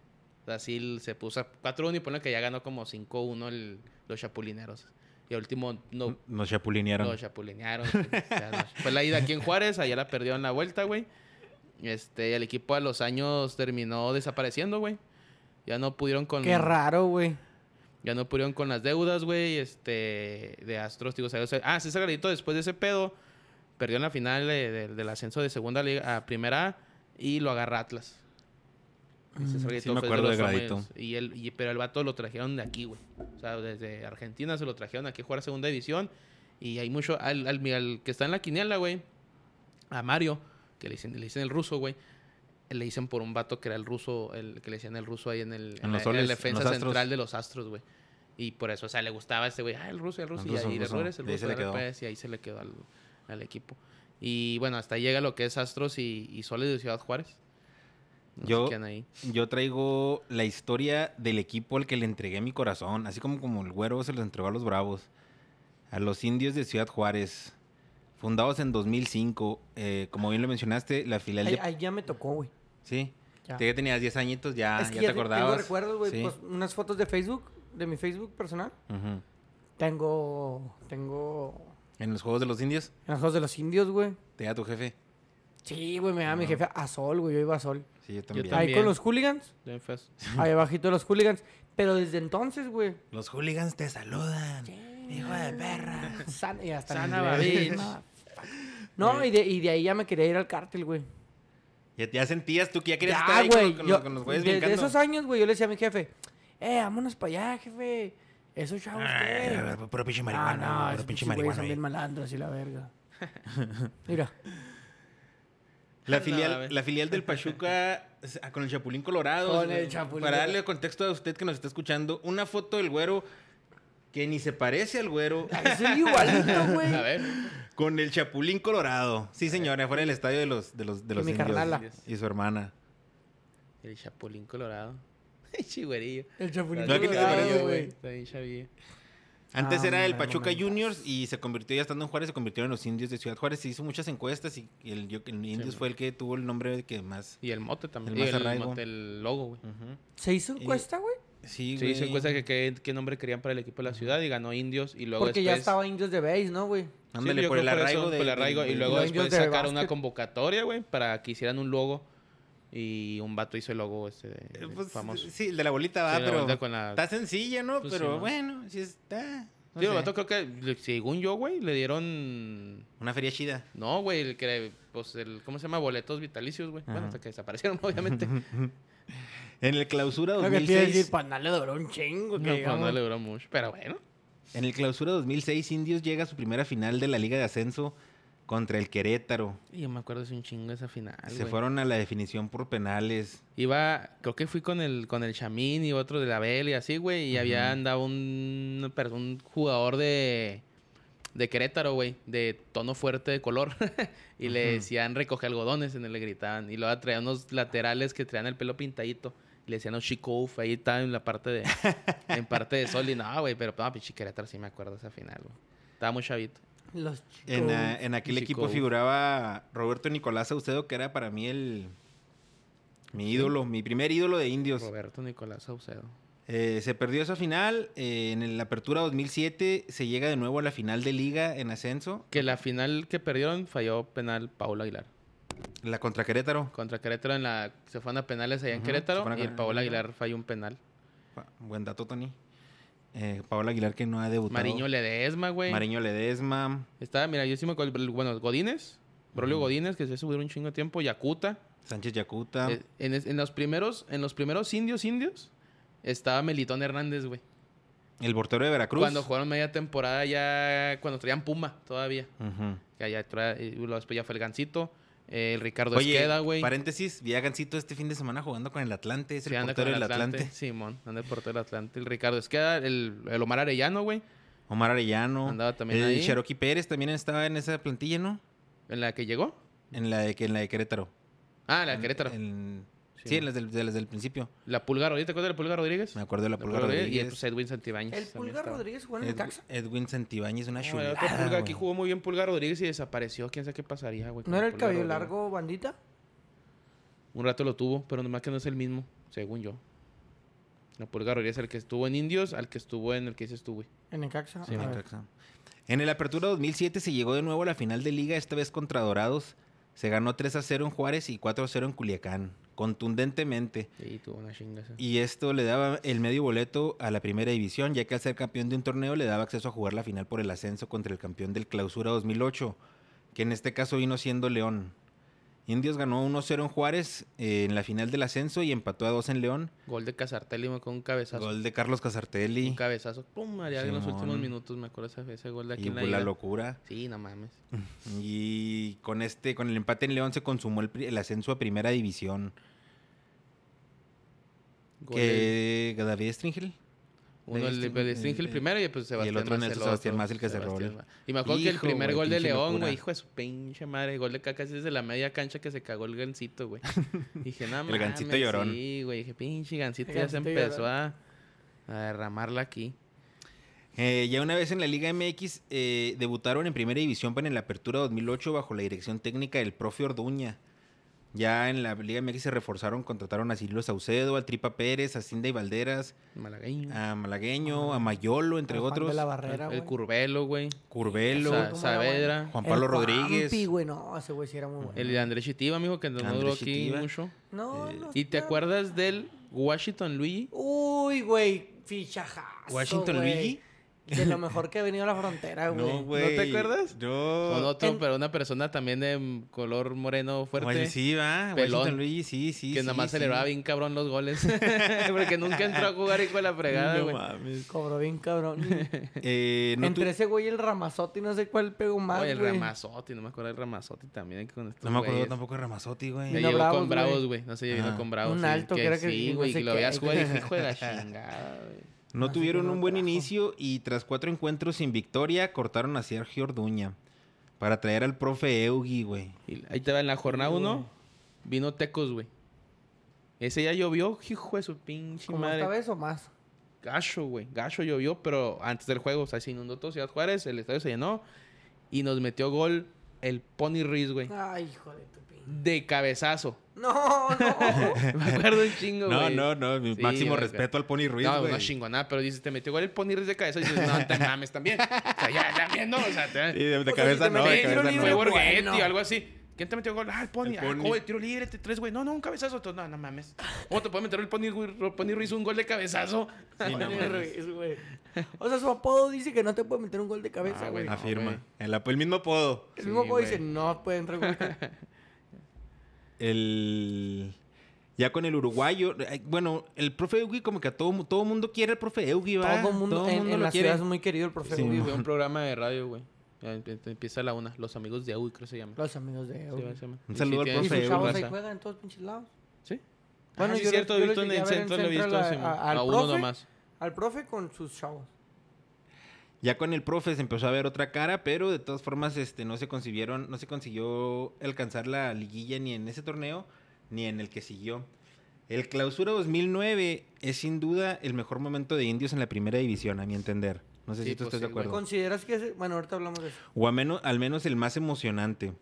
[SPEAKER 3] O sea, sí se puso a 4-1 y pone que ya ganó como 5-1 el- los chapulineros. Y al último
[SPEAKER 2] Mm,
[SPEAKER 3] no,
[SPEAKER 1] Nos chapulinearon.
[SPEAKER 3] los chapulinearon. sí. O sea, no- Fue la ida aquí en Juárez, allá la perdió en la vuelta, güey. Este, el equipo a los años terminó desapareciendo, güey. Ya no pudieron con...
[SPEAKER 2] Qué raro, güey.
[SPEAKER 3] Ya no pudieron con las deudas, güey, este, de Astros, digo, salió- Ah, César Gradito después de ese pedo, perdió en la final de- de- del ascenso de segunda liga a primera A y lo agarra Atlas. Y César Gradito
[SPEAKER 1] Mm, me
[SPEAKER 3] fue
[SPEAKER 1] acuerdo
[SPEAKER 3] los
[SPEAKER 1] de
[SPEAKER 3] famosos.
[SPEAKER 1] Gradito.
[SPEAKER 3] Y él, y- pero el vato lo trajeron de aquí, güey. O sea, desde Argentina se lo trajeron aquí a jugar a segunda división. Y hay mucho, al, al- mira, al que está en la quiniela, güey, a Mario, que le dicen, le dicen el ruso, güey. Le dicen por un vato que era el ruso, el que le decían el ruso ahí en el
[SPEAKER 1] En los
[SPEAKER 3] la- la
[SPEAKER 1] soles, en
[SPEAKER 3] defensa
[SPEAKER 1] los astros.
[SPEAKER 3] central de los astros, güey. Y por eso, o sea, le gustaba a este güey, ah, el ruso, el ruso,
[SPEAKER 1] El
[SPEAKER 3] y
[SPEAKER 1] ruso,
[SPEAKER 3] ahí
[SPEAKER 1] el
[SPEAKER 3] de
[SPEAKER 1] ruso.
[SPEAKER 3] errores, el
[SPEAKER 1] Y ahí
[SPEAKER 3] ruso,
[SPEAKER 1] se le
[SPEAKER 3] de
[SPEAKER 1] quedó.
[SPEAKER 3] errores, y ahí se le quedó al, al equipo. Y bueno, hasta ahí llega lo que es Astros y, y Soles de Ciudad Juárez. No sé
[SPEAKER 1] Yo-
[SPEAKER 3] quién ahí.
[SPEAKER 1] Yo traigo la historia del equipo al que le entregué mi corazón, así como, como el güero se los entregó a los Bravos, a los indios de Ciudad Juárez, fundados en 2005. eh, como bien lo mencionaste, la
[SPEAKER 2] Ahí,
[SPEAKER 1] Filadelfia.
[SPEAKER 2] ahí ya me tocó, güey.
[SPEAKER 1] Sí,
[SPEAKER 2] Ya.
[SPEAKER 1] te- ya tenías 10 añitos, ya,
[SPEAKER 2] es que
[SPEAKER 1] Ah, ya
[SPEAKER 2] ya
[SPEAKER 1] te
[SPEAKER 2] te-
[SPEAKER 1] acordabas.
[SPEAKER 2] tengo recuerdos, güey.
[SPEAKER 1] Sí.
[SPEAKER 2] Pues unas fotos de Facebook, de mi Facebook personal.
[SPEAKER 1] Ujú.
[SPEAKER 2] Tengo. Tengo.
[SPEAKER 1] En los Juegos de los Indios,
[SPEAKER 2] En los Juegos de los indios, güey.
[SPEAKER 1] te da tu jefe.
[SPEAKER 2] Sí, güey, me daba mi jefe a sol, güey. Yo iba a sol.
[SPEAKER 1] Sí, yo también.
[SPEAKER 3] también.
[SPEAKER 2] Ahí con los hooligans.
[SPEAKER 3] Bien feos.
[SPEAKER 2] Ahí abajito de los hooligans. Pero desde entonces, güey.
[SPEAKER 1] Los hooligans te saludan. Hijo de perra.
[SPEAKER 2] San, y hasta en
[SPEAKER 3] Sana
[SPEAKER 2] inglés,
[SPEAKER 3] Babich.
[SPEAKER 2] ma- fuck. No, y de, y de ahí ya me quería ir al cártel, güey.
[SPEAKER 1] Ya, ya sentías tú que ya querías
[SPEAKER 2] Ya,
[SPEAKER 1] estar ahí con,
[SPEAKER 2] güey.
[SPEAKER 1] los- con
[SPEAKER 2] yo-
[SPEAKER 1] los, con los güeyes
[SPEAKER 2] desde
[SPEAKER 1] brincando.
[SPEAKER 2] esos años, güey, yo le decía a mi jefe, eh, vámonos para allá, jefe. Esos chavos, ¿qué?
[SPEAKER 1] Ah, Puro pinche
[SPEAKER 2] Ah,
[SPEAKER 1] marihuana,
[SPEAKER 2] no,
[SPEAKER 1] puro
[SPEAKER 2] esos
[SPEAKER 1] pinche
[SPEAKER 2] pinches güeyes
[SPEAKER 1] marihuana.
[SPEAKER 2] son
[SPEAKER 1] ahí.
[SPEAKER 2] bien malandros y la verga. Mira,
[SPEAKER 1] La
[SPEAKER 3] No, a
[SPEAKER 1] filial,
[SPEAKER 3] ver.
[SPEAKER 1] la filial del Pachuca s- con el Chapulín Colorado.
[SPEAKER 2] Con
[SPEAKER 1] s-
[SPEAKER 2] el Chapulín
[SPEAKER 1] Para
[SPEAKER 2] Colorado.
[SPEAKER 1] darle contexto a usted que nos está escuchando, una foto del güero que ni se parece al güero
[SPEAKER 2] es igualito, güey.
[SPEAKER 3] A ver,
[SPEAKER 1] con el Chapulín Colorado. Sí, señora, fuera del estadio de los de los de
[SPEAKER 2] Y
[SPEAKER 1] los
[SPEAKER 2] mi
[SPEAKER 1] indios.
[SPEAKER 2] carnala.
[SPEAKER 1] y su hermana.
[SPEAKER 3] el Chapulín Colorado. Chigüerillo.
[SPEAKER 2] El chapulín
[SPEAKER 1] No, que te
[SPEAKER 2] colorado,
[SPEAKER 1] parece,
[SPEAKER 2] güey.
[SPEAKER 3] Está bien chavillo.
[SPEAKER 1] Antes
[SPEAKER 2] Ah,
[SPEAKER 1] era el
[SPEAKER 2] hombre,
[SPEAKER 1] Pachuca
[SPEAKER 2] momentos.
[SPEAKER 1] Juniors y se convirtió ya estando en Juárez se convirtieron en los Indios de Ciudad Juárez. Se hizo muchas encuestas y el, yo- el Indios
[SPEAKER 3] man.
[SPEAKER 1] fue el que tuvo el nombre que más.
[SPEAKER 3] Y el mote también.
[SPEAKER 1] El
[SPEAKER 3] Y
[SPEAKER 1] más
[SPEAKER 3] El,
[SPEAKER 1] arraigo.
[SPEAKER 3] mote, el logo, güey.
[SPEAKER 1] Ujú.
[SPEAKER 2] ¿Se hizo
[SPEAKER 1] Y-
[SPEAKER 2] encuesta, güey?
[SPEAKER 1] Sí,
[SPEAKER 3] Sí,
[SPEAKER 1] güey.
[SPEAKER 3] hizo encuesta que qué, qué nombre querían para el equipo de la ciudad y ganó Indios y luego
[SPEAKER 2] Porque ya
[SPEAKER 3] después...
[SPEAKER 2] estaba indios de base, ¿no, güey?
[SPEAKER 1] Ándale
[SPEAKER 3] Sí, yo
[SPEAKER 1] por el
[SPEAKER 3] creo
[SPEAKER 1] arraigo
[SPEAKER 3] eso,
[SPEAKER 1] de-
[SPEAKER 3] por el
[SPEAKER 1] del-
[SPEAKER 3] arraigo. y
[SPEAKER 1] del-
[SPEAKER 3] luego
[SPEAKER 2] los
[SPEAKER 3] después
[SPEAKER 2] indios de
[SPEAKER 3] sacaron una
[SPEAKER 2] básquet.
[SPEAKER 3] convocatoria, güey, para que hicieran un logo. Y un vato hizo el logo este de-
[SPEAKER 1] Eh,
[SPEAKER 3] de-
[SPEAKER 1] pues,
[SPEAKER 3] famoso.
[SPEAKER 1] Sí, el de la bolita va,
[SPEAKER 3] Sí, la
[SPEAKER 1] pero
[SPEAKER 3] bolita con la-
[SPEAKER 1] está ¿eh? sencilla, ¿no?
[SPEAKER 3] Pues sí,
[SPEAKER 1] pero
[SPEAKER 3] ¿no?
[SPEAKER 1] bueno, sí está. no
[SPEAKER 3] Sí, el
[SPEAKER 1] sé.
[SPEAKER 3] vato creo que, le- según yo, güey, le dieron...
[SPEAKER 1] Una feria chida.
[SPEAKER 3] No, güey, el que... Pues el... ¿Cómo se llama? Boletos vitalicios, güey.
[SPEAKER 1] Ajá.
[SPEAKER 3] Bueno, hasta que desaparecieron, obviamente.
[SPEAKER 1] En el clausura
[SPEAKER 2] Lo que quiere decir,
[SPEAKER 1] 2006,
[SPEAKER 2] panal le duró un chingo.
[SPEAKER 3] no,
[SPEAKER 2] que
[SPEAKER 3] pues,
[SPEAKER 2] digamos.
[SPEAKER 3] no le duró mucho. Pero bueno.
[SPEAKER 1] en el clausura 2006 Indios llega a su primera final de la Liga de Ascenso contra el Querétaro.
[SPEAKER 3] Y yo me acuerdo es un chingo esa final,
[SPEAKER 1] Se
[SPEAKER 3] güey.
[SPEAKER 1] fueron a la definición por penales.
[SPEAKER 3] Iba, creo que fui con el con el Chamín y otro de la Bel y así, güey. Y había andado un, una per- un jugador de, de Querétaro, güey, de tono fuerte de color. y le
[SPEAKER 1] Ujú.
[SPEAKER 3] decían recoge algodones, en él le gritaban. Y luego traía unos laterales que traían el pelo pintadito. Le decían Oshikouf, ahí está en la parte de. en parte de Sol. Y no, güey, pero no, pinche Querétaro sí me acuerdo de esa final, güey. Estaba muy chavito.
[SPEAKER 2] Los chicos.
[SPEAKER 1] En, ah, en aquel
[SPEAKER 3] Chico.
[SPEAKER 1] equipo figuraba Roberto Nicolás Saucedo, que era para mí el. Mi ídolo, mi primer ídolo de indios.
[SPEAKER 3] Roberto Nicolás Saucedo.
[SPEAKER 1] Eh, se perdió esa final. eh, en la apertura 2007 se llega de nuevo a la final de liga en ascenso.
[SPEAKER 3] Que la final que perdieron falló penal Paula Aguilar.
[SPEAKER 1] La contra Querétaro.
[SPEAKER 3] Contra Querétaro en la. Se fueron a penales allá en
[SPEAKER 1] Ujú, se
[SPEAKER 3] Querétaro.
[SPEAKER 1] fueron a
[SPEAKER 3] Y el
[SPEAKER 1] Querétaro.
[SPEAKER 3] Paola Aguilar falló un penal.
[SPEAKER 1] Pa- Buen dato, Tony. Eh, Paola Aguilar que no ha debutado.
[SPEAKER 3] Mariño Ledesma, güey.
[SPEAKER 1] Mariño Ledesma.
[SPEAKER 3] Estaba, mira, yo sí me acuerdo. Bueno, Godínez. Brolio
[SPEAKER 1] Ujú.
[SPEAKER 3] Godínez, que se subió un chingo de tiempo. Yakuta.
[SPEAKER 1] Sánchez Yacuta.
[SPEAKER 3] Eh, En, es- en los primeros, en los primeros indios indios, estaba Melitón Hernández, güey.
[SPEAKER 1] el portero de Veracruz.
[SPEAKER 3] Cuando jugaron media temporada ya, cuando traían Puma todavía.
[SPEAKER 1] Ujú.
[SPEAKER 3] Que allá tra- y luego después ya fue el Gancito, eh, el Ricardo
[SPEAKER 1] Oye,
[SPEAKER 3] Esqueda, güey.
[SPEAKER 1] paréntesis, vi a Gancito este fin de semana jugando con el Atlante. Es
[SPEAKER 3] Sí,
[SPEAKER 1] el
[SPEAKER 3] anda con
[SPEAKER 1] portero del Atlante.
[SPEAKER 3] Simón, anda el portero del Atlante. El Ricardo Esqueda, el, el Omar Arellano, güey.
[SPEAKER 1] Omar Arellano.
[SPEAKER 3] Andaba también
[SPEAKER 1] el
[SPEAKER 3] ahí.
[SPEAKER 1] Cherokee Pérez también estaba en esa plantilla, ¿no?
[SPEAKER 3] En la que llegó.
[SPEAKER 1] En la de, en la de Querétaro.
[SPEAKER 3] Ah, la de
[SPEAKER 1] En-
[SPEAKER 3] Querétaro.
[SPEAKER 1] en-
[SPEAKER 3] Sí,
[SPEAKER 1] sí, en las del, de las del principio.
[SPEAKER 3] La Pulgar Rodríguez, ¿te acuerdas de la Pulgar Rodríguez?
[SPEAKER 1] Me acuerdo de la
[SPEAKER 3] La
[SPEAKER 1] Pulga
[SPEAKER 3] Y
[SPEAKER 1] Rodríguez.
[SPEAKER 3] el, pues, Edwin Santibáñez.
[SPEAKER 2] El
[SPEAKER 3] también
[SPEAKER 2] Pulgar
[SPEAKER 3] estaba.
[SPEAKER 2] Rodríguez jugó en el
[SPEAKER 1] Edw-
[SPEAKER 2] Caxa.
[SPEAKER 1] Edwin Santibáñez, una
[SPEAKER 3] No, el otro
[SPEAKER 1] chulada,
[SPEAKER 3] Pulgar,
[SPEAKER 1] güey.
[SPEAKER 3] aquí jugó muy bien Pulgar Rodríguez y desapareció. ¿Quién sabe qué pasaría, güey? con
[SPEAKER 2] ¿No era el
[SPEAKER 3] Pulgar
[SPEAKER 2] cabello
[SPEAKER 3] Rodríguez?
[SPEAKER 2] largo bandita?
[SPEAKER 3] Un rato lo tuvo, pero nomás que no es el mismo, según yo. La Pulgar Rodríguez, el que estuvo en Indios, al que estuvo en el que dices tú, güey.
[SPEAKER 2] En el Caxa.
[SPEAKER 1] Sí,
[SPEAKER 2] a
[SPEAKER 1] me
[SPEAKER 2] ver.
[SPEAKER 1] encanta. En el Apertura 2007 se llegó de nuevo a la final de liga, esta vez contra Dorados. Se ganó 3 a 0 en Juárez y 4 a 0 en Culiacán, contundentemente.
[SPEAKER 3] Y tuvo una chinga esa.
[SPEAKER 1] Y esto le daba el medio boleto a la primera división, ya que al ser campeón de un torneo le daba acceso a jugar la final por el ascenso contra el campeón del Clausura 2008, que en este caso vino siendo León. Indios ganó 1-0 en Juárez eh, en la final del ascenso y empató a 2 en León.
[SPEAKER 3] Gol de Casartelli güey, con un cabezazo.
[SPEAKER 1] Gol de Carlos Casartelli
[SPEAKER 3] Un cabezazo. Pum, María, en los
[SPEAKER 1] Simón.
[SPEAKER 3] últimos minutos me acuerdo ese, ese gol de aquí
[SPEAKER 1] y
[SPEAKER 3] en la,
[SPEAKER 1] fue la
[SPEAKER 3] ida.
[SPEAKER 1] locura.
[SPEAKER 3] Sí, no mames.
[SPEAKER 1] Y con este, con el empate en León se consumó el, pri- el ascenso a primera división.
[SPEAKER 3] Gol del-
[SPEAKER 1] que David Stringel.
[SPEAKER 3] uno el,
[SPEAKER 1] String-
[SPEAKER 3] el de Stringel
[SPEAKER 1] eh,
[SPEAKER 3] primero y pues
[SPEAKER 1] el
[SPEAKER 3] Sebastián
[SPEAKER 1] otro en el
[SPEAKER 3] Mazel,
[SPEAKER 1] Sebastián Mazel que cerró
[SPEAKER 3] Sebastián
[SPEAKER 1] el-
[SPEAKER 3] Ma- Y me acuerdo que el
[SPEAKER 1] Hijo,
[SPEAKER 3] primer
[SPEAKER 1] güey,
[SPEAKER 3] gol de
[SPEAKER 1] pinche
[SPEAKER 3] León,
[SPEAKER 1] locura.
[SPEAKER 3] güey, hijo de su pinche madre, gol de caca, así desde la media cancha que se cagó el gancito, güey. Dije, nada más.
[SPEAKER 1] El Gancito llorón.
[SPEAKER 3] Sí, güey, dije, pinche gancito
[SPEAKER 2] El
[SPEAKER 3] ya se
[SPEAKER 2] Gancito
[SPEAKER 3] empezó a, a derramarla aquí.
[SPEAKER 1] Eh, ya una vez en la Liga MX eh, debutaron en primera división para en la apertura 2008 bajo la dirección técnica del profe Orduña. Ya en la Liga MX se reforzaron, contrataron a Silvio Saucedo, al Tripa Pérez, a Cinda y Valderas,
[SPEAKER 3] Malagueño.
[SPEAKER 1] a Malagueño, a Mayolo, entre
[SPEAKER 2] Al Juan
[SPEAKER 1] otros,
[SPEAKER 2] de la
[SPEAKER 3] El-
[SPEAKER 2] barrera,
[SPEAKER 3] el,
[SPEAKER 2] güey.
[SPEAKER 3] Curvelo, güey.
[SPEAKER 1] Curvelo,
[SPEAKER 3] Sa-
[SPEAKER 2] ¿Cómo era, güey?
[SPEAKER 3] Saavedra.
[SPEAKER 1] Juan Pablo
[SPEAKER 2] El
[SPEAKER 1] Rodríguez.
[SPEAKER 2] Juanpi, güey, no, ese güey sí era muy bueno.
[SPEAKER 3] El de Andrés Chitiva, mijo, que no duró
[SPEAKER 1] Andrés
[SPEAKER 3] aquí
[SPEAKER 1] Chitiba.
[SPEAKER 3] mucho.
[SPEAKER 2] No,
[SPEAKER 1] eh,
[SPEAKER 2] no.
[SPEAKER 3] ¿Y te
[SPEAKER 2] está-
[SPEAKER 3] acuerdas del Washington Luigi?
[SPEAKER 2] Uy, güey, fichajazo,
[SPEAKER 1] Washington
[SPEAKER 2] güey.
[SPEAKER 1] Luigi.
[SPEAKER 2] De lo mejor que ha venido a la frontera, Ah, güey.
[SPEAKER 1] No, güey.
[SPEAKER 3] ¿No te acuerdas?
[SPEAKER 1] Yo.
[SPEAKER 3] Con otro,
[SPEAKER 2] en-
[SPEAKER 3] pero una persona también de mm, color moreno fuerte.
[SPEAKER 1] Oye, sí, va.
[SPEAKER 3] pelón,
[SPEAKER 1] Washington Luigi, sí, sí.
[SPEAKER 3] que
[SPEAKER 1] sí,
[SPEAKER 3] nada más
[SPEAKER 1] sí.
[SPEAKER 3] celebraba bien cabrón los goles. Porque nunca entró a jugar y con la fregada,
[SPEAKER 1] No
[SPEAKER 3] güey.
[SPEAKER 1] mames.
[SPEAKER 2] Cobró bien cabrón.
[SPEAKER 1] Eh, no,
[SPEAKER 2] Entre
[SPEAKER 1] tu-
[SPEAKER 2] ese güey y el Ramazotti, no sé cuál pegó más,
[SPEAKER 3] Oye,
[SPEAKER 2] güey.
[SPEAKER 3] el Ramazotti, no me acuerdo del Ramazotti también. Con estos
[SPEAKER 1] no me acuerdo
[SPEAKER 3] güeyes.
[SPEAKER 1] tampoco de Ramazotti, güey.
[SPEAKER 3] Que
[SPEAKER 2] Vino
[SPEAKER 3] llegó
[SPEAKER 2] Bravos,
[SPEAKER 3] con Bravos, güey. No sé, ya vino
[SPEAKER 1] Ajá.
[SPEAKER 3] con Bravos.
[SPEAKER 2] Un
[SPEAKER 3] sí,
[SPEAKER 2] alto que era que-
[SPEAKER 3] Sí,
[SPEAKER 2] no
[SPEAKER 3] güey,
[SPEAKER 2] sé
[SPEAKER 3] que lo
[SPEAKER 2] qué,
[SPEAKER 3] veías
[SPEAKER 2] güey.
[SPEAKER 3] jugar y hijo de la chingada, güey.
[SPEAKER 1] No
[SPEAKER 2] Así
[SPEAKER 1] tuvieron
[SPEAKER 2] que no
[SPEAKER 1] un buen
[SPEAKER 2] trajo.
[SPEAKER 1] inicio y tras cuatro encuentros sin victoria cortaron a Sergio Orduña para traer al profe Eugi, güey.
[SPEAKER 3] Y ahí te va, en la jornada
[SPEAKER 2] Sí, güey.
[SPEAKER 3] 1 vino Tecos, güey. Ese ya llovió, hijo de su pinche
[SPEAKER 2] ¿Como
[SPEAKER 3] madre.
[SPEAKER 2] esta vez o más?
[SPEAKER 3] Gacho, güey. Gacho llovió, pero antes del juego, o sea, se inundó todo Ciudad Juárez, el estadio se llenó y nos metió gol el Pony Ruiz, güey.
[SPEAKER 2] Ay, hijo de tu pin.
[SPEAKER 3] De cabezazo.
[SPEAKER 2] No, no.
[SPEAKER 3] Me acuerdo un chingo,
[SPEAKER 1] No,
[SPEAKER 3] güey.
[SPEAKER 1] no, no, mi
[SPEAKER 3] Sí,
[SPEAKER 1] máximo
[SPEAKER 3] güey,
[SPEAKER 1] respeto al Pony Ruiz,
[SPEAKER 3] No,
[SPEAKER 1] güey.
[SPEAKER 3] no chingonada, pero dices, te metió gol el Pony Ruiz de cabezazo y dices, no, te mames también. O sea, ya, también, ¿no? O sea, Pues te...
[SPEAKER 1] Sí, de, de
[SPEAKER 2] O sea,
[SPEAKER 1] cabeza
[SPEAKER 2] si te
[SPEAKER 1] no, de
[SPEAKER 2] metes tiro
[SPEAKER 1] cabeza
[SPEAKER 2] libre,
[SPEAKER 3] Fue
[SPEAKER 1] no.
[SPEAKER 2] güey.
[SPEAKER 3] Borghetti
[SPEAKER 2] bueno.
[SPEAKER 3] o algo así. ¿Quién te metió gol? Ah, el Pony.
[SPEAKER 1] El
[SPEAKER 3] Ah,
[SPEAKER 1] Pony.
[SPEAKER 3] ¿cómo de tiro libre, te- tres, güey. No, no, un cabezazo. tú, No, no mames. ¿Cómo te puede meter el Pony, Ruiz- el Pony Ruiz un gol de cabezazo?
[SPEAKER 1] Sí,
[SPEAKER 2] Pony
[SPEAKER 1] no, mames.
[SPEAKER 2] Ruiz, güey. O sea, su apodo dice que no te puede meter un gol de cabeza,
[SPEAKER 3] Ah,
[SPEAKER 2] güey.
[SPEAKER 3] güey.
[SPEAKER 1] Afirma.
[SPEAKER 3] güey.
[SPEAKER 1] el, apo- el mismo apodo.
[SPEAKER 2] El mismo
[SPEAKER 3] Sí,
[SPEAKER 2] apodo dice,
[SPEAKER 3] güey.
[SPEAKER 2] no puede entrar un gol de cabeza.
[SPEAKER 1] El... Ya con el uruguayo, eh, bueno, el profe Eugi como que a todo, mu- todo mundo quiere al profe Eugi, va.
[SPEAKER 2] Todo mundo, en, en
[SPEAKER 1] Ah, lo
[SPEAKER 2] la
[SPEAKER 1] quiere.
[SPEAKER 2] ciudad es muy querido el profe
[SPEAKER 1] Sí,
[SPEAKER 2] Ruiz,
[SPEAKER 1] mo.
[SPEAKER 3] Fue un programa de radio, güey. Ya empe- Empieza a la una. Los amigos de AUI, creo que se llama.
[SPEAKER 2] Los amigos de
[SPEAKER 3] Sí,
[SPEAKER 2] güey.
[SPEAKER 3] se llama.
[SPEAKER 1] Un
[SPEAKER 3] Y
[SPEAKER 1] saludo
[SPEAKER 3] sí
[SPEAKER 1] al
[SPEAKER 2] Y
[SPEAKER 3] tiene
[SPEAKER 1] profe
[SPEAKER 2] sus
[SPEAKER 3] su
[SPEAKER 2] chavos ahí
[SPEAKER 3] raza.
[SPEAKER 2] juegan en todos pinches lados.
[SPEAKER 3] Sí.
[SPEAKER 2] Bueno,
[SPEAKER 3] ah, sí,
[SPEAKER 2] yo
[SPEAKER 3] es
[SPEAKER 2] los-
[SPEAKER 3] cierto,
[SPEAKER 2] yo
[SPEAKER 3] he
[SPEAKER 2] los
[SPEAKER 3] visto en
[SPEAKER 2] llegué
[SPEAKER 3] el
[SPEAKER 2] a ver en
[SPEAKER 3] centro, lo he visto
[SPEAKER 2] Central a-
[SPEAKER 3] sí, mo-
[SPEAKER 2] a- al
[SPEAKER 3] a uno
[SPEAKER 2] profe.
[SPEAKER 3] nomás.
[SPEAKER 2] Al profe con sus chavos.
[SPEAKER 1] Ya con el profe se empezó a ver otra cara, pero de todas formas este, no se concibieron, no se consiguió alcanzar la liguilla ni en ese torneo, ni en el que siguió. El clausura 2009 es sin duda el mejor momento de indios en la primera división, a mi entender. No sé
[SPEAKER 3] Sí,
[SPEAKER 1] si tú
[SPEAKER 3] pues
[SPEAKER 1] estás de
[SPEAKER 3] sí, güey.
[SPEAKER 1] acuerdo.
[SPEAKER 2] ¿Consideras que es... Bueno, ahorita hablamos de eso.
[SPEAKER 1] O a menos, al menos el más emocionante.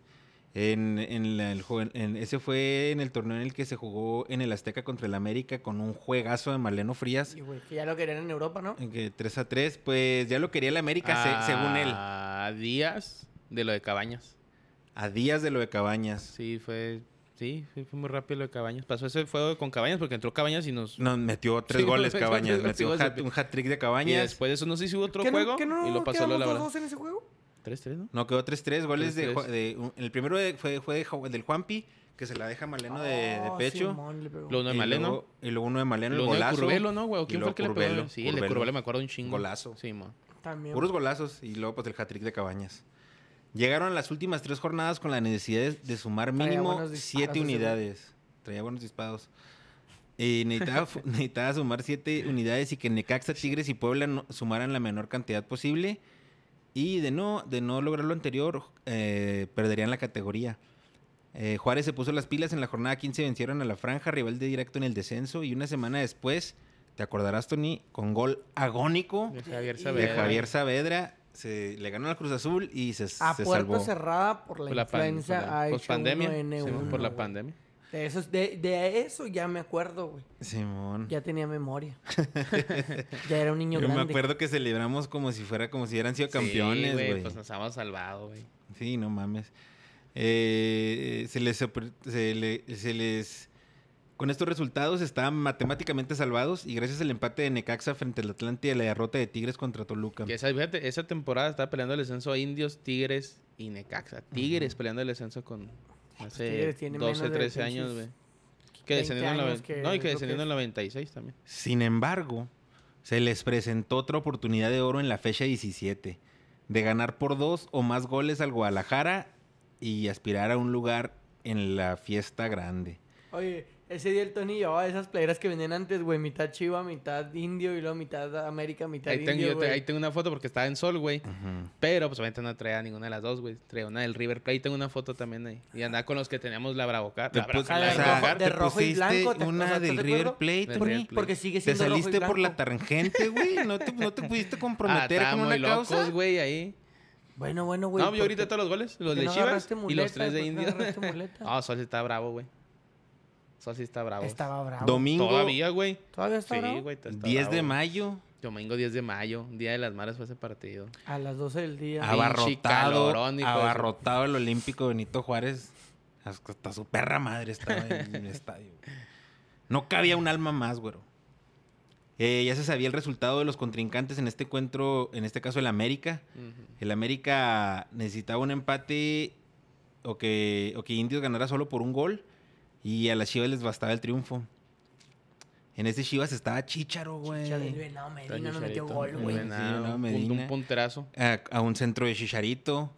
[SPEAKER 1] En, en la- el jue- en- ese fue en el torneo en el que se jugó en el Azteca contra el América con un juegazo de Maleno Frías,
[SPEAKER 2] Y, güey, que ya lo querían en Europa, ¿no?
[SPEAKER 1] en que 3 a 3, pues ya lo quería el América, se- según él.
[SPEAKER 3] A días Ah, de lo de Cabañas.
[SPEAKER 1] A días de lo de Cabañas.
[SPEAKER 3] Sí, fue. Sí, sí, fue muy rápido lo de Cabañas. Pasó ese fuego con Cabañas porque entró Cabañas y nos.
[SPEAKER 1] Nos metió tres
[SPEAKER 3] Sí,
[SPEAKER 1] goles
[SPEAKER 3] metió
[SPEAKER 1] Cabañas,
[SPEAKER 3] tres goles,
[SPEAKER 1] metió
[SPEAKER 3] sí,
[SPEAKER 1] hat-
[SPEAKER 3] güey.
[SPEAKER 1] un hat-trick de
[SPEAKER 3] Y
[SPEAKER 1] Cabañas.
[SPEAKER 3] después de eso no sé si hubo otro
[SPEAKER 2] ¿Qué no-
[SPEAKER 3] juego
[SPEAKER 2] ¿Qué no
[SPEAKER 3] y lo pasó lo
[SPEAKER 2] quedamos
[SPEAKER 3] la verdad.
[SPEAKER 2] 2-2 en ese juego?
[SPEAKER 3] 3-3, ¿no?
[SPEAKER 1] No, quedó 3-3 goles de,
[SPEAKER 3] 3-3.
[SPEAKER 1] Ju- de- un- El primero de- fue, fue de Ju- del Juanpi, que se la deja Maleno de, de
[SPEAKER 2] Oh,
[SPEAKER 1] pecho.
[SPEAKER 2] Simón, le pegó.
[SPEAKER 3] Lo uno de
[SPEAKER 1] Y
[SPEAKER 3] Maleno.
[SPEAKER 1] luego- Y luego uno de Maleno, el
[SPEAKER 3] Lo uno de
[SPEAKER 1] golazo.
[SPEAKER 3] Curvelo, ¿no, güey?
[SPEAKER 1] y
[SPEAKER 3] ¿O ¿Quién fue
[SPEAKER 1] luego
[SPEAKER 3] el que le
[SPEAKER 1] Curvelo,
[SPEAKER 3] pegó? Sí, el de
[SPEAKER 1] Curvelo.
[SPEAKER 3] Curvelo me acuerdo un chingo.
[SPEAKER 1] Golazo.
[SPEAKER 3] Sí, mo.
[SPEAKER 2] También.
[SPEAKER 1] Puros golazos y luego pues el hat-trick de Cabañas. Llegaron las últimas tres jornadas con la necesidad de, de sumar
[SPEAKER 2] Traía
[SPEAKER 1] mínimo
[SPEAKER 2] buenos disparos
[SPEAKER 1] siete
[SPEAKER 2] ese güey.
[SPEAKER 1] unidades. Traía buenos disparos. Y necesitaba, fu- necesitaba sumar siete unidades y que Necaxa, Tigres y Puebla no- sumaran la menor cantidad posible. Y de no, de no lograr lo anterior, eh, perderían la categoría. Eh, Juárez se puso las pilas en la jornada 15, vencieron a la franja, rival de directo en el descenso. Y una semana después, te acordarás, Tony, con gol agónico
[SPEAKER 3] De Javier
[SPEAKER 2] De
[SPEAKER 1] de
[SPEAKER 3] Saavedra.
[SPEAKER 1] Javier Saavedra. Se, le ganó al Cruz Azul y se,
[SPEAKER 2] A
[SPEAKER 1] se
[SPEAKER 2] puerta
[SPEAKER 1] salvó.
[SPEAKER 2] cerrada por la,
[SPEAKER 3] Por la pan- por
[SPEAKER 2] influenza
[SPEAKER 3] la-
[SPEAKER 2] H1N1,
[SPEAKER 3] pospandemia, sí, mo, Por la
[SPEAKER 2] güey.
[SPEAKER 3] pandemia.
[SPEAKER 2] De eso, de, de eso ya me acuerdo, güey.
[SPEAKER 1] Simón.
[SPEAKER 2] Ya tenía memoria. ya era un niño
[SPEAKER 1] Yo me
[SPEAKER 2] grande.
[SPEAKER 1] acuerdo que celebramos como si fuera, como si hubieran sido campeones,
[SPEAKER 3] Sí,
[SPEAKER 1] güey.
[SPEAKER 3] Pues nos habíamos salvado, güey.
[SPEAKER 1] Sí, no mames. Eh, se les, apre- se le- se les- Con estos resultados estaban matemáticamente salvados y gracias al empate de Necaxa frente al Atlante y a la derrota de Tigres contra Toluca.
[SPEAKER 3] Que esa, fíjate, esa temporada estaba peleando el descenso Indios, Tigres y Necaxa. Tigres peleando el descenso con hace
[SPEAKER 2] Pues Tigres tiene menos
[SPEAKER 3] 12,
[SPEAKER 2] de
[SPEAKER 3] 13 años, güey.
[SPEAKER 2] pinches
[SPEAKER 3] Que
[SPEAKER 2] 20
[SPEAKER 3] descendieron en la
[SPEAKER 2] años
[SPEAKER 3] ve-
[SPEAKER 2] que
[SPEAKER 3] No, y
[SPEAKER 2] es
[SPEAKER 3] que
[SPEAKER 2] lo
[SPEAKER 3] descendieron
[SPEAKER 2] que
[SPEAKER 3] en la 96 también.
[SPEAKER 1] Sin embargo, se les presentó otra oportunidad de oro en la fecha 17, de ganar por dos o más goles al Guadalajara y aspirar a un lugar en la fiesta grande.
[SPEAKER 2] Oye, ese día el Tony llevaba esas playeras que vendían antes, güey. Mitad chiva, mitad indio y luego mitad América, mitad
[SPEAKER 3] Ahí tengo,
[SPEAKER 2] indio,
[SPEAKER 3] yo te-
[SPEAKER 2] güey.
[SPEAKER 3] ahí tengo una foto porque estaba en sol, güey.
[SPEAKER 1] Ujú.
[SPEAKER 3] Pero pues obviamente no traía ninguna de las dos, güey. Traía una del River Plate. Tengo una foto también ahí. Y andaba con los que teníamos la Bravocar.
[SPEAKER 1] Te
[SPEAKER 3] La Bravo
[SPEAKER 1] pus-
[SPEAKER 2] Ah,
[SPEAKER 3] Car, la
[SPEAKER 1] o sea,
[SPEAKER 3] Bravo Car.
[SPEAKER 2] de
[SPEAKER 1] te
[SPEAKER 2] rojo y
[SPEAKER 1] pusiste
[SPEAKER 2] blanco, te-
[SPEAKER 1] una
[SPEAKER 2] o sea, ¿estás
[SPEAKER 1] del
[SPEAKER 2] de
[SPEAKER 1] River
[SPEAKER 2] acuerdo?
[SPEAKER 1] Plate,
[SPEAKER 3] Del
[SPEAKER 1] Tony.
[SPEAKER 3] River Plate.
[SPEAKER 2] Porque sigue
[SPEAKER 1] Te
[SPEAKER 2] siendo rojo y
[SPEAKER 1] saliste por la
[SPEAKER 2] blanco.
[SPEAKER 1] tangente, güey. No te, no te pudiste comprometer
[SPEAKER 3] Ah,
[SPEAKER 1] con una
[SPEAKER 3] muy locos,
[SPEAKER 1] causa.
[SPEAKER 3] güey, ahí.
[SPEAKER 2] Bueno, bueno, güey.
[SPEAKER 3] no, yo
[SPEAKER 2] ¿por qué-
[SPEAKER 3] ahorita todos los goles.
[SPEAKER 2] por
[SPEAKER 3] Los
[SPEAKER 2] qué
[SPEAKER 3] de
[SPEAKER 2] no
[SPEAKER 3] Chivas
[SPEAKER 2] agarraste
[SPEAKER 3] y los
[SPEAKER 2] muleta?
[SPEAKER 3] tres
[SPEAKER 2] ¿Por
[SPEAKER 3] de
[SPEAKER 2] qué no
[SPEAKER 3] Indios.
[SPEAKER 2] agarraste muleta?
[SPEAKER 3] No, Sol sí está bravo, güey. Sol sí está bravo.
[SPEAKER 2] Estaba bravo.
[SPEAKER 1] Domingo
[SPEAKER 3] Todavía, güey.
[SPEAKER 2] ¿Todavía está
[SPEAKER 3] Sí,
[SPEAKER 2] bravo?
[SPEAKER 3] güey. está- está
[SPEAKER 1] 10 de
[SPEAKER 3] bravo.
[SPEAKER 1] mayo,
[SPEAKER 3] Domingo 10 de mayo. Día de las Madres fue ese partido.
[SPEAKER 2] A las 12 del día.
[SPEAKER 3] Ah,
[SPEAKER 1] abarrotado,
[SPEAKER 3] calorón, hijo de su-
[SPEAKER 1] abarrotado el Olímpico Benito Juárez. Hasta hasta su perra madre estaba en el estadio. güey. No cabía un alma más, güero. Eh, ya se sabía el resultado de los contrincantes en este encuentro, en este caso el América.
[SPEAKER 3] Ujú.
[SPEAKER 1] El América necesitaba un empate o que, o que Indios ganara solo por un gol y a las Chivas les bastaba el triunfo. En este Chivas estaba Chicharo, güey.
[SPEAKER 2] Chicha del Venado Medina no metió
[SPEAKER 3] Chicharito,
[SPEAKER 2] gol,
[SPEAKER 3] el
[SPEAKER 1] Muy
[SPEAKER 2] güey.
[SPEAKER 1] buena.
[SPEAKER 3] Venado,
[SPEAKER 1] Sí, no,
[SPEAKER 3] un-
[SPEAKER 1] Medina.
[SPEAKER 3] Un punterazo.
[SPEAKER 1] a, a un centro de Chicharito.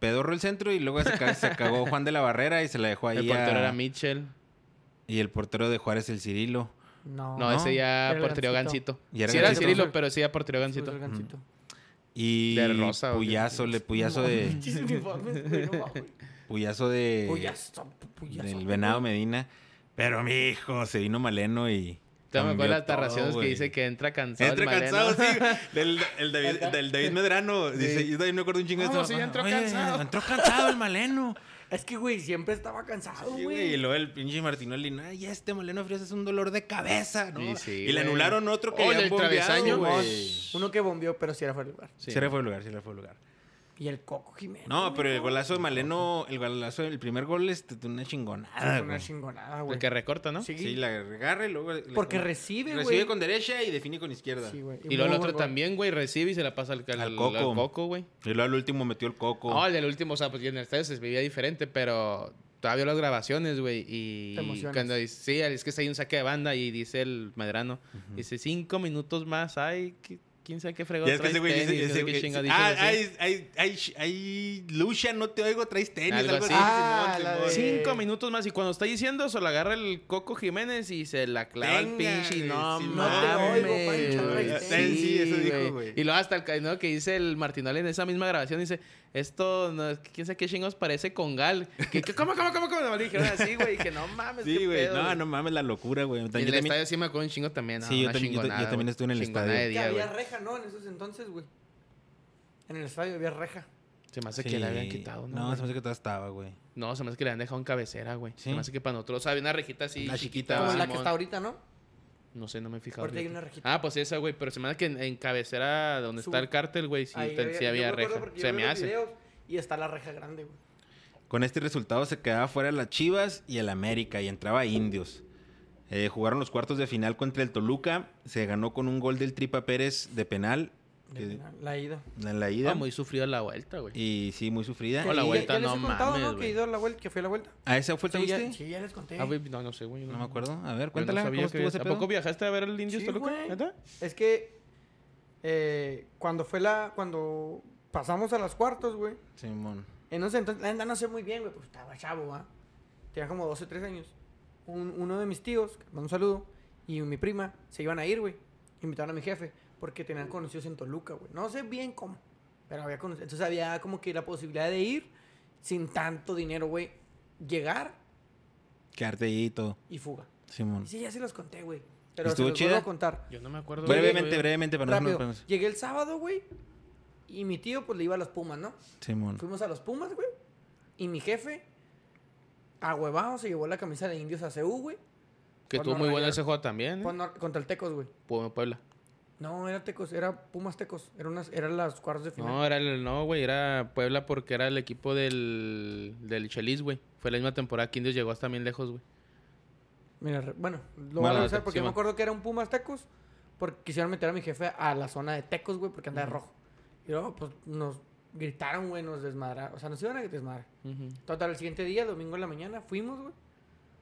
[SPEAKER 1] Pedorro el centro y luego se, ca- se cagó Juan de la Barrera y se la dejó ahí.
[SPEAKER 3] El portero
[SPEAKER 1] a-
[SPEAKER 3] era Mitchell.
[SPEAKER 1] Y el portero de Juárez, el Cirilo.
[SPEAKER 2] No.
[SPEAKER 3] No,
[SPEAKER 1] no,
[SPEAKER 3] ese ya
[SPEAKER 2] era
[SPEAKER 3] portero
[SPEAKER 2] Gancito. Pues,
[SPEAKER 3] Gancito.
[SPEAKER 1] Y era
[SPEAKER 3] Sí era
[SPEAKER 1] Gancito.
[SPEAKER 3] Cirilo, pero sí ya portero
[SPEAKER 2] Fue
[SPEAKER 3] Gancito. Mm.
[SPEAKER 2] el gancito.
[SPEAKER 1] Y
[SPEAKER 3] De rosa, ¿o qué?
[SPEAKER 1] Puyazo, le Puyazo de.
[SPEAKER 2] Pinches uniformes, güey, no mames.
[SPEAKER 1] Puyazo de.
[SPEAKER 2] Puyazo, puyazo,
[SPEAKER 1] Del
[SPEAKER 2] güey.
[SPEAKER 1] Venado Medina. Pero mi hijo, se vino Maleno y.
[SPEAKER 3] Te me acuerdo
[SPEAKER 1] cambió
[SPEAKER 3] las narraciones
[SPEAKER 1] todo,
[SPEAKER 3] que
[SPEAKER 1] güey.
[SPEAKER 3] dice que entra cansado.
[SPEAKER 1] Entra
[SPEAKER 3] el
[SPEAKER 1] cansado,
[SPEAKER 3] Maleno.
[SPEAKER 1] sí. Del, el David, del David Medrano. Dice,
[SPEAKER 3] Sí.
[SPEAKER 1] yo también me acuerdo un chingo de
[SPEAKER 3] ¿Cómo
[SPEAKER 1] esto.
[SPEAKER 3] si ya entró
[SPEAKER 1] Oye,
[SPEAKER 3] cansado?
[SPEAKER 1] Entró cansado el Maleno.
[SPEAKER 2] Es que, güey, siempre estaba cansado,
[SPEAKER 1] Sí, güey,
[SPEAKER 2] güey.
[SPEAKER 1] y luego el pinche Martinoli, no, y este Maleno Frías es un dolor de cabeza, ¿no?
[SPEAKER 3] Sí, sí,
[SPEAKER 1] y le
[SPEAKER 3] güey.
[SPEAKER 1] anularon otro que
[SPEAKER 3] Oye,
[SPEAKER 1] habían
[SPEAKER 3] el
[SPEAKER 1] bombeado,
[SPEAKER 3] travesaño,
[SPEAKER 1] güey.
[SPEAKER 3] güey.
[SPEAKER 2] Uno que bombeó, pero sí era fuera de lugar.
[SPEAKER 3] Sí.
[SPEAKER 1] Sí le fue el lugar, sí le fue el lugar.
[SPEAKER 2] Y el Coco Jiménez.
[SPEAKER 1] No,
[SPEAKER 2] güey,
[SPEAKER 1] pero el golazo de Maleno, el golazo, el primer gol es una chingonada,
[SPEAKER 2] Fue Una
[SPEAKER 1] güey.
[SPEAKER 2] chingonada,
[SPEAKER 3] El
[SPEAKER 2] güey.
[SPEAKER 3] que recorta, ¿no?
[SPEAKER 2] Sí,
[SPEAKER 1] Sí, la agarra y luego... le-
[SPEAKER 2] Porque
[SPEAKER 1] con-
[SPEAKER 2] recibe, güey.
[SPEAKER 1] Recibe con derecha y define con izquierda.
[SPEAKER 2] Sí, güey.
[SPEAKER 3] Y luego el
[SPEAKER 2] muy
[SPEAKER 3] otro
[SPEAKER 2] buen
[SPEAKER 3] también, güey, recibe y se la pasa al, al,
[SPEAKER 1] Al
[SPEAKER 3] al
[SPEAKER 1] Coco.
[SPEAKER 3] coco, güey.
[SPEAKER 1] Y luego al último metió el coco.
[SPEAKER 3] No, el del último, o sea, pues en el estadio se vivía diferente, pero todavía las grabaciones, güey. Y
[SPEAKER 2] Te emocionas.
[SPEAKER 3] cuando dice, sí, es que hay un saque de banda y dice el Medrano, dice cinco minutos más, ay, que quién sabe qué fregón
[SPEAKER 1] Ya es que
[SPEAKER 3] traes
[SPEAKER 1] ese güey
[SPEAKER 3] tenis,
[SPEAKER 1] dice,
[SPEAKER 3] quién sabe
[SPEAKER 1] ese
[SPEAKER 3] qué
[SPEAKER 1] güey-
[SPEAKER 3] chingados
[SPEAKER 1] ah,
[SPEAKER 3] dice, así.
[SPEAKER 1] ay, ay, ay, ay, Lucia, no te oigo, traes tenis,
[SPEAKER 3] Algo
[SPEAKER 1] algo, así.
[SPEAKER 3] así.
[SPEAKER 2] Ah, la
[SPEAKER 1] Simón,
[SPEAKER 2] de-
[SPEAKER 1] Simón.
[SPEAKER 3] Cinco minutos más y cuando está diciendo eso, lo agarra el Coco Jiménez y se la clava el
[SPEAKER 1] Venga,
[SPEAKER 3] pinche. y
[SPEAKER 1] güey,
[SPEAKER 3] No,
[SPEAKER 1] sí,
[SPEAKER 3] mames,
[SPEAKER 1] no te
[SPEAKER 2] oigo, Pancho,
[SPEAKER 3] güey.
[SPEAKER 2] traes
[SPEAKER 1] tenis. Sí, eso dijo, güey.
[SPEAKER 3] Y luego hasta el ca- ¿no? que dice el Martinoli en esa misma grabación, dice, esto, no, quién sabe qué chingos parece con Gal. Que, que, ¿Cómo, cómo, cómo, cómo? Nomás le dijeron así, güey, que no mames,
[SPEAKER 1] Sí,
[SPEAKER 3] pues, qué
[SPEAKER 1] güey.
[SPEAKER 3] pedo,
[SPEAKER 1] No, no mames la locura, güey. Yo
[SPEAKER 3] Y en el
[SPEAKER 1] también-
[SPEAKER 3] estadio sí me acuerdo un chingo también.
[SPEAKER 1] Sí, yo también- yo ta- yo también estuve en el estadio.
[SPEAKER 2] Que había
[SPEAKER 3] estadio.
[SPEAKER 2] reja, ¿no? En esos entonces, güey. En el estadio había reja.
[SPEAKER 3] Se me hace que le habían
[SPEAKER 1] Sí.
[SPEAKER 3] quitado, ¿no?
[SPEAKER 1] No,
[SPEAKER 3] güey?
[SPEAKER 1] se me hace que todavía estaba, güey.
[SPEAKER 3] No, se me hace que le habían dejado en cabecera, güey. Se
[SPEAKER 1] Sí.
[SPEAKER 3] me hace que para nosotros, o sea, había una rejita así
[SPEAKER 1] La chiquita,
[SPEAKER 3] chiquita
[SPEAKER 2] Como la
[SPEAKER 3] Simón.
[SPEAKER 2] que está ahorita, ¿no?
[SPEAKER 3] No sé, no me he fijado.
[SPEAKER 2] Ahorita hay
[SPEAKER 3] ahorita.
[SPEAKER 2] una rejita.
[SPEAKER 3] Ah, pues esa, güey. Pero se me hace que en, en cabecera donde
[SPEAKER 2] Sube.
[SPEAKER 3] está el cártel, güey, sí,
[SPEAKER 2] Ahí
[SPEAKER 3] te- sí
[SPEAKER 2] yo
[SPEAKER 3] había
[SPEAKER 2] me acuerdo
[SPEAKER 3] reja.
[SPEAKER 2] porque yo
[SPEAKER 3] Se
[SPEAKER 2] vi
[SPEAKER 3] me
[SPEAKER 2] los
[SPEAKER 3] hace.
[SPEAKER 2] videos y está la reja grande, güey.
[SPEAKER 1] Con este resultado se quedaba fuera las Chivas y el América y entraba Indios. Eh, jugaron los cuartos de final contra el Toluca. Se ganó con un gol del Tripa Pérez de penal
[SPEAKER 2] De
[SPEAKER 1] que-
[SPEAKER 2] penal, La ida.
[SPEAKER 1] en la ida.
[SPEAKER 3] Ah, muy sufrido la vuelta, güey.
[SPEAKER 1] Y sí, muy sufrida.
[SPEAKER 3] Con la
[SPEAKER 2] Ya-
[SPEAKER 3] vuelta,
[SPEAKER 2] ya les
[SPEAKER 3] no
[SPEAKER 2] he contado,
[SPEAKER 3] mames,
[SPEAKER 2] ¿no? Que
[SPEAKER 3] güey. ¿Pues
[SPEAKER 2] he ido a la vuelta, que fui a la vuelta.
[SPEAKER 1] ¿A esa vuelta
[SPEAKER 2] Sí,
[SPEAKER 1] viste?
[SPEAKER 2] ya, sí, ya les conté.
[SPEAKER 3] Ah, güey, no, no sé, güey.
[SPEAKER 1] No me acuerdo. A ver,
[SPEAKER 3] Yo no
[SPEAKER 1] cuéntala.
[SPEAKER 3] sabía
[SPEAKER 1] ¿Cómo
[SPEAKER 3] que-
[SPEAKER 1] estuvo ese
[SPEAKER 3] ¿A
[SPEAKER 1] pedo?
[SPEAKER 3] poco viajaste a ver el Indios
[SPEAKER 2] Sí,
[SPEAKER 3] Toluca?
[SPEAKER 2] güey.
[SPEAKER 3] ¿Neta?
[SPEAKER 2] Es que eh, cuando fue la. Cuando pasamos a las cuartos, güey.
[SPEAKER 1] Simón.
[SPEAKER 2] En ese entonces, la neta no sé muy bien, güey, pues estaba chavo, ¿ah? Tenía como 12, 13 años. Un- uno de mis tíos, que le mando un saludo, y mi prima se iban a ir, güey. Invitaron a mi jefe, porque tenían conocidos en Toluca, güey. No sé bien cómo, pero había conocido. Entonces había como que la posibilidad de ir sin tanto dinero, güey. Llegar
[SPEAKER 1] Quedarte ahí y todo.
[SPEAKER 2] y fuga.
[SPEAKER 1] Simón.
[SPEAKER 2] Sí, ya se los conté, güey. Pero se
[SPEAKER 1] Mm. ¿Estuvo
[SPEAKER 2] los vuelvo
[SPEAKER 1] chida?
[SPEAKER 2] a contar.
[SPEAKER 3] Yo no me acuerdo. güey,
[SPEAKER 1] Brevemente,
[SPEAKER 3] pues, güey.
[SPEAKER 1] brevemente, para no
[SPEAKER 2] Rápido.
[SPEAKER 1] nos
[SPEAKER 2] Llegué el sábado, güey. Y mi tío, pues le iba a las Pumas, ¿no?
[SPEAKER 1] Simón.
[SPEAKER 2] Fuimos a los Pumas, güey. Y mi jefe, ahuevado, se llevó la camisa de indios a CU, güey.
[SPEAKER 3] Que
[SPEAKER 2] Con
[SPEAKER 3] estuvo muy bueno
[SPEAKER 2] Norrayar.
[SPEAKER 3] ese juego también. ¿eh?
[SPEAKER 2] Con- Contra el Tecos, güey.
[SPEAKER 3] Pue- Puebla.
[SPEAKER 2] No, era Tecos, era Pumas Tecos. Era unas, eran las cuartos de final.
[SPEAKER 3] No, eh. era el, no, güey, era Puebla porque era el equipo del, del Chelis, güey. Fue la misma temporada que Indios llegó hasta bien lejos, güey.
[SPEAKER 2] Mira, re- bueno, lo voy a
[SPEAKER 1] Bueno,
[SPEAKER 2] revisar porque
[SPEAKER 3] sí,
[SPEAKER 2] yo me
[SPEAKER 3] man.
[SPEAKER 2] acuerdo que era un Pumas Tecos. Porque quisieron meter a mi jefe a la zona de Tecos, güey, porque andaba de rojo. Y luego, pues, nos gritaron, güey, nos desmadraron. O sea, nos iban a desmadrar.
[SPEAKER 3] Ujú.
[SPEAKER 2] Total, el siguiente día, domingo en la mañana, fuimos, güey.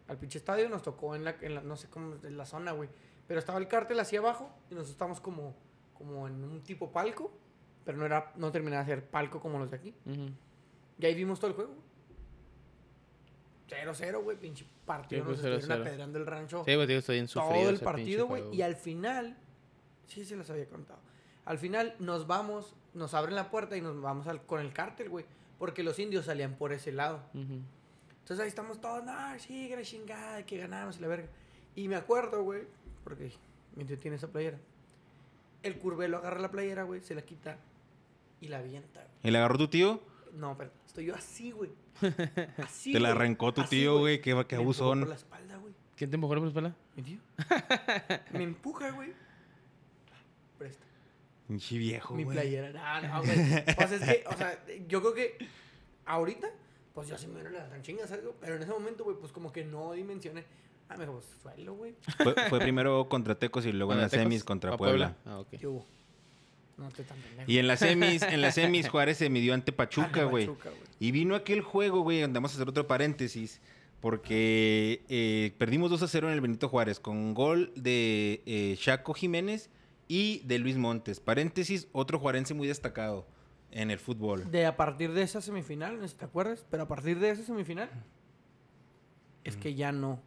[SPEAKER 2] Al pinche estadio, nos tocó en la, en la- no sé cómo, en la zona, güey. Pero estaba el cártel hacia abajo y nosotros estábamos como, como en un tipo palco, pero no era, no terminaba de ser palco como los de aquí.
[SPEAKER 3] Ujú.
[SPEAKER 2] Y ahí vimos todo el juego. 0-0, güey, pinche partido. nos
[SPEAKER 3] Sí, pues, cero,
[SPEAKER 2] estuvieron
[SPEAKER 3] cero.
[SPEAKER 2] apedrando el rancho
[SPEAKER 3] Sí, güey, digo, estoy en sufrido.
[SPEAKER 2] todo el
[SPEAKER 3] ese pinche
[SPEAKER 2] partido, güey.
[SPEAKER 3] juego,
[SPEAKER 2] Y al final, sí se los había contado. Al final nos vamos, nos abren la puerta y nos vamos al- con el cártel, güey. Porque los indios salían por ese lado.
[SPEAKER 3] Ujú.
[SPEAKER 2] Entonces ahí estamos todos, no, sí, que la chingada, que ganamos y la verga. Y me acuerdo, güey, porque mi tío tiene esa playera. El curvelo agarra la playera, güey, se la quita y la avienta. güey.
[SPEAKER 1] ¿Y le agarró tu tío?
[SPEAKER 2] No, pero estoy yo así, güey. Así.
[SPEAKER 1] Te la
[SPEAKER 2] güey.
[SPEAKER 1] arrancó tu
[SPEAKER 3] Ah,
[SPEAKER 2] Así,
[SPEAKER 1] tío, güey. Qué, qué
[SPEAKER 2] Me empujó
[SPEAKER 1] abusón.
[SPEAKER 2] Por la espalda, güey.
[SPEAKER 3] ¿Quién te empujó la espalda?
[SPEAKER 2] Mi tío. me empuja, güey. Presta.
[SPEAKER 1] Pinche viejo,
[SPEAKER 2] Mi
[SPEAKER 1] güey.
[SPEAKER 2] playera. No, no, güey. Pues es que, o sea, yo creo que ahorita, pues yo sí me hubiera levantado en chingas algo, pero en ese momento, güey, pues como que no dimensioné. Ah, me dijo, pues suelo, güey.
[SPEAKER 1] Fue, fue primero contra Tecos y luego en las
[SPEAKER 3] ¿Tecos?
[SPEAKER 1] semis contra
[SPEAKER 3] ¿A
[SPEAKER 1] Puebla.
[SPEAKER 3] Ah, ok.
[SPEAKER 2] ¿Qué hubo? No te tan pendejo.
[SPEAKER 1] Y en las semis, en las semis Juárez se midió ante
[SPEAKER 2] Ah,
[SPEAKER 1] Pachuca,
[SPEAKER 2] no,
[SPEAKER 1] güey.
[SPEAKER 2] Pachuca,
[SPEAKER 1] Y vino aquel juego, güey, donde vamos a hacer otro paréntesis, porque eh, perdimos 2 a 0 en el Benito Juárez, con gol de eh, Chaco Jiménez y de Luis Montes. Paréntesis, otro juarense muy destacado en el fútbol.
[SPEAKER 2] De a partir de esa semifinal, no sé si te acuerdas, pero a partir de esa semifinal, es que ya no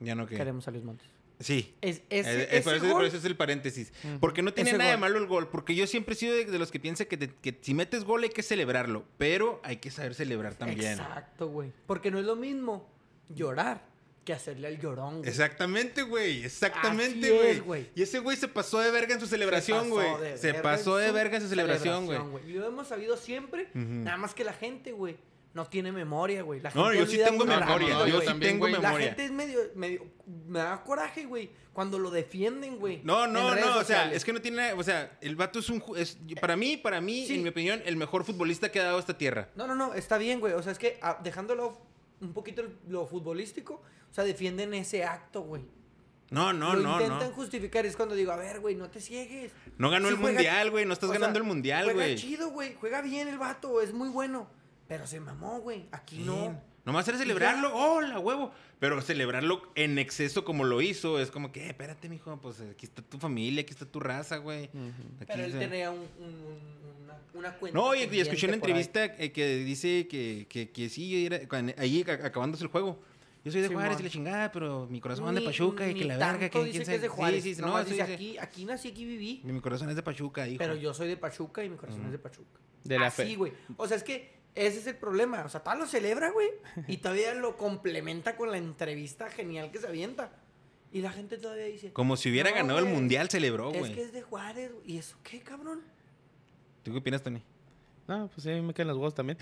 [SPEAKER 1] Ya no que.
[SPEAKER 2] queremos a Luis Montes.
[SPEAKER 1] Sí.
[SPEAKER 2] Es, es,
[SPEAKER 1] Eh, eh,
[SPEAKER 2] ese
[SPEAKER 1] por, eso,
[SPEAKER 2] gol-
[SPEAKER 1] por eso es el paréntesis. Porque no tiene
[SPEAKER 2] Ese
[SPEAKER 1] nada de
[SPEAKER 2] gol.
[SPEAKER 1] malo el gol. Porque yo siempre he sido de, de los que piensa que, te- que si metes gol hay que celebrarlo. Pero hay que saber celebrar también.
[SPEAKER 2] Exacto, güey. Porque no es lo mismo llorar que hacerle al llorón, güey.
[SPEAKER 1] Exactamente, güey. Exactamente,
[SPEAKER 2] Así
[SPEAKER 1] güey.
[SPEAKER 2] es, güey.
[SPEAKER 1] y ese güey se pasó de verga en su
[SPEAKER 2] Se
[SPEAKER 1] celebración,
[SPEAKER 2] pasó
[SPEAKER 1] güey.
[SPEAKER 2] de
[SPEAKER 1] Se
[SPEAKER 2] verga
[SPEAKER 1] pasó de verga en su celebración, güey.
[SPEAKER 2] Y lo hemos sabido siempre, nada más que la gente, güey, no tiene memoria, güey. La
[SPEAKER 1] No,
[SPEAKER 2] gente
[SPEAKER 1] yo sí
[SPEAKER 2] olvida
[SPEAKER 1] tengo
[SPEAKER 2] muy
[SPEAKER 1] memoria,
[SPEAKER 2] rápido,
[SPEAKER 3] yo
[SPEAKER 2] güey.
[SPEAKER 3] sí tengo
[SPEAKER 2] La
[SPEAKER 1] memoria.
[SPEAKER 2] gente es medio, medio, me da coraje, güey, cuando lo defienden, güey.
[SPEAKER 1] No,
[SPEAKER 2] en
[SPEAKER 1] no,
[SPEAKER 2] redes
[SPEAKER 1] no, o sea,
[SPEAKER 2] sociales.
[SPEAKER 1] es que no tiene, nada- o sea, el vato es un, ju- es, para mí, para mí,
[SPEAKER 2] Sí.
[SPEAKER 1] en mi opinión, el mejor futbolista que ha dado esta tierra.
[SPEAKER 2] No, no, no, está bien, güey. O sea, es que ah, dejándolo un poquito el- lo futbolístico, o sea, defienden ese acto, güey.
[SPEAKER 1] No, no,
[SPEAKER 2] lo
[SPEAKER 1] no,
[SPEAKER 2] intentan
[SPEAKER 1] no.
[SPEAKER 2] justificar y es cuando digo, a ver, güey, no te ciegues.
[SPEAKER 1] No ganó
[SPEAKER 2] Sí
[SPEAKER 1] el
[SPEAKER 2] juega-
[SPEAKER 1] mundial, güey, no estás
[SPEAKER 2] o sea,
[SPEAKER 1] ganando el mundial,
[SPEAKER 2] Juega
[SPEAKER 1] güey.
[SPEAKER 2] chido, güey. Juega bien el vato, es muy bueno. Pero se mamó, güey. Aquí
[SPEAKER 1] Sí.
[SPEAKER 2] no.
[SPEAKER 1] Nomás era celebrarlo, hola, huevo. Pero celebrarlo en exceso como lo hizo, es como que, eh, espérate, mijo, pues aquí está tu familia, aquí está tu raza, güey. Aquí
[SPEAKER 2] Pero él
[SPEAKER 1] está-
[SPEAKER 2] tenía un- un- un- una, una cuenta.
[SPEAKER 1] No, y, y
[SPEAKER 2] pendiente
[SPEAKER 1] escuché una
[SPEAKER 2] por ahí.
[SPEAKER 1] entrevista eh, que dice que, que, que sí, yo era- cuando- ahí ac- acabándose el juego. Yo soy de
[SPEAKER 2] Simón.
[SPEAKER 1] Juárez y la chingada, pero mi corazón es
[SPEAKER 2] Ni-
[SPEAKER 1] de Pachuca y
[SPEAKER 2] ni
[SPEAKER 1] que la verga,
[SPEAKER 2] tanto
[SPEAKER 1] que
[SPEAKER 2] dice
[SPEAKER 1] quién
[SPEAKER 2] que es de
[SPEAKER 1] sabe.
[SPEAKER 2] Juárez.
[SPEAKER 1] sí, sí,
[SPEAKER 2] nomás
[SPEAKER 1] no, sí,
[SPEAKER 2] dice,
[SPEAKER 1] sí.
[SPEAKER 2] Aquí, aquí nací, aquí viví.
[SPEAKER 1] Mi corazón es de Pachuca, hijo.
[SPEAKER 2] Pero yo soy de Pachuca y mi corazón es de Pachuca.
[SPEAKER 3] De la
[SPEAKER 2] Así,
[SPEAKER 3] fe.
[SPEAKER 2] güey. O sea, es que ese es el problema. O sea, todavía lo celebra, güey. Y todavía lo complementa con la entrevista genial que se avienta. Y la gente todavía dice...
[SPEAKER 1] Como si hubiera
[SPEAKER 2] "No,
[SPEAKER 1] ganado el
[SPEAKER 2] güey,
[SPEAKER 1] mundial, celebró,
[SPEAKER 2] Es
[SPEAKER 1] güey.
[SPEAKER 2] que es de Juárez, güey. ¿Y eso qué, cabrón?
[SPEAKER 1] ¿Tú qué opinas, Tony?
[SPEAKER 3] No, pues sí, a mí me caen los huevos también.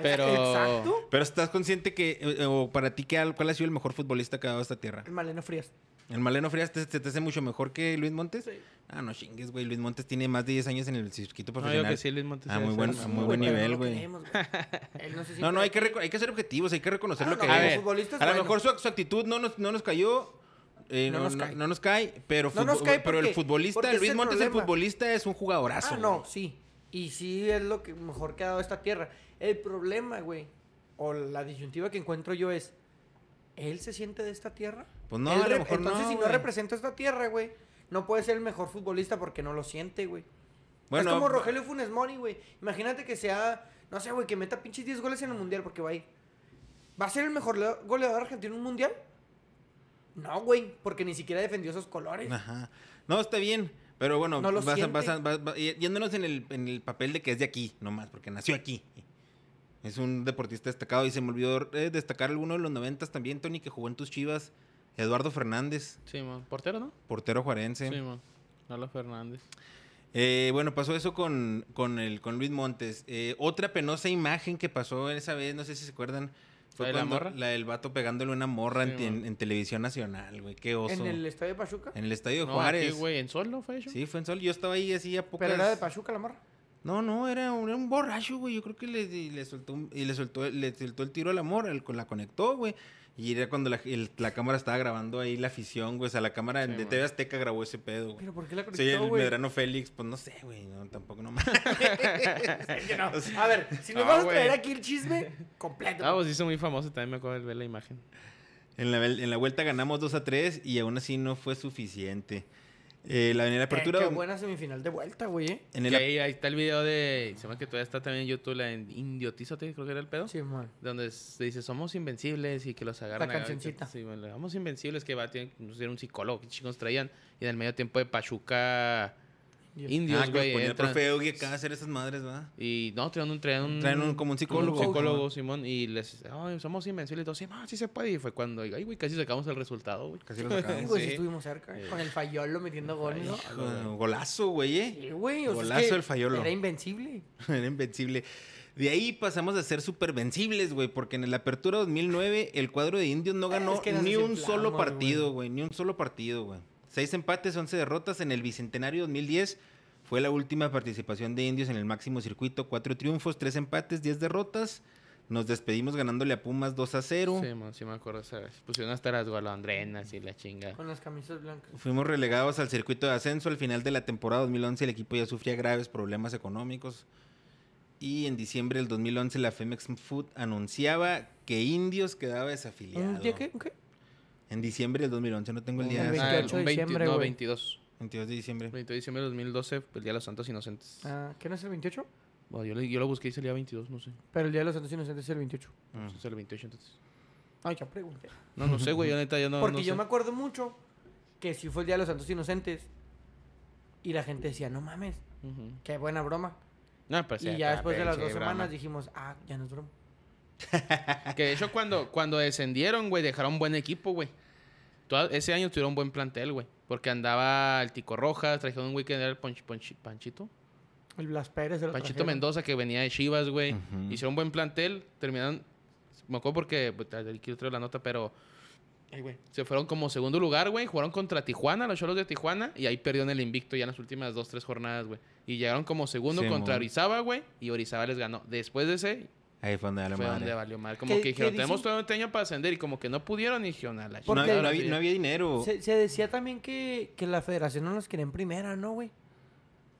[SPEAKER 3] Pero.
[SPEAKER 2] Exacto.
[SPEAKER 1] Pero estás consciente que, eh, o para ti, ¿qué- ¿cuál ha sido el mejor futbolista que ha dado esta tierra?
[SPEAKER 2] El Maleno Frías.
[SPEAKER 1] ¿El Maleno Frías te, te- te hace mucho mejor que Luis Montes?
[SPEAKER 2] Sí.
[SPEAKER 1] Ah, no chingues, güey. Luis Montes tiene más de 10 años en el circuito
[SPEAKER 3] No, yo
[SPEAKER 1] profesional.
[SPEAKER 3] que sí, Luis Montes.
[SPEAKER 1] Ah,
[SPEAKER 3] debe
[SPEAKER 1] muy
[SPEAKER 3] ser
[SPEAKER 1] buen-
[SPEAKER 3] una-
[SPEAKER 1] muy buen
[SPEAKER 2] pero
[SPEAKER 1] nivel,
[SPEAKER 2] no lo
[SPEAKER 1] güey.
[SPEAKER 2] queremos, güey. Él no sé si-
[SPEAKER 1] No, no, hay que, reco- hay que hacer objetivos, hay que reconocer
[SPEAKER 2] Ah,
[SPEAKER 1] lo
[SPEAKER 2] no,
[SPEAKER 1] que
[SPEAKER 3] como
[SPEAKER 1] es.
[SPEAKER 2] futbolista es
[SPEAKER 1] A lo
[SPEAKER 2] bueno.
[SPEAKER 1] mejor su, su actitud no nos, no nos cayó. eh,
[SPEAKER 2] No
[SPEAKER 1] no,
[SPEAKER 2] nos
[SPEAKER 1] nos
[SPEAKER 2] cae.
[SPEAKER 1] cae. no nos cae, pero,
[SPEAKER 2] No nos
[SPEAKER 1] futbo-
[SPEAKER 2] cae
[SPEAKER 1] pero el
[SPEAKER 2] porque- porque
[SPEAKER 1] futbolista,
[SPEAKER 2] ese es
[SPEAKER 1] Luis
[SPEAKER 2] el
[SPEAKER 1] Montes, el
[SPEAKER 2] problema.
[SPEAKER 1] futbolista es un jugadorazo.
[SPEAKER 2] Ah, no,
[SPEAKER 1] güey.
[SPEAKER 2] sí. Y sí es lo que mejor que ha dado esta tierra. El problema, güey, o la disyuntiva que encuentro yo es, ¿él se siente de esta tierra?
[SPEAKER 1] Pues no,
[SPEAKER 2] Él
[SPEAKER 1] a lo
[SPEAKER 2] re-
[SPEAKER 1] mejor
[SPEAKER 2] Entonces,
[SPEAKER 1] no,
[SPEAKER 2] si no
[SPEAKER 1] güey.
[SPEAKER 2] representa esta tierra, güey, no puede ser el mejor futbolista porque no lo siente, güey.
[SPEAKER 1] Bueno,
[SPEAKER 2] es como Rogelio Funes Mori, güey. Imagínate que sea, no sé, güey, que meta pinches 10 goles en el mundial porque va ahí. ¿Va a ser el mejor leo- goleador argentino en un mundial? No, güey, porque ni siquiera defendió esos colores.
[SPEAKER 1] Ajá. No, está bien. Pero bueno,
[SPEAKER 2] pues. No lo
[SPEAKER 1] vas a-
[SPEAKER 2] siente.
[SPEAKER 1] vas a- vas- va- y- yéndonos en el, en el papel de que es de aquí, nomás, porque nació aquí. Es un deportista destacado y se me olvidó eh, destacar alguno de los noventas también, Tony, que jugó en tus chivas. Eduardo Fernández,
[SPEAKER 3] Sí, mon. Portero, ¿no?
[SPEAKER 1] portero juarense.
[SPEAKER 3] Sí, mon. Lalo Fernández.
[SPEAKER 1] Eh, bueno, pasó eso con, con, el, con Luis Montes. Eh, otra penosa imagen que pasó esa vez, no sé si se acuerdan, fue
[SPEAKER 3] ¿La de la
[SPEAKER 1] cuando
[SPEAKER 3] morra?
[SPEAKER 1] la del vato pegándole una morra
[SPEAKER 3] Sí,
[SPEAKER 1] en, ti- en-
[SPEAKER 3] man.
[SPEAKER 1] en televisión nacional, güey. Qué oso.
[SPEAKER 2] ¿En el estadio de Pachuca?
[SPEAKER 1] estadio de
[SPEAKER 3] No,
[SPEAKER 1] Juárez.
[SPEAKER 3] aquí, güey, en solo fue eso.
[SPEAKER 1] Sí, fue en sol. Yo estaba ahí así a pocas...
[SPEAKER 2] ¿Pero era de Pachuca la morra?
[SPEAKER 1] No, no, era un, era un borracho, güey. Yo creo que le, le soltó un- y le soltó, le soltó el tiro a la morra, el- la conectó, güey. Y era cuando la, el- la cámara estaba grabando ahí la afición, güey. O sea, la cámara
[SPEAKER 3] Sí,
[SPEAKER 1] de
[SPEAKER 3] man.
[SPEAKER 1] TV Azteca grabó ese pedo, güey.
[SPEAKER 2] ¿Pero por qué la
[SPEAKER 1] Sí,
[SPEAKER 2] conectó,
[SPEAKER 1] el
[SPEAKER 2] güey?
[SPEAKER 1] Medrano Félix, pues no sé, güey. No, tampoco no mames. O sea,
[SPEAKER 2] A ver, si nos
[SPEAKER 3] Ah,
[SPEAKER 2] vas a traer
[SPEAKER 3] güey.
[SPEAKER 2] aquí el chisme completo.
[SPEAKER 3] Ah, pues hizo muy famoso también, me acuerdo de ver la imagen.
[SPEAKER 1] en, la, vel- en la vuelta ganamos 2 a 3 y aún así no fue suficiente. Eh, la, en la
[SPEAKER 2] Eh,
[SPEAKER 1] apertura.
[SPEAKER 2] Qué buena semifinal de vuelta, güey, eh.
[SPEAKER 1] En
[SPEAKER 3] Que
[SPEAKER 1] el,
[SPEAKER 3] ahí, ahí está el video de. Se me hace que todavía está también en YouTube, la en Indiotízate, creo que era el pedo.
[SPEAKER 2] Sí, man.
[SPEAKER 3] Donde se dice, somos invencibles y que los agarran. a-
[SPEAKER 2] cancioncita.
[SPEAKER 3] Sí, bueno, somos invencibles, que va, tienen, nos dieron un psicólogo, que chicos traían. Y en el medio tiempo de Pachuca,
[SPEAKER 2] Dios.
[SPEAKER 1] ah,
[SPEAKER 3] indios,
[SPEAKER 1] que los
[SPEAKER 3] güey.
[SPEAKER 1] ponía el
[SPEAKER 3] entran.
[SPEAKER 1] profe Eugui acá a hacer esas madres, ¿va?
[SPEAKER 3] Y no, traían un, traían un,
[SPEAKER 1] Traen un- como un psicólogo.
[SPEAKER 3] psicólogo, Simón. Y les ay, somos invencibles. Y todos, sí, ma, sí se puede. Y fue cuando, ay, güey, casi sacamos el resultado, güey.
[SPEAKER 1] Casi lo
[SPEAKER 2] Sí,
[SPEAKER 1] sacamos.
[SPEAKER 2] güey, sí
[SPEAKER 3] Sí.
[SPEAKER 2] estuvimos cerca. eh,
[SPEAKER 3] Eh.
[SPEAKER 2] Con el Fayolo metiendo goles, ¿no?
[SPEAKER 1] Hijo de- Golazo, güey, eh.
[SPEAKER 2] Sí, güey. O sea, es
[SPEAKER 1] Golazo
[SPEAKER 2] que
[SPEAKER 1] el Fayolo.
[SPEAKER 2] Era invencible.
[SPEAKER 1] Era invencible. De ahí pasamos a ser supervencibles, güey, porque en la apertura 2009 el cuadro de indios no
[SPEAKER 2] Eh, Es
[SPEAKER 1] ganó
[SPEAKER 2] que nos
[SPEAKER 1] ni un
[SPEAKER 2] inflamos,
[SPEAKER 1] solo
[SPEAKER 2] güey.
[SPEAKER 1] partido, güey, ni un solo partido, güey. Seis empates, once derrotas en el Bicentenario 2010. Fue la última participación de indios en el máximo circuito. Cuatro triunfos, tres empates, diez derrotas. Nos despedimos ganándole a Pumas 2 a 0.
[SPEAKER 3] Sí, man, sí me acuerdo esa vez. Pusieron hasta las golondrenas y la chinga.
[SPEAKER 2] Con las camisas blancas.
[SPEAKER 1] Fuimos relegados al circuito de ascenso. Al final de la temporada 2011 el equipo ya sufría graves problemas económicos. Y en diciembre del 2011 la Femex Food anunciaba que Indios quedaba desafiliado.
[SPEAKER 2] ¿Un día qué? ¿Un qué?
[SPEAKER 1] En diciembre del 2011, no tengo el día.
[SPEAKER 2] El 28
[SPEAKER 1] exacto.
[SPEAKER 2] de
[SPEAKER 3] un 20
[SPEAKER 2] diciembre,
[SPEAKER 3] no,
[SPEAKER 2] güey.
[SPEAKER 3] 22.
[SPEAKER 1] 22 de diciembre.
[SPEAKER 3] 22 de diciembre de 2012, el Día de los Santos Inocentes.
[SPEAKER 2] Ah, ¿Qué no es el 28?
[SPEAKER 3] Bueno, yo, le- yo lo busqué y salía 22, no sé.
[SPEAKER 2] Pero el Día de los Santos Inocentes es el 28.
[SPEAKER 1] Mm.
[SPEAKER 3] Es el 28 entonces.
[SPEAKER 2] Ay, ya pregunté.
[SPEAKER 3] No, no sé, güey, yo neta, yo no,
[SPEAKER 2] Porque
[SPEAKER 3] no
[SPEAKER 2] yo
[SPEAKER 3] sé.
[SPEAKER 2] me acuerdo mucho que si fue el Día de los Santos Inocentes y la gente decía, no mames,
[SPEAKER 3] Ujú.
[SPEAKER 2] qué buena broma.
[SPEAKER 3] No, pues,
[SPEAKER 2] y
[SPEAKER 3] sí,
[SPEAKER 2] ya
[SPEAKER 3] acá,
[SPEAKER 2] después de las
[SPEAKER 3] pinche
[SPEAKER 2] dos
[SPEAKER 3] broma.
[SPEAKER 2] semanas dijimos, ah, ya no es broma.
[SPEAKER 3] Que de hecho, cuando, cuando descendieron, güey, dejaron buen equipo, güey. Toda- Ese año tuvieron buen plantel, güey. Porque andaba el Tico Rojas, trajeron un güey que era el Ponch- Ponch- Panchito.
[SPEAKER 2] El Blas Pérez, el
[SPEAKER 3] Panchito Mendoza, que venía de Chivas, güey.
[SPEAKER 1] Ujú.
[SPEAKER 3] Hicieron buen plantel, terminaron. Me acuerdo porque. pues, ahí Quiero traer la nota, pero. ay, güey, Se fueron como segundo lugar, güey. Jugaron contra Tijuana, los Cholos de Tijuana. Y ahí perdieron el invicto ya en las últimas dos, tres jornadas, güey. Y llegaron como segundo
[SPEAKER 1] Sí,
[SPEAKER 3] contra
[SPEAKER 1] mon.
[SPEAKER 3] Orizaba, güey. Y Orizaba les ganó. Después de ese,
[SPEAKER 1] Ahí fue donde la
[SPEAKER 3] fue
[SPEAKER 1] madre.
[SPEAKER 3] donde valió mal. Como
[SPEAKER 2] ¿Qué-
[SPEAKER 3] que dijeron,
[SPEAKER 2] qué
[SPEAKER 3] tenemos
[SPEAKER 2] dicen?
[SPEAKER 3] todo este año para ascender. Y como que no pudieron, y dijeron, a la
[SPEAKER 1] No,
[SPEAKER 2] Porque-
[SPEAKER 1] había- no
[SPEAKER 3] chingada,
[SPEAKER 1] había,
[SPEAKER 3] sí.
[SPEAKER 1] no había
[SPEAKER 3] Oh.
[SPEAKER 1] dinero.
[SPEAKER 2] Se, se decía también que, que la federación no nos quería en primera, ¿no, güey?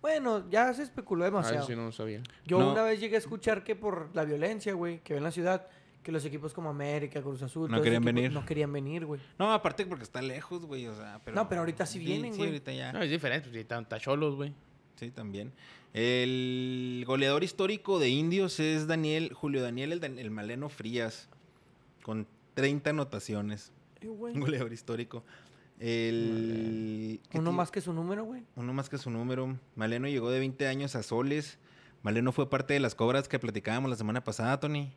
[SPEAKER 2] Bueno, ya se especuló
[SPEAKER 3] Ah, eso
[SPEAKER 2] demasiado.
[SPEAKER 3] sí no lo sabía.
[SPEAKER 2] Yo
[SPEAKER 1] No.
[SPEAKER 2] una vez llegué a escuchar que por la violencia, güey, que ve en la ciudad, que los equipos como América, Cruz Azul.
[SPEAKER 1] No
[SPEAKER 2] todos esos
[SPEAKER 1] querían
[SPEAKER 2] equipos
[SPEAKER 1] venir.
[SPEAKER 2] No querían venir, güey.
[SPEAKER 1] No, aparte porque está lejos, güey. O sea, pero...
[SPEAKER 2] No, pero ahorita sí vienen,
[SPEAKER 1] Sí,
[SPEAKER 2] güey.
[SPEAKER 1] ahorita ya.
[SPEAKER 3] No, es diferente, porque están están cholos, güey.
[SPEAKER 1] Sí, también. El goleador histórico de indios es Daniel, Julio Daniel, el, Dan- el Maleno Frías, con 30 anotaciones.
[SPEAKER 2] Eh, güey.
[SPEAKER 1] Un goleador histórico. El, ¿qué
[SPEAKER 2] Uno
[SPEAKER 1] te-
[SPEAKER 2] más que su número, güey.
[SPEAKER 1] Uno más que su número. Maleno llegó de 20 años a Soles. Maleno fue parte de las cobras que platicábamos la semana pasada, Tony.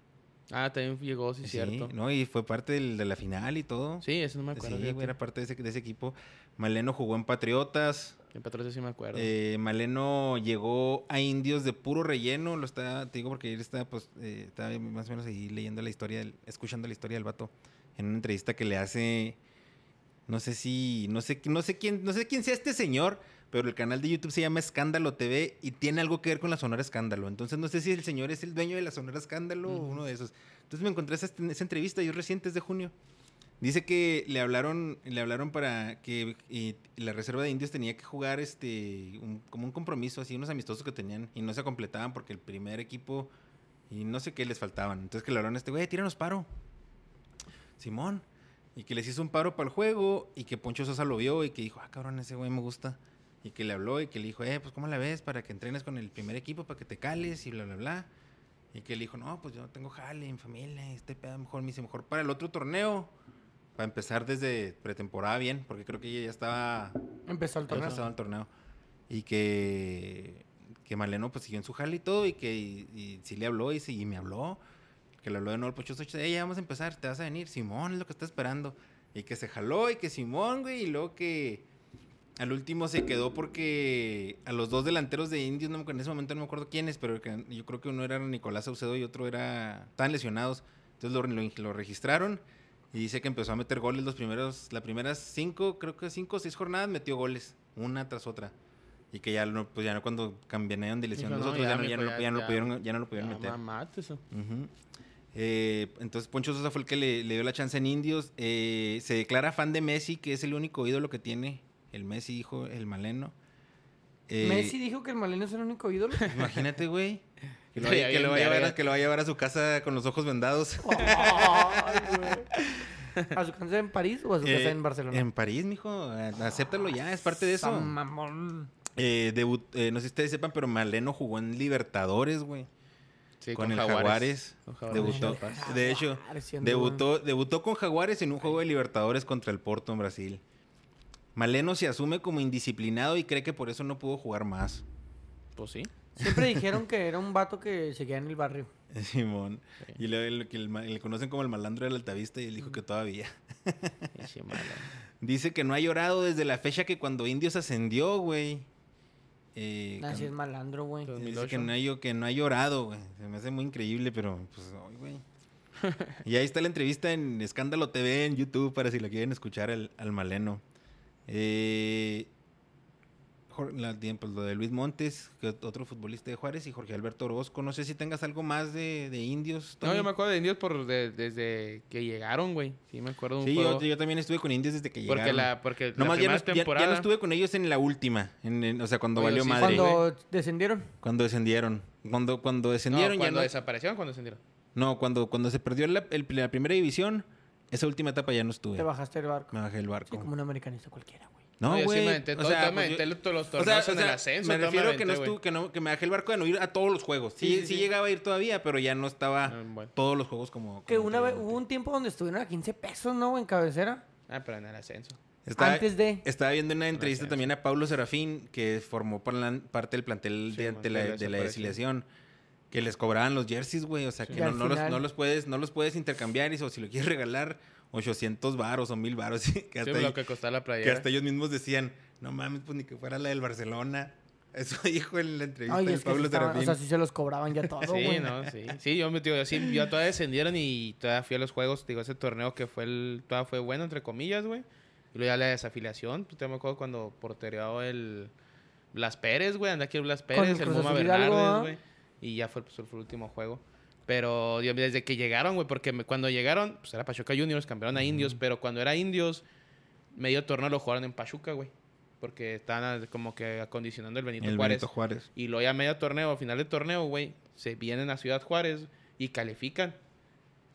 [SPEAKER 3] Ah, también llegó, sí, cierto.
[SPEAKER 1] ¿no? Y fue parte del- de la final y todo.
[SPEAKER 3] Sí, eso no me acuerdo.
[SPEAKER 1] Sí,
[SPEAKER 3] fíjate.
[SPEAKER 1] güey, era parte de ese, de ese equipo. Maleno jugó en Patriotas.
[SPEAKER 3] En Patrocio sí me acuerdo.
[SPEAKER 1] Eh, Maleno llegó a Indios de puro relleno. Lo está, te digo porque ayer estaba, pues, eh, estaba más o menos ahí leyendo la historia, del- escuchando la historia del vato en una entrevista que le hace. No sé si, no sé, no sé quién, no sé quién sea este señor, pero el canal de YouTube se llama Escándalo TV y tiene algo que ver con la Sonora Escándalo. Entonces no sé si el señor es el dueño de la Sonora Escándalo o
[SPEAKER 3] Ujú.
[SPEAKER 1] uno de esos. Entonces me encontré esa, esa entrevista, yo reciente es de junio. Dice que le hablaron, le hablaron para que eh, la reserva de indios tenía que jugar este un- como un compromiso, así unos amistosos que tenían y no se completaban porque el primer equipo y no sé qué les faltaban. Entonces que le hablaron a este güey, tíranos paro. Simón. Y que les hizo un paro para el juego y que Poncho Sosa lo vio y que dijo, ah, cabrón, ese güey me gusta. Y que le habló y que le dijo, eh, pues ¿cómo la ves? Para que entrenes con el primer equipo, para que te cales y bla, bla, bla. Y que le dijo, no, pues yo tengo jale, mi familia, y este pedo mejor me hice mejor para el otro torneo. Para empezar desde pretemporada bien, porque creo que ella ya estaba
[SPEAKER 2] Empezó el
[SPEAKER 1] había
[SPEAKER 2] torneo.
[SPEAKER 1] pasado el torneo. Y que, que Maleno pues siguió en su jale y todo, y que y, y sí le habló y, sí, y me habló. Que le habló de nuevo el Pocho Socha, "Ey, ya vamos a empezar, te vas a venir, Simón es lo que está esperando. Y que se jaló y que Simón, güey, y luego que al último se quedó porque a los dos delanteros de Indios, no, me acuerdo- en ese momento no me acuerdo quiénes, pero que- yo creo que uno era Nicolás Saucedo y otro era tan lesionados. Entonces lo, lo- lo registraron y dice que empezó a meter goles los primeros, las primeras cinco, creo que cinco o seis jornadas metió goles, una tras otra. Y que ya no, pues ya no cuando cambiaron de lesión
[SPEAKER 3] Dijo,
[SPEAKER 1] los
[SPEAKER 3] "No,
[SPEAKER 1] otros,
[SPEAKER 3] ya,
[SPEAKER 1] ya, no,
[SPEAKER 3] mijo,
[SPEAKER 1] ya no lo-
[SPEAKER 3] ya-
[SPEAKER 1] ya no lo
[SPEAKER 3] ya-
[SPEAKER 1] pudieron, ya no lo pudieron
[SPEAKER 3] Ah,
[SPEAKER 1] meter.
[SPEAKER 3] mamate, eso.
[SPEAKER 1] Ujú. Eh, entonces Poncho Sosa fue el que le, le dio la chance en Indios. Eh, se declara fan de Messi, que es el único ídolo que tiene. El Messi, hijo, el maleno. Eh,
[SPEAKER 2] Messi dijo que el Maleno es el único ídolo.
[SPEAKER 1] Imagínate, güey. Que lo,
[SPEAKER 3] Estaría
[SPEAKER 1] vaya- que,
[SPEAKER 3] bien
[SPEAKER 1] lo vaya a ver a-
[SPEAKER 3] verga.
[SPEAKER 1] que lo vaya a ver a su casa con los ojos vendados.
[SPEAKER 2] Ay, güey. ¿A su casa en París o a su casa
[SPEAKER 1] Eh,
[SPEAKER 2] en Barcelona?
[SPEAKER 1] En París, mijo. A- Acéptalo ya, es parte de
[SPEAKER 2] Está
[SPEAKER 1] eso.
[SPEAKER 2] mamón.
[SPEAKER 1] Eh, debut- eh, no sé si ustedes sepan, pero Maleno jugó en Libertadores, güey.
[SPEAKER 3] Sí,
[SPEAKER 1] con, el Jaguares.
[SPEAKER 3] Con Jaguares.
[SPEAKER 1] Debutó.
[SPEAKER 2] Jaguares.
[SPEAKER 1] De hecho,
[SPEAKER 2] Jaguares Ah, siendo
[SPEAKER 1] debutó, debutó con Jaguares en un juego de Libertadores contra el Porto en Brasil. Maleno se asume como indisciplinado y cree que por eso no pudo jugar más.
[SPEAKER 3] Pues sí.
[SPEAKER 2] Siempre dijeron que era un vato que se queda en el barrio.
[SPEAKER 1] Simón.
[SPEAKER 3] Sí.
[SPEAKER 1] Y le, le- que el ma- le conocen como el malandro del altavista y él dijo que todavía.
[SPEAKER 3] Y sí, malo.
[SPEAKER 1] Dice que no ha llorado desde la fecha que cuando Indios ascendió, güey. Eh,
[SPEAKER 2] Así es
[SPEAKER 1] cuando-
[SPEAKER 2] malandro, güey.
[SPEAKER 3] Entonces-
[SPEAKER 1] Dice que
[SPEAKER 3] 2008.
[SPEAKER 1] no, ha, llo- que no ha llorado, güey. Se me hace muy increíble, pero pues, ay, güey. y ahí está la entrevista en Escándalo TV, en YouTube, para si la quieren escuchar al, al maleno. Eh, Jor- la- bien, pues, lo de Luis Montes, que ot- otro futbolista de Juárez, y Jorge Alberto Orozco. No sé si tengas algo más de, de indios.
[SPEAKER 3] No,
[SPEAKER 1] Tony.
[SPEAKER 3] yo me acuerdo de indios por de- desde que llegaron, güey. Sí, me acuerdo de un
[SPEAKER 1] Sí, yo,
[SPEAKER 3] juego.
[SPEAKER 1] yo también estuve con indios desde que
[SPEAKER 3] porque
[SPEAKER 1] llegaron.
[SPEAKER 3] la, porque la
[SPEAKER 1] Nomás ya no,
[SPEAKER 3] primera
[SPEAKER 1] est- ya- ya no
[SPEAKER 3] temporada.
[SPEAKER 1] estuve con ellos en la última, en- en- o sea, cuando
[SPEAKER 3] Oye,
[SPEAKER 1] valió
[SPEAKER 3] sí,
[SPEAKER 1] madre.
[SPEAKER 2] Cuando
[SPEAKER 1] Cuando,
[SPEAKER 2] descendieron.
[SPEAKER 1] descendieron. Cuando, cuando
[SPEAKER 3] No,
[SPEAKER 1] descendieron ya
[SPEAKER 3] cuando
[SPEAKER 1] no-
[SPEAKER 3] desaparecieron, cuando descendieron.
[SPEAKER 1] No, cuando, cuando se perdió la, el- la primera división, esa última etapa ya no estuve.
[SPEAKER 2] Te bajaste del barco.
[SPEAKER 1] Me bajé del
[SPEAKER 2] Sí,
[SPEAKER 1] barco.
[SPEAKER 2] como un americanista cualquiera, güey.
[SPEAKER 1] No, güey.
[SPEAKER 3] yo
[SPEAKER 1] pues
[SPEAKER 3] sí me aventé todo, todo me aventé los torneos
[SPEAKER 1] o sea,
[SPEAKER 3] en
[SPEAKER 1] o sea,
[SPEAKER 3] el ascenso.
[SPEAKER 1] Me
[SPEAKER 3] todo
[SPEAKER 1] refiero que no
[SPEAKER 3] aventé, güey.
[SPEAKER 1] estuve, que, no, que me bajé el barco de no ir a todos los juegos. Sí,
[SPEAKER 3] Sí,
[SPEAKER 1] sí,
[SPEAKER 3] sí, sí.
[SPEAKER 1] llegaba a ir todavía, pero ya no estaba
[SPEAKER 3] Ah, bueno.
[SPEAKER 1] todos los juegos como.
[SPEAKER 2] Que
[SPEAKER 1] como
[SPEAKER 2] una vez, hubo
[SPEAKER 1] anteriormente.
[SPEAKER 2] un tiempo donde estuvieron a 15 pesos, ¿no? En cabecera.
[SPEAKER 3] Ah, pero en el ascenso.
[SPEAKER 1] Estaba-
[SPEAKER 2] antes de-
[SPEAKER 1] Estaba viendo una entrevista
[SPEAKER 3] Gracias.
[SPEAKER 1] también a Pablo Serafín, que formó parlan- parte del plantel
[SPEAKER 3] Sí,
[SPEAKER 1] de,
[SPEAKER 3] man,
[SPEAKER 1] de la,
[SPEAKER 3] de
[SPEAKER 1] de
[SPEAKER 3] la
[SPEAKER 1] la
[SPEAKER 3] desaparición.
[SPEAKER 1] desiliación. Que les cobraban los jerseys, güey. O sea, que
[SPEAKER 2] Y
[SPEAKER 1] no,
[SPEAKER 2] al
[SPEAKER 1] no los,
[SPEAKER 2] final-
[SPEAKER 1] no los puedes, no los puedes intercambiar. Y so- si lo quieres regalar, 800 varos o 1000 varos. Que
[SPEAKER 3] Sí, pues,
[SPEAKER 1] hasta,
[SPEAKER 3] lo
[SPEAKER 1] ahí-
[SPEAKER 3] que costaba la
[SPEAKER 1] que
[SPEAKER 3] playa.
[SPEAKER 1] hasta ellos mismos decían, no mames, pues ni que fuera la del Barcelona. Eso dijo en la entrevista
[SPEAKER 2] Ay,
[SPEAKER 1] del
[SPEAKER 2] es que sí
[SPEAKER 1] Pablo
[SPEAKER 2] estaban-
[SPEAKER 1] Serafín.
[SPEAKER 2] o sea, sí se los cobraban ya todo,
[SPEAKER 3] Sí,
[SPEAKER 2] güey.
[SPEAKER 3] no, sí. Sí, yo me digo, yo sí, yo todavía descendieron y todavía fui a los juegos, digo, ese torneo que fue el, todavía fue bueno, entre comillas, güey. Y luego ya la desafiliación, pues te me acuerdo cuando portereó el Blas Pérez, güey, anda aquí el Blas Pérez,
[SPEAKER 2] el
[SPEAKER 3] el
[SPEAKER 2] Cruz
[SPEAKER 3] Moma
[SPEAKER 2] Azul Hidalgo, ¿ah?
[SPEAKER 3] Bernardes, güey. Y ya fue, pues, fue el último juego. Pero yo- desde que llegaron, güey, porque me- cuando llegaron, pues era Pachuca Juniors, cambiaron a Indios, pero cuando era Indios, medio torneo lo jugaron en Pachuca, güey. Porque estaban ah, como que acondicionando el Benito
[SPEAKER 1] el
[SPEAKER 3] Juárez.
[SPEAKER 1] Benito Juárez.
[SPEAKER 3] Y luego ya medio torneo, final de torneo, güey, se vienen a Ciudad Juárez y califican.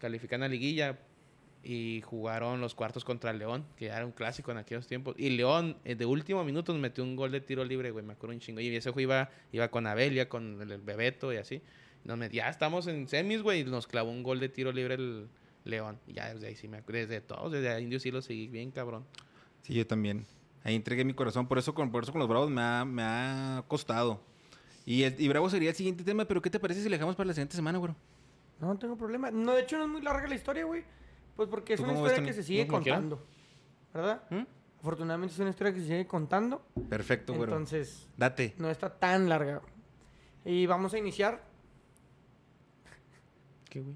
[SPEAKER 3] califican a liguilla y jugaron los cuartos contra León, que ya era un clásico en aquellos tiempos. Y León, eh, de último minuto, nos metió un gol de tiro libre, güey, me acuerdo un chingo. Y ese juego iba, iba con Abelia, con el, el Bebeto y así. Nos met- ya estamos en semis, güey, y nos clavó un gol de tiro libre el León. Y ya desde ahí sí me acuerdo, desde todos, desde Indio sí lo seguí bien, cabrón.
[SPEAKER 1] Sí, yo también. Ahí entregué mi corazón. Por eso con, por eso con los Bravos me ha, me ha costado. Y, el- y Bravos sería el siguiente tema, pero ¿qué te parece si lo dejamos para la siguiente semana, güey?
[SPEAKER 2] No, no tengo problema. No, de hecho no es muy larga la historia, güey. Pues porque es
[SPEAKER 1] ¿Tú
[SPEAKER 2] una
[SPEAKER 1] cómo ves,
[SPEAKER 2] historia que
[SPEAKER 1] Tony?
[SPEAKER 2] se sigue
[SPEAKER 3] ¿No? ¿Como quieras?
[SPEAKER 2] contando. ¿Verdad? Afortunadamente es una historia que se sigue contando.
[SPEAKER 1] Perfecto, güey.
[SPEAKER 2] Entonces,
[SPEAKER 1] Date.
[SPEAKER 2] no está tan larga. Y vamos a iniciar
[SPEAKER 3] ¿Qué, güey?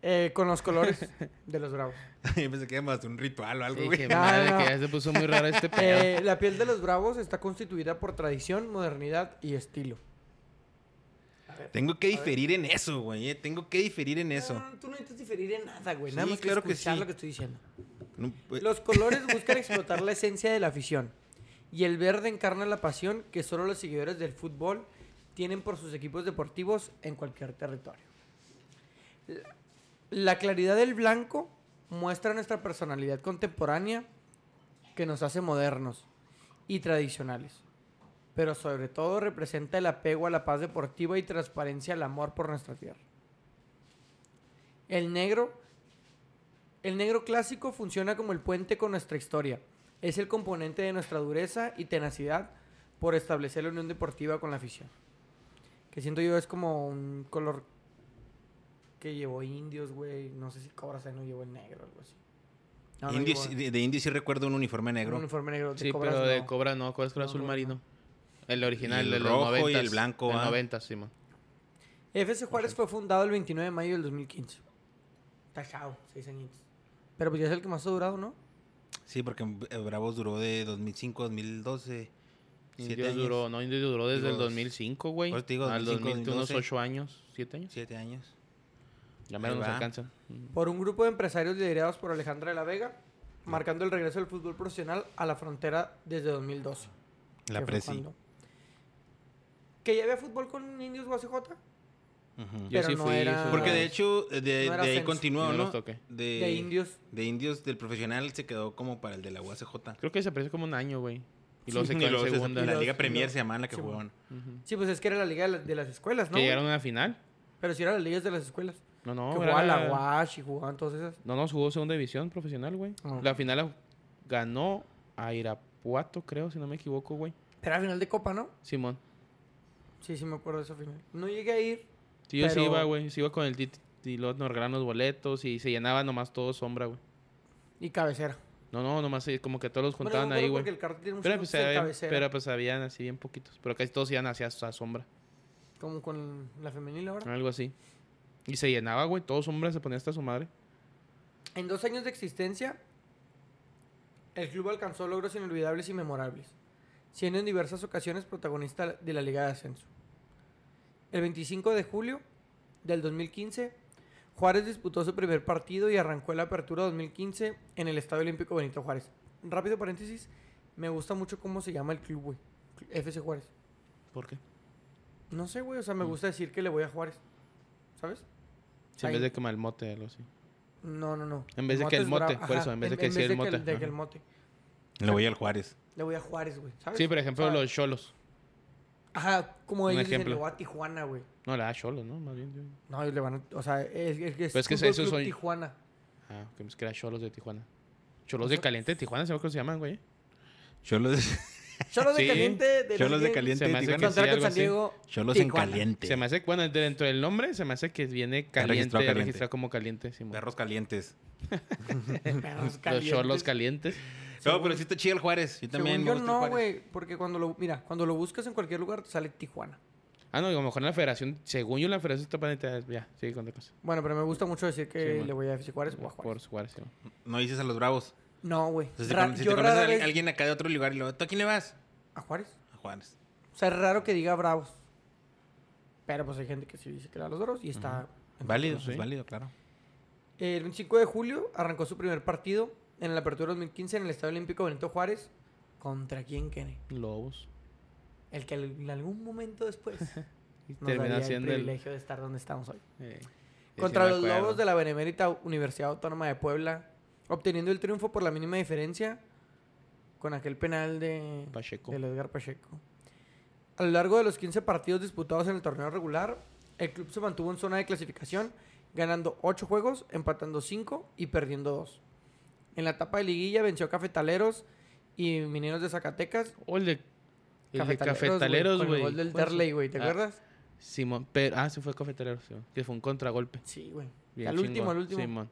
[SPEAKER 2] eh, con los colores de los bravos.
[SPEAKER 1] Yo pensé que era más un ritual o algo,
[SPEAKER 3] Sí,
[SPEAKER 1] güey.
[SPEAKER 3] que
[SPEAKER 2] No,
[SPEAKER 3] madre,
[SPEAKER 2] no.
[SPEAKER 3] que ya se puso muy raro este pedo.
[SPEAKER 2] Eh, la piel de los bravos está constituida por tradición, modernidad y estilo.
[SPEAKER 1] Tengo que diferir en eso, güey. eh. Tengo que diferir en eso.
[SPEAKER 2] No, no, Ah, tú no necesitas diferir en nada, güey. Nada
[SPEAKER 1] Sí,
[SPEAKER 2] más
[SPEAKER 1] claro
[SPEAKER 2] que
[SPEAKER 1] que
[SPEAKER 2] escuchar
[SPEAKER 1] sí.
[SPEAKER 2] lo que estoy diciendo.
[SPEAKER 1] No, pues,
[SPEAKER 2] Los colores buscan explotar la esencia de la afición. Y el verde encarna la pasión que solo los seguidores del fútbol tienen por sus equipos deportivos en cualquier territorio. La- La claridad del blanco muestra nuestra personalidad contemporánea que nos hace modernos y tradicionales. Pero sobre todo representa el apego a la paz deportiva y transparencia al amor por nuestra tierra. El negro el negro clásico funciona como el puente con nuestra historia. Es el componente de nuestra dureza y tenacidad por establecer la unión deportiva con la afición. Que siento yo es como un color que llevó indios, güey. No sé si Cobra Kai no llevó el negro o algo así. No, no
[SPEAKER 1] Indio
[SPEAKER 2] llevó
[SPEAKER 1] sí- de, de Indio sí recuerdo un uniforme
[SPEAKER 2] Un
[SPEAKER 1] negro.
[SPEAKER 2] uniforme negro. de
[SPEAKER 3] Sí,
[SPEAKER 2] Cobras
[SPEAKER 3] pero de
[SPEAKER 2] no.
[SPEAKER 3] Cobra no, Cobra es Cobra
[SPEAKER 2] No,
[SPEAKER 3] azul
[SPEAKER 2] Cobra
[SPEAKER 3] marino.
[SPEAKER 2] no.
[SPEAKER 3] El original,
[SPEAKER 1] Y el
[SPEAKER 3] el,
[SPEAKER 1] rojo y el
[SPEAKER 3] de los 90.
[SPEAKER 1] blanco,
[SPEAKER 3] El
[SPEAKER 1] ah.
[SPEAKER 3] 90, sí, man.
[SPEAKER 2] FC Juárez fue fundado el 29 de mayo del 2015. Tachado, seis añitos. Pero pues ya es el que más ha durado, ¿no?
[SPEAKER 1] Sí, porque eh, Bravos duró de 2005 a 2012. siete
[SPEAKER 3] Indios
[SPEAKER 1] años.
[SPEAKER 3] duró, no, Indios duró desde el
[SPEAKER 1] Digo,
[SPEAKER 3] 2005, güey.
[SPEAKER 1] pues te digo,
[SPEAKER 3] Al
[SPEAKER 1] 2005,
[SPEAKER 3] 2000, unos
[SPEAKER 1] 2012.
[SPEAKER 3] 8 años, 7 años.
[SPEAKER 1] Siete años.
[SPEAKER 3] Ya menos
[SPEAKER 1] Ahí
[SPEAKER 3] nos
[SPEAKER 1] va.
[SPEAKER 3] alcanzan.
[SPEAKER 2] por un grupo de empresarios liderados por Alejandra de la Vega, marcando el regreso del fútbol profesional a la frontera desde 2012. que
[SPEAKER 1] La
[SPEAKER 2] fue
[SPEAKER 1] presi.
[SPEAKER 2] cuando- ¿Que ya había fútbol con indios UACJ?
[SPEAKER 1] Ujú.
[SPEAKER 3] Yo
[SPEAKER 2] Pero
[SPEAKER 3] sí
[SPEAKER 2] no
[SPEAKER 3] fui.
[SPEAKER 2] era-
[SPEAKER 3] eso-
[SPEAKER 1] Porque de hecho, eh,
[SPEAKER 2] Ah.
[SPEAKER 1] de,
[SPEAKER 2] No era
[SPEAKER 1] de ahí
[SPEAKER 2] ascenso.
[SPEAKER 1] continuó,
[SPEAKER 3] No
[SPEAKER 1] ¿no?
[SPEAKER 3] los toqué.
[SPEAKER 1] De,
[SPEAKER 2] De indios.
[SPEAKER 1] De indios del profesional se quedó como para el de la UACJ.
[SPEAKER 3] Creo que desapareció como un año, güey. Y luego
[SPEAKER 1] Sí,
[SPEAKER 3] se quedó en
[SPEAKER 1] luego
[SPEAKER 3] segunda.
[SPEAKER 1] La
[SPEAKER 2] y luego-
[SPEAKER 1] Liga Premier
[SPEAKER 2] luego-
[SPEAKER 1] se llamaba en la que
[SPEAKER 2] sí,
[SPEAKER 1] jugaban.
[SPEAKER 3] Ujú.
[SPEAKER 2] Sí, pues es que era la liga de, la- de las escuelas,
[SPEAKER 3] Que
[SPEAKER 2] ¿no?
[SPEAKER 3] llegaron a la final.
[SPEAKER 2] Pero sí era la liga de las escuelas.
[SPEAKER 3] No, no,
[SPEAKER 2] que
[SPEAKER 3] era-
[SPEAKER 2] jugaba la UASH y jugaban todas esas.
[SPEAKER 3] No, no, jugó segunda división profesional, güey.
[SPEAKER 2] Ah.
[SPEAKER 3] La final la ganó a Irapuato, creo, si no me equivoco, güey.
[SPEAKER 2] Era final de Copa, ¿no?
[SPEAKER 3] Simón.
[SPEAKER 2] Sí, sí me acuerdo de esa final. No llegué a ir.
[SPEAKER 3] Sí, yo sí
[SPEAKER 2] Pero-
[SPEAKER 3] iba, güey. Sí iba con el Titi y luego nos regalaron los boletos y se llenaba nomás todo sombra, güey.
[SPEAKER 2] Y cabecera.
[SPEAKER 3] No, no, nomás eh, como que todos los
[SPEAKER 2] Bueno,
[SPEAKER 3] juntaban
[SPEAKER 2] me acuerdo
[SPEAKER 3] ahí, güey.
[SPEAKER 2] Porque el cartel tiene
[SPEAKER 3] Pero
[SPEAKER 2] muchos nombres
[SPEAKER 3] pues,
[SPEAKER 2] de
[SPEAKER 3] había-
[SPEAKER 2] cabecera.
[SPEAKER 3] pero pues habían así bien poquitos. Pero casi todos iban hacia esa sombra.
[SPEAKER 2] Como con la femenil ahora.
[SPEAKER 3] Algo así. Y se llenaba, güey. Todo sombra se ponía hasta su madre.
[SPEAKER 2] En dos años de existencia, el club alcanzó logros inolvidables y memorables, siendo en diversas ocasiones protagonista de la Liga de Ascenso. El 25 de julio del 2015, Juárez disputó su primer partido y arrancó la apertura 2015 en el Estadio Olímpico Benito Juárez. Rápido paréntesis, me gusta mucho cómo se llama el club, güey. Cl- FC Juárez.
[SPEAKER 3] ¿Por qué?
[SPEAKER 2] No sé, güey, o sea, me
[SPEAKER 3] Mm.
[SPEAKER 2] gusta decir que le voy a Juárez. ¿Sabes?
[SPEAKER 3] Sí, en
[SPEAKER 2] Ahí.
[SPEAKER 3] vez de quemar el mote, algo así.
[SPEAKER 2] No, no, no.
[SPEAKER 3] En vez de que el
[SPEAKER 2] es
[SPEAKER 3] mote,
[SPEAKER 2] bravo.
[SPEAKER 3] por
[SPEAKER 2] Ajá,
[SPEAKER 3] eso, en vez de que sí el
[SPEAKER 2] de
[SPEAKER 3] mote,
[SPEAKER 2] de que
[SPEAKER 3] ajá.
[SPEAKER 2] el mote.
[SPEAKER 1] Le voy al Juárez.
[SPEAKER 2] Le voy a Juárez, güey. ¿sabes? Ah.
[SPEAKER 3] Sí, por ejemplo,
[SPEAKER 2] O sea,
[SPEAKER 3] los cholos.
[SPEAKER 2] Ajá, como
[SPEAKER 3] Un
[SPEAKER 2] ellos dicen,
[SPEAKER 3] ejemplo.
[SPEAKER 2] le voy a Tijuana, güey.
[SPEAKER 3] No, la cholos, ¿no? Más bien. Yo...
[SPEAKER 2] No, ellos le van a... O sea, es, es,
[SPEAKER 3] Pero es que
[SPEAKER 2] Fútbol
[SPEAKER 3] esos
[SPEAKER 2] Club
[SPEAKER 3] son-
[SPEAKER 2] Tijuana.
[SPEAKER 3] Ah, que es que era cholos de Tijuana. Cholos de caliente de Tijuana, ¿sabes cómo se llaman, güey?
[SPEAKER 1] Cholos,
[SPEAKER 2] Cholos de
[SPEAKER 3] Sí,
[SPEAKER 2] caliente... De
[SPEAKER 1] Cholos de
[SPEAKER 2] Caliente.
[SPEAKER 1] Caliente
[SPEAKER 3] Se me
[SPEAKER 1] de Tijuana.
[SPEAKER 3] hace que sí,
[SPEAKER 2] Frontera con
[SPEAKER 3] algo
[SPEAKER 2] San
[SPEAKER 3] así.
[SPEAKER 2] Diego.
[SPEAKER 1] Cholos
[SPEAKER 2] Tijuana.
[SPEAKER 1] en caliente.
[SPEAKER 3] Se me hace, bueno, dentro del nombre se me hace que viene caliente,
[SPEAKER 1] registrado
[SPEAKER 3] registrado,
[SPEAKER 1] caliente.
[SPEAKER 3] como caliente. Simón.
[SPEAKER 1] Perros calientes.
[SPEAKER 2] Perros
[SPEAKER 3] los cholos
[SPEAKER 2] calientes.
[SPEAKER 3] calientes.
[SPEAKER 1] no, pero sí está chido el Juárez. Yo también.
[SPEAKER 2] Según
[SPEAKER 1] me
[SPEAKER 2] yo
[SPEAKER 1] gusta el
[SPEAKER 2] no,
[SPEAKER 1] Juárez.
[SPEAKER 2] güey. Porque cuando lo... Mira, cuando lo buscas en cualquier lugar, te sale Tijuana.
[SPEAKER 3] Ah, no, a lo mejor en la federación, según yo, en la federación está para Ya, sigue con otra cosa.
[SPEAKER 2] Bueno, pero me gusta mucho decir
[SPEAKER 3] Sí,
[SPEAKER 2] que
[SPEAKER 3] man.
[SPEAKER 2] le voy a FC Juárez o a
[SPEAKER 3] Por
[SPEAKER 2] Juárez.
[SPEAKER 3] Juárez, Simón.
[SPEAKER 1] No dices a los bravos.
[SPEAKER 2] No, güey.
[SPEAKER 1] O sea, si
[SPEAKER 2] Ra-
[SPEAKER 1] con- si
[SPEAKER 2] yo
[SPEAKER 1] te conoces
[SPEAKER 2] rara
[SPEAKER 1] a
[SPEAKER 2] vez...
[SPEAKER 1] alguien acá de otro lugar y luego, ¿tú a quién le vas?
[SPEAKER 2] ¿A Juárez?
[SPEAKER 1] A Juárez.
[SPEAKER 2] O sea, es raro que diga Bravos. Pero pues hay gente que sí dice que le va a los Bravos y está...
[SPEAKER 1] Válido,
[SPEAKER 2] pues,
[SPEAKER 3] Sí.
[SPEAKER 1] es válido, claro.
[SPEAKER 2] El 25 de julio arrancó su primer partido en la apertura 2015 en el Estadio Olímpico Benito Juárez. ¿Contra quién, Kenny?
[SPEAKER 3] Lobos.
[SPEAKER 2] El que al- en algún momento después nos
[SPEAKER 3] Termina
[SPEAKER 2] daría el
[SPEAKER 3] siendo el-
[SPEAKER 2] privilegio de estar donde estamos hoy.
[SPEAKER 3] Eh, sí
[SPEAKER 2] contra
[SPEAKER 3] me
[SPEAKER 2] los
[SPEAKER 3] acuerdo.
[SPEAKER 2] Lobos de la Benemérita Universidad Autónoma de Puebla, obteniendo el triunfo por la mínima diferencia con aquel penal de
[SPEAKER 3] Pacheco.
[SPEAKER 2] del Edgar Pacheco. A lo largo de los 15 partidos disputados en el torneo regular, el club se mantuvo en zona de clasificación, ganando 8 juegos, empatando 5 y perdiendo 2. En la etapa de liguilla venció a Cafetaleros y Mineros de Zacatecas.
[SPEAKER 3] O el de, el de
[SPEAKER 2] güey,
[SPEAKER 3] Cafetaleros,
[SPEAKER 2] con
[SPEAKER 3] güey.
[SPEAKER 2] El gol del
[SPEAKER 3] Fue eso.
[SPEAKER 2] Derley, güey, ¿te
[SPEAKER 3] Ah,
[SPEAKER 2] acuerdas?
[SPEAKER 3] Simón, pero, ah, sí fue Cafetaleros, sí, que fue un contragolpe.
[SPEAKER 2] Sí, güey.
[SPEAKER 3] Bien
[SPEAKER 2] Al
[SPEAKER 3] chingón,
[SPEAKER 2] último, al último.
[SPEAKER 3] Simón.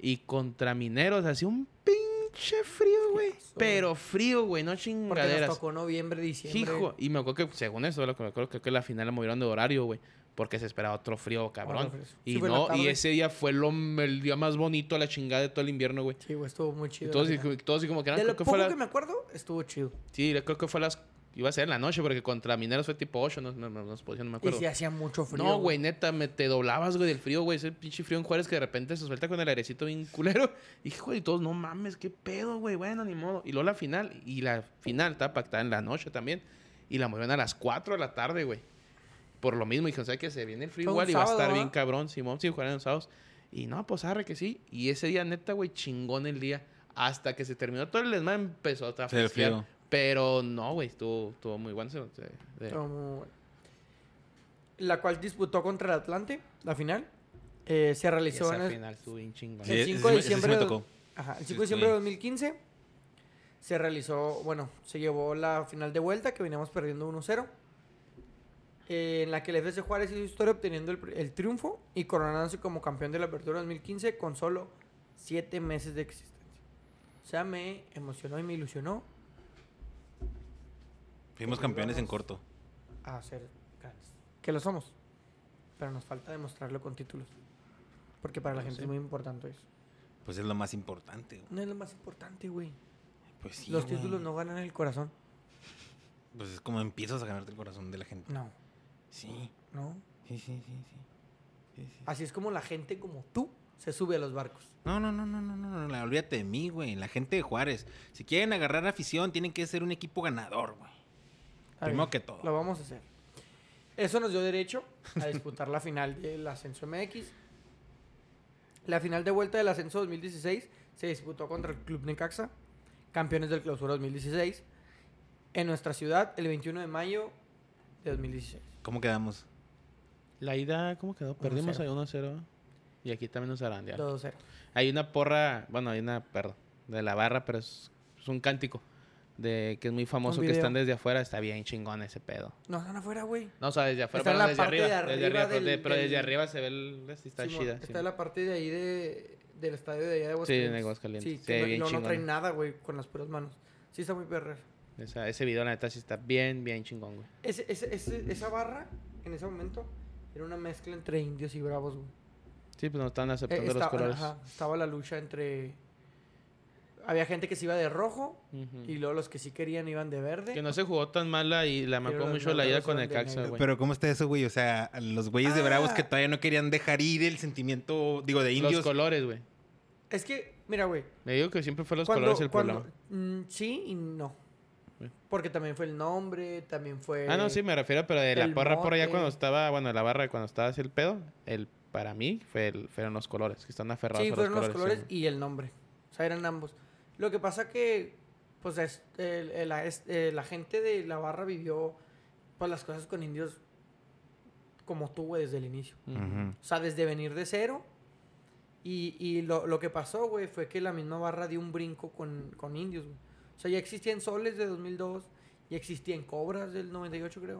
[SPEAKER 3] Y contra Mineros, así un pinche frío, güey.
[SPEAKER 2] Friazo, güey.
[SPEAKER 3] Pero frío, güey, no
[SPEAKER 2] Porque nos
[SPEAKER 3] chingaderas.
[SPEAKER 2] tocó noviembre, diciembre.
[SPEAKER 3] Hijo, y me acuerdo que según eso, lo que me acuerdo creo que la final la movieron de horario, güey. Porque se esperaba otro frío, cabrón.
[SPEAKER 2] Otro frío. Sí,
[SPEAKER 3] y
[SPEAKER 2] fue en la
[SPEAKER 3] no, y
[SPEAKER 2] tarde.
[SPEAKER 3] ese día fue lo- el día más bonito a la chingada de todo el invierno, güey.
[SPEAKER 2] Sí, güey, estuvo muy
[SPEAKER 3] Y
[SPEAKER 2] chido.
[SPEAKER 3] todos,
[SPEAKER 2] la
[SPEAKER 3] y-
[SPEAKER 2] neta.
[SPEAKER 3] todos y como que eran,
[SPEAKER 2] de lo
[SPEAKER 3] creo que
[SPEAKER 2] poco
[SPEAKER 3] fue la-
[SPEAKER 2] que me acuerdo, estuvo chido.
[SPEAKER 3] Sí, creo que fue a las. Iba a ser en la noche, porque contra Mineros fue tipo 8, no, no, no, no, no me
[SPEAKER 2] Y
[SPEAKER 3] acuerdo.
[SPEAKER 2] sí hacía mucho frío.
[SPEAKER 3] no, güey, neta, me te doblabas, güey, del frío, güey. Ese pinche frío en Juárez que de repente se suelta con el airecito bien culero. Y dije, güey, todos, no mames, qué pedo, güey. Bueno, ni modo. Y luego la final, y la final estaba pactada en la noche también. Y la movieron a las 4 de la tarde, güey. Por lo mismo, dijeron, ¿sabes que Se viene el frío
[SPEAKER 2] Fue un
[SPEAKER 3] igual y va a
[SPEAKER 2] sábado,
[SPEAKER 3] estar bien
[SPEAKER 2] ¿ah?
[SPEAKER 3] cabrón, Simón, si jugaran los sábados. Y no, pues arre que sí. Y ese día, neta, güey, chingón el día. Hasta que se terminó todo el desmadre, empezó a
[SPEAKER 1] Se
[SPEAKER 3] fresquear.
[SPEAKER 1] frío.
[SPEAKER 3] Pero no, güey, estuvo, estuvo muy bueno. se- se- de-
[SPEAKER 2] Estuvo muy bueno. La cual disputó contra el Atlante, la final. Eh, se
[SPEAKER 3] y
[SPEAKER 2] realizó
[SPEAKER 3] esa
[SPEAKER 2] en el,
[SPEAKER 3] final estuvo bien chingón.
[SPEAKER 1] Sí,
[SPEAKER 2] el
[SPEAKER 1] ese
[SPEAKER 2] 5
[SPEAKER 1] sí
[SPEAKER 2] de
[SPEAKER 1] me- ese sí
[SPEAKER 2] diciembre.
[SPEAKER 1] me
[SPEAKER 2] de-
[SPEAKER 1] tocó.
[SPEAKER 2] ajá, el
[SPEAKER 1] Sí
[SPEAKER 2] 5 de diciembre de
[SPEAKER 1] estuve
[SPEAKER 2] 2015 se realizó, bueno, se llevó la final de vuelta que veníamos perdiendo 1-0. eh, en la que el FC Juárez hizo historia obteniendo el, pr- el triunfo y coronándose como campeón de la apertura 2015 con solo 7 meses de existencia. O sea, me emocionó y me ilusionó Pues,
[SPEAKER 1] Fuimos campeones en corto.
[SPEAKER 2] a ser grandes. Que lo somos. Pero nos falta demostrarlo con títulos. Porque
[SPEAKER 1] Ah,
[SPEAKER 2] para la gente
[SPEAKER 3] Sí.
[SPEAKER 2] es muy importante eso.
[SPEAKER 1] Pues es lo más importante. güey.
[SPEAKER 2] No es lo más importante, güey.
[SPEAKER 1] Pues sí,
[SPEAKER 2] Los
[SPEAKER 1] güey.
[SPEAKER 2] títulos no ganan el corazón.
[SPEAKER 1] Pues es como empiezas a ganarte el corazón de la gente.
[SPEAKER 2] No,
[SPEAKER 1] Sí,
[SPEAKER 2] no.
[SPEAKER 1] sí, sí, sí, sí. Sí, sí.
[SPEAKER 2] Así es como la gente como tú se sube a los barcos.
[SPEAKER 1] No, no, no, no, no, no, no, la- olvídate de mí, güey. La gente de Juárez. Si quieren agarrar afición, tienen que ser un equipo ganador, güey.
[SPEAKER 2] Está
[SPEAKER 1] Primero
[SPEAKER 2] bien,
[SPEAKER 1] que todo.
[SPEAKER 2] Lo vamos a hacer. Eso nos dio derecho a disputar la final del ascenso MX. La final de vuelta del ascenso 2016 se disputó contra el Club Necaxa, campeones del clausura 2016, en nuestra ciudad el 21 de mayo de 2016.
[SPEAKER 1] ¿Cómo quedamos?
[SPEAKER 3] La ida, ¿cómo quedó? Perdimos
[SPEAKER 2] 1-0.
[SPEAKER 3] ahí 1-0. Y aquí también nos arandearon.
[SPEAKER 2] 2-0.
[SPEAKER 3] Hay una porra, bueno, hay una, perdón, de la barra, pero es, es un cántico de que es muy famoso, que
[SPEAKER 2] video.
[SPEAKER 3] están desde afuera. Está bien chingón ese pedo.
[SPEAKER 2] No, están afuera, güey.
[SPEAKER 3] No, o sea, desde afuera,
[SPEAKER 2] Está en
[SPEAKER 3] pero
[SPEAKER 2] la
[SPEAKER 3] desde
[SPEAKER 2] parte de
[SPEAKER 3] arriba. desde
[SPEAKER 2] arriba
[SPEAKER 3] arriba,
[SPEAKER 2] del-
[SPEAKER 3] pero, de- pero desde
[SPEAKER 2] del-
[SPEAKER 3] arriba se ve el... Está
[SPEAKER 2] Simón,
[SPEAKER 3] chida.
[SPEAKER 2] Está
[SPEAKER 3] Simón.
[SPEAKER 2] en la parte de ahí de, del estadio de allá de
[SPEAKER 3] en Aguascalientes.
[SPEAKER 2] Sí,
[SPEAKER 3] Sí,
[SPEAKER 2] que no-
[SPEAKER 3] bien
[SPEAKER 2] no, no
[SPEAKER 3] chingona.
[SPEAKER 2] traen nada, güey, con las puras manos. Sí, está muy perra.
[SPEAKER 3] Esa- ese video, la neta, sí está bien, bien chingón, güey.
[SPEAKER 2] Ese, ese- ese- esa barra, en ese momento, era una mezcla entre indios y bravos, güey.
[SPEAKER 3] Sí, pues no están
[SPEAKER 2] Eh,
[SPEAKER 3] aceptando los
[SPEAKER 2] estaba,
[SPEAKER 3] colores.
[SPEAKER 2] ajá, estaba la lucha entre... Había gente que se iba de rojo
[SPEAKER 3] Ujú.
[SPEAKER 2] y luego los que sí querían iban de verde.
[SPEAKER 3] Que no se jugó tan mal la y la me
[SPEAKER 2] Pero
[SPEAKER 3] acuerdo
[SPEAKER 2] los
[SPEAKER 3] mucho la ida
[SPEAKER 2] norteños
[SPEAKER 3] con
[SPEAKER 2] eran
[SPEAKER 3] el
[SPEAKER 2] de
[SPEAKER 3] Caxa,
[SPEAKER 2] negro.
[SPEAKER 3] güey.
[SPEAKER 1] Pero ¿cómo está eso, güey? O sea, los güeyes de Bravos
[SPEAKER 2] Ah.
[SPEAKER 1] que todavía no querían dejar ir el sentimiento, digo, de
[SPEAKER 3] Los
[SPEAKER 1] indios.
[SPEAKER 3] colores, güey.
[SPEAKER 2] Es que, mira, güey.
[SPEAKER 3] Me digo que siempre fue los
[SPEAKER 2] cuando-
[SPEAKER 3] colores el
[SPEAKER 2] cuando-
[SPEAKER 3] problema.
[SPEAKER 2] mm, sí y no.
[SPEAKER 3] Bien.
[SPEAKER 2] Porque también fue el nombre, también fue...
[SPEAKER 3] Ah, no, sí, me refiero, pero de la
[SPEAKER 2] Eh, el
[SPEAKER 3] porra por allá
[SPEAKER 2] mote.
[SPEAKER 3] cuando estaba, bueno, la barra cuando estaba así el pedo, el para mí fue el- fueron los colores, que están aferrados
[SPEAKER 2] Sí,
[SPEAKER 3] a los
[SPEAKER 2] fueron
[SPEAKER 3] colores.
[SPEAKER 2] los colores
[SPEAKER 3] sí.
[SPEAKER 2] y el nombre. O sea, eran ambos. Lo que pasa que, pues, es- el- el- la, es- eh, la gente de la barra vivió, pues, las cosas con indios como tú, güey, desde el inicio.
[SPEAKER 3] Ujú.
[SPEAKER 1] Ujú.
[SPEAKER 2] O sea, desde venir de cero. Y, y lo, lo que pasó, güey, fue que la misma barra dio un brinco con, con indios, güey. O sea, ya existían soles de 2002, ya existían cobras del 98, creo.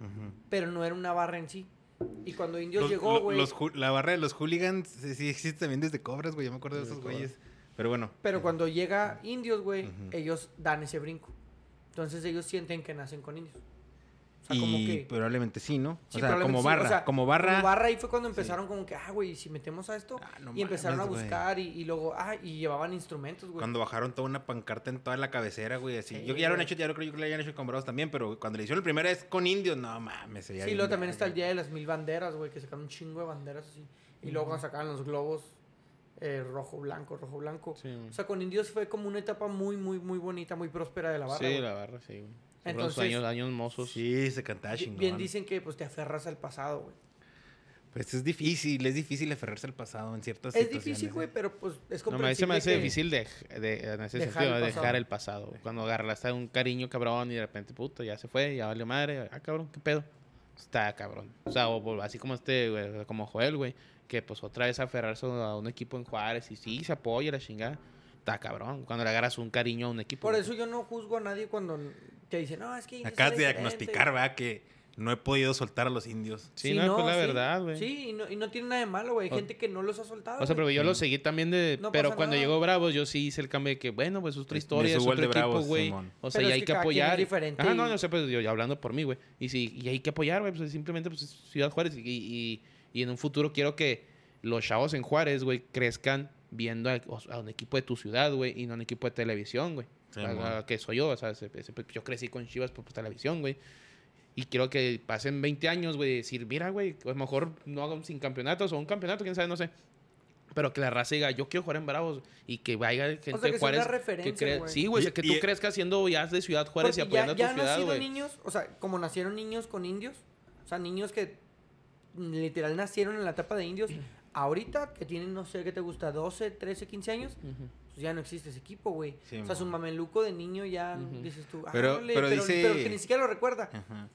[SPEAKER 1] Ujú.
[SPEAKER 2] Pero no era una barra en sí. Y cuando indios
[SPEAKER 1] Los-
[SPEAKER 2] llegó,
[SPEAKER 1] lo-
[SPEAKER 2] güey.
[SPEAKER 1] los ju- La barra de los hooligans sí, sí existe también desde Cobras, güey. Yo me acuerdo de
[SPEAKER 3] Desde
[SPEAKER 1] esos
[SPEAKER 3] Cobras.
[SPEAKER 1] güeyes. Pero bueno.
[SPEAKER 2] Pero cuando llega indios, güey,
[SPEAKER 1] Ujú.
[SPEAKER 2] ellos dan ese brinco. Entonces ellos sienten que nacen con indios. O sea,
[SPEAKER 1] y
[SPEAKER 2] como que.
[SPEAKER 1] probablemente sí, ¿no?
[SPEAKER 2] sí,
[SPEAKER 1] o sea,
[SPEAKER 2] probablemente
[SPEAKER 1] como
[SPEAKER 2] sí.
[SPEAKER 1] barra,
[SPEAKER 2] O sea,
[SPEAKER 1] como barra.
[SPEAKER 2] Como barra ahí fue cuando empezaron como que, ah, güey, si metemos a esto.
[SPEAKER 1] Ah, no
[SPEAKER 2] y empezaron
[SPEAKER 1] mames,
[SPEAKER 2] a
[SPEAKER 1] güey.
[SPEAKER 2] buscar y, y luego, ah, y llevaban instrumentos, güey.
[SPEAKER 1] Cuando bajaron toda una pancarta en toda la cabecera, güey, así.
[SPEAKER 2] Pues Sí,
[SPEAKER 1] yo ya lo han
[SPEAKER 2] güey.
[SPEAKER 1] hecho, ya lo creo yo que lo hayan hecho con Bravos también, pero cuando le hicieron la primera es con indios, no mames. sería
[SPEAKER 2] Sí,
[SPEAKER 1] bien
[SPEAKER 2] luego también
[SPEAKER 1] verga,
[SPEAKER 2] está el
[SPEAKER 1] güey.
[SPEAKER 2] Día de las Mil Banderas, güey, que sacaron un chingo de banderas así. Y luego cuando sacaban los globos eh, rojo, blanco, rojo, blanco.
[SPEAKER 3] Sí,
[SPEAKER 2] O sea, con indios fue como una etapa muy, muy, muy bonita, muy próspera de la barra.
[SPEAKER 3] Sí,
[SPEAKER 2] güey.
[SPEAKER 3] la barra, sí, güey. Fueron sus
[SPEAKER 2] Entonces-
[SPEAKER 3] años, años mozos.
[SPEAKER 1] Sí, se cantaba
[SPEAKER 2] Bi-
[SPEAKER 1] chingón.
[SPEAKER 2] Bien dicen que pues te aferras al pasado, güey.
[SPEAKER 1] Pues es difícil, es difícil aferrarse al pasado en ciertas
[SPEAKER 2] Es
[SPEAKER 1] situaciones.
[SPEAKER 2] difícil, güey,
[SPEAKER 1] ¿eh?
[SPEAKER 2] pero pues es
[SPEAKER 3] No, me- se
[SPEAKER 2] comprensible
[SPEAKER 3] me hace
[SPEAKER 2] que-
[SPEAKER 3] difícil de, de- en
[SPEAKER 2] Dejar
[SPEAKER 3] ese sentido,
[SPEAKER 2] el
[SPEAKER 3] de
[SPEAKER 2] pasado.
[SPEAKER 3] dejar el pasado. güey. Cuando agarraste un cariño cabrón y de repente, puta, ya se fue, ya valió madre. Ah, cabrón, qué pedo. Está cabrón. O sea, o- o así como este, güey, como Joel, güey, que pues otra vez aferrarse a un equipo en Juárez y sí, se apoya la chingada. Está cabrón. Cuando le agarras un cariño a un equipo.
[SPEAKER 2] Por
[SPEAKER 3] güey.
[SPEAKER 2] eso yo no juzgo a nadie cuando te dicen, no, es que... indios
[SPEAKER 4] Acabas
[SPEAKER 2] era
[SPEAKER 4] de
[SPEAKER 2] diferente".
[SPEAKER 4] diagnosticar, ¿verdad? Que no he podido soltar a los indios.
[SPEAKER 3] Sí, no, pues la
[SPEAKER 2] sí.
[SPEAKER 3] verdad, güey.
[SPEAKER 2] Sí, y no, y no tiene nada de malo, güey. Hay
[SPEAKER 3] O-
[SPEAKER 2] gente que no los ha soltado.
[SPEAKER 3] O sea,
[SPEAKER 2] güey.
[SPEAKER 3] pero yo lo seguí también de...
[SPEAKER 2] No
[SPEAKER 3] pero
[SPEAKER 2] pasa
[SPEAKER 3] cuando
[SPEAKER 2] nada.
[SPEAKER 3] llegó Bravos, yo sí hice el cambio de que, bueno, pues es otra
[SPEAKER 4] De-
[SPEAKER 3] historia,
[SPEAKER 4] de su
[SPEAKER 3] es
[SPEAKER 4] gol
[SPEAKER 3] otro
[SPEAKER 4] de Bravos,
[SPEAKER 3] equipo, güey.
[SPEAKER 4] Simón.
[SPEAKER 3] O sea,
[SPEAKER 2] Pero
[SPEAKER 3] y
[SPEAKER 2] es
[SPEAKER 3] hay
[SPEAKER 2] que
[SPEAKER 3] que
[SPEAKER 2] cada quien es
[SPEAKER 3] apoyar.
[SPEAKER 2] diferente
[SPEAKER 3] Ajá,
[SPEAKER 2] y-
[SPEAKER 3] no, no sé, pues yo ya hablando por mí, güey. Y, sí, y hay que apoyar, güey. Pues simplemente pues, es Ciudad Juárez. Y, y- y en un futuro quiero que los chavos en Juárez, güey, crezcan viendo a, o sea, a un equipo de tu ciudad, güey, y no a un equipo de televisión, güey.
[SPEAKER 4] Sí,
[SPEAKER 3] A-
[SPEAKER 4] mon.
[SPEAKER 3] a- que soy yo, o sea, ese- ese- yo crecí con Chivas por, por televisión, güey. Y quiero que pasen 20 años, güey, y decir, mira, güey, a lo mejor no hagan sin campeonatos o un campeonato, quién sabe, no sé. Pero que la raza diga, yo quiero jugar en Bravos y que vaya gente
[SPEAKER 2] que sea
[SPEAKER 3] de
[SPEAKER 2] una
[SPEAKER 3] Juárez.
[SPEAKER 2] referencia,
[SPEAKER 3] cre-
[SPEAKER 2] güey.
[SPEAKER 3] Sí, güey, o sea, que
[SPEAKER 4] Y-
[SPEAKER 3] tú
[SPEAKER 4] y-
[SPEAKER 3] crezcas siendo ya de Ciudad Juárez y
[SPEAKER 2] Porque
[SPEAKER 3] apoyando
[SPEAKER 2] ya, ya
[SPEAKER 3] a tu
[SPEAKER 2] han
[SPEAKER 3] ciudad,
[SPEAKER 2] nacido
[SPEAKER 3] güey.
[SPEAKER 2] niños, o sea, como nacieron niños con indios, o sea, niños que literal nacieron en la etapa de indios, ahorita que tienen, no sé, qué te gusta, 12, 13, 15 años,
[SPEAKER 3] Ujú.
[SPEAKER 2] pues ya no existe ese equipo, güey.
[SPEAKER 1] Sí,
[SPEAKER 2] o sea, su
[SPEAKER 1] mon.
[SPEAKER 2] mameluco de niño ya
[SPEAKER 3] Ujú.
[SPEAKER 2] dices tú, ah,
[SPEAKER 1] Pero-
[SPEAKER 2] órale,
[SPEAKER 1] pero
[SPEAKER 2] pero,
[SPEAKER 1] dice-
[SPEAKER 2] pero que ni siquiera lo recuerda.
[SPEAKER 1] Ajá.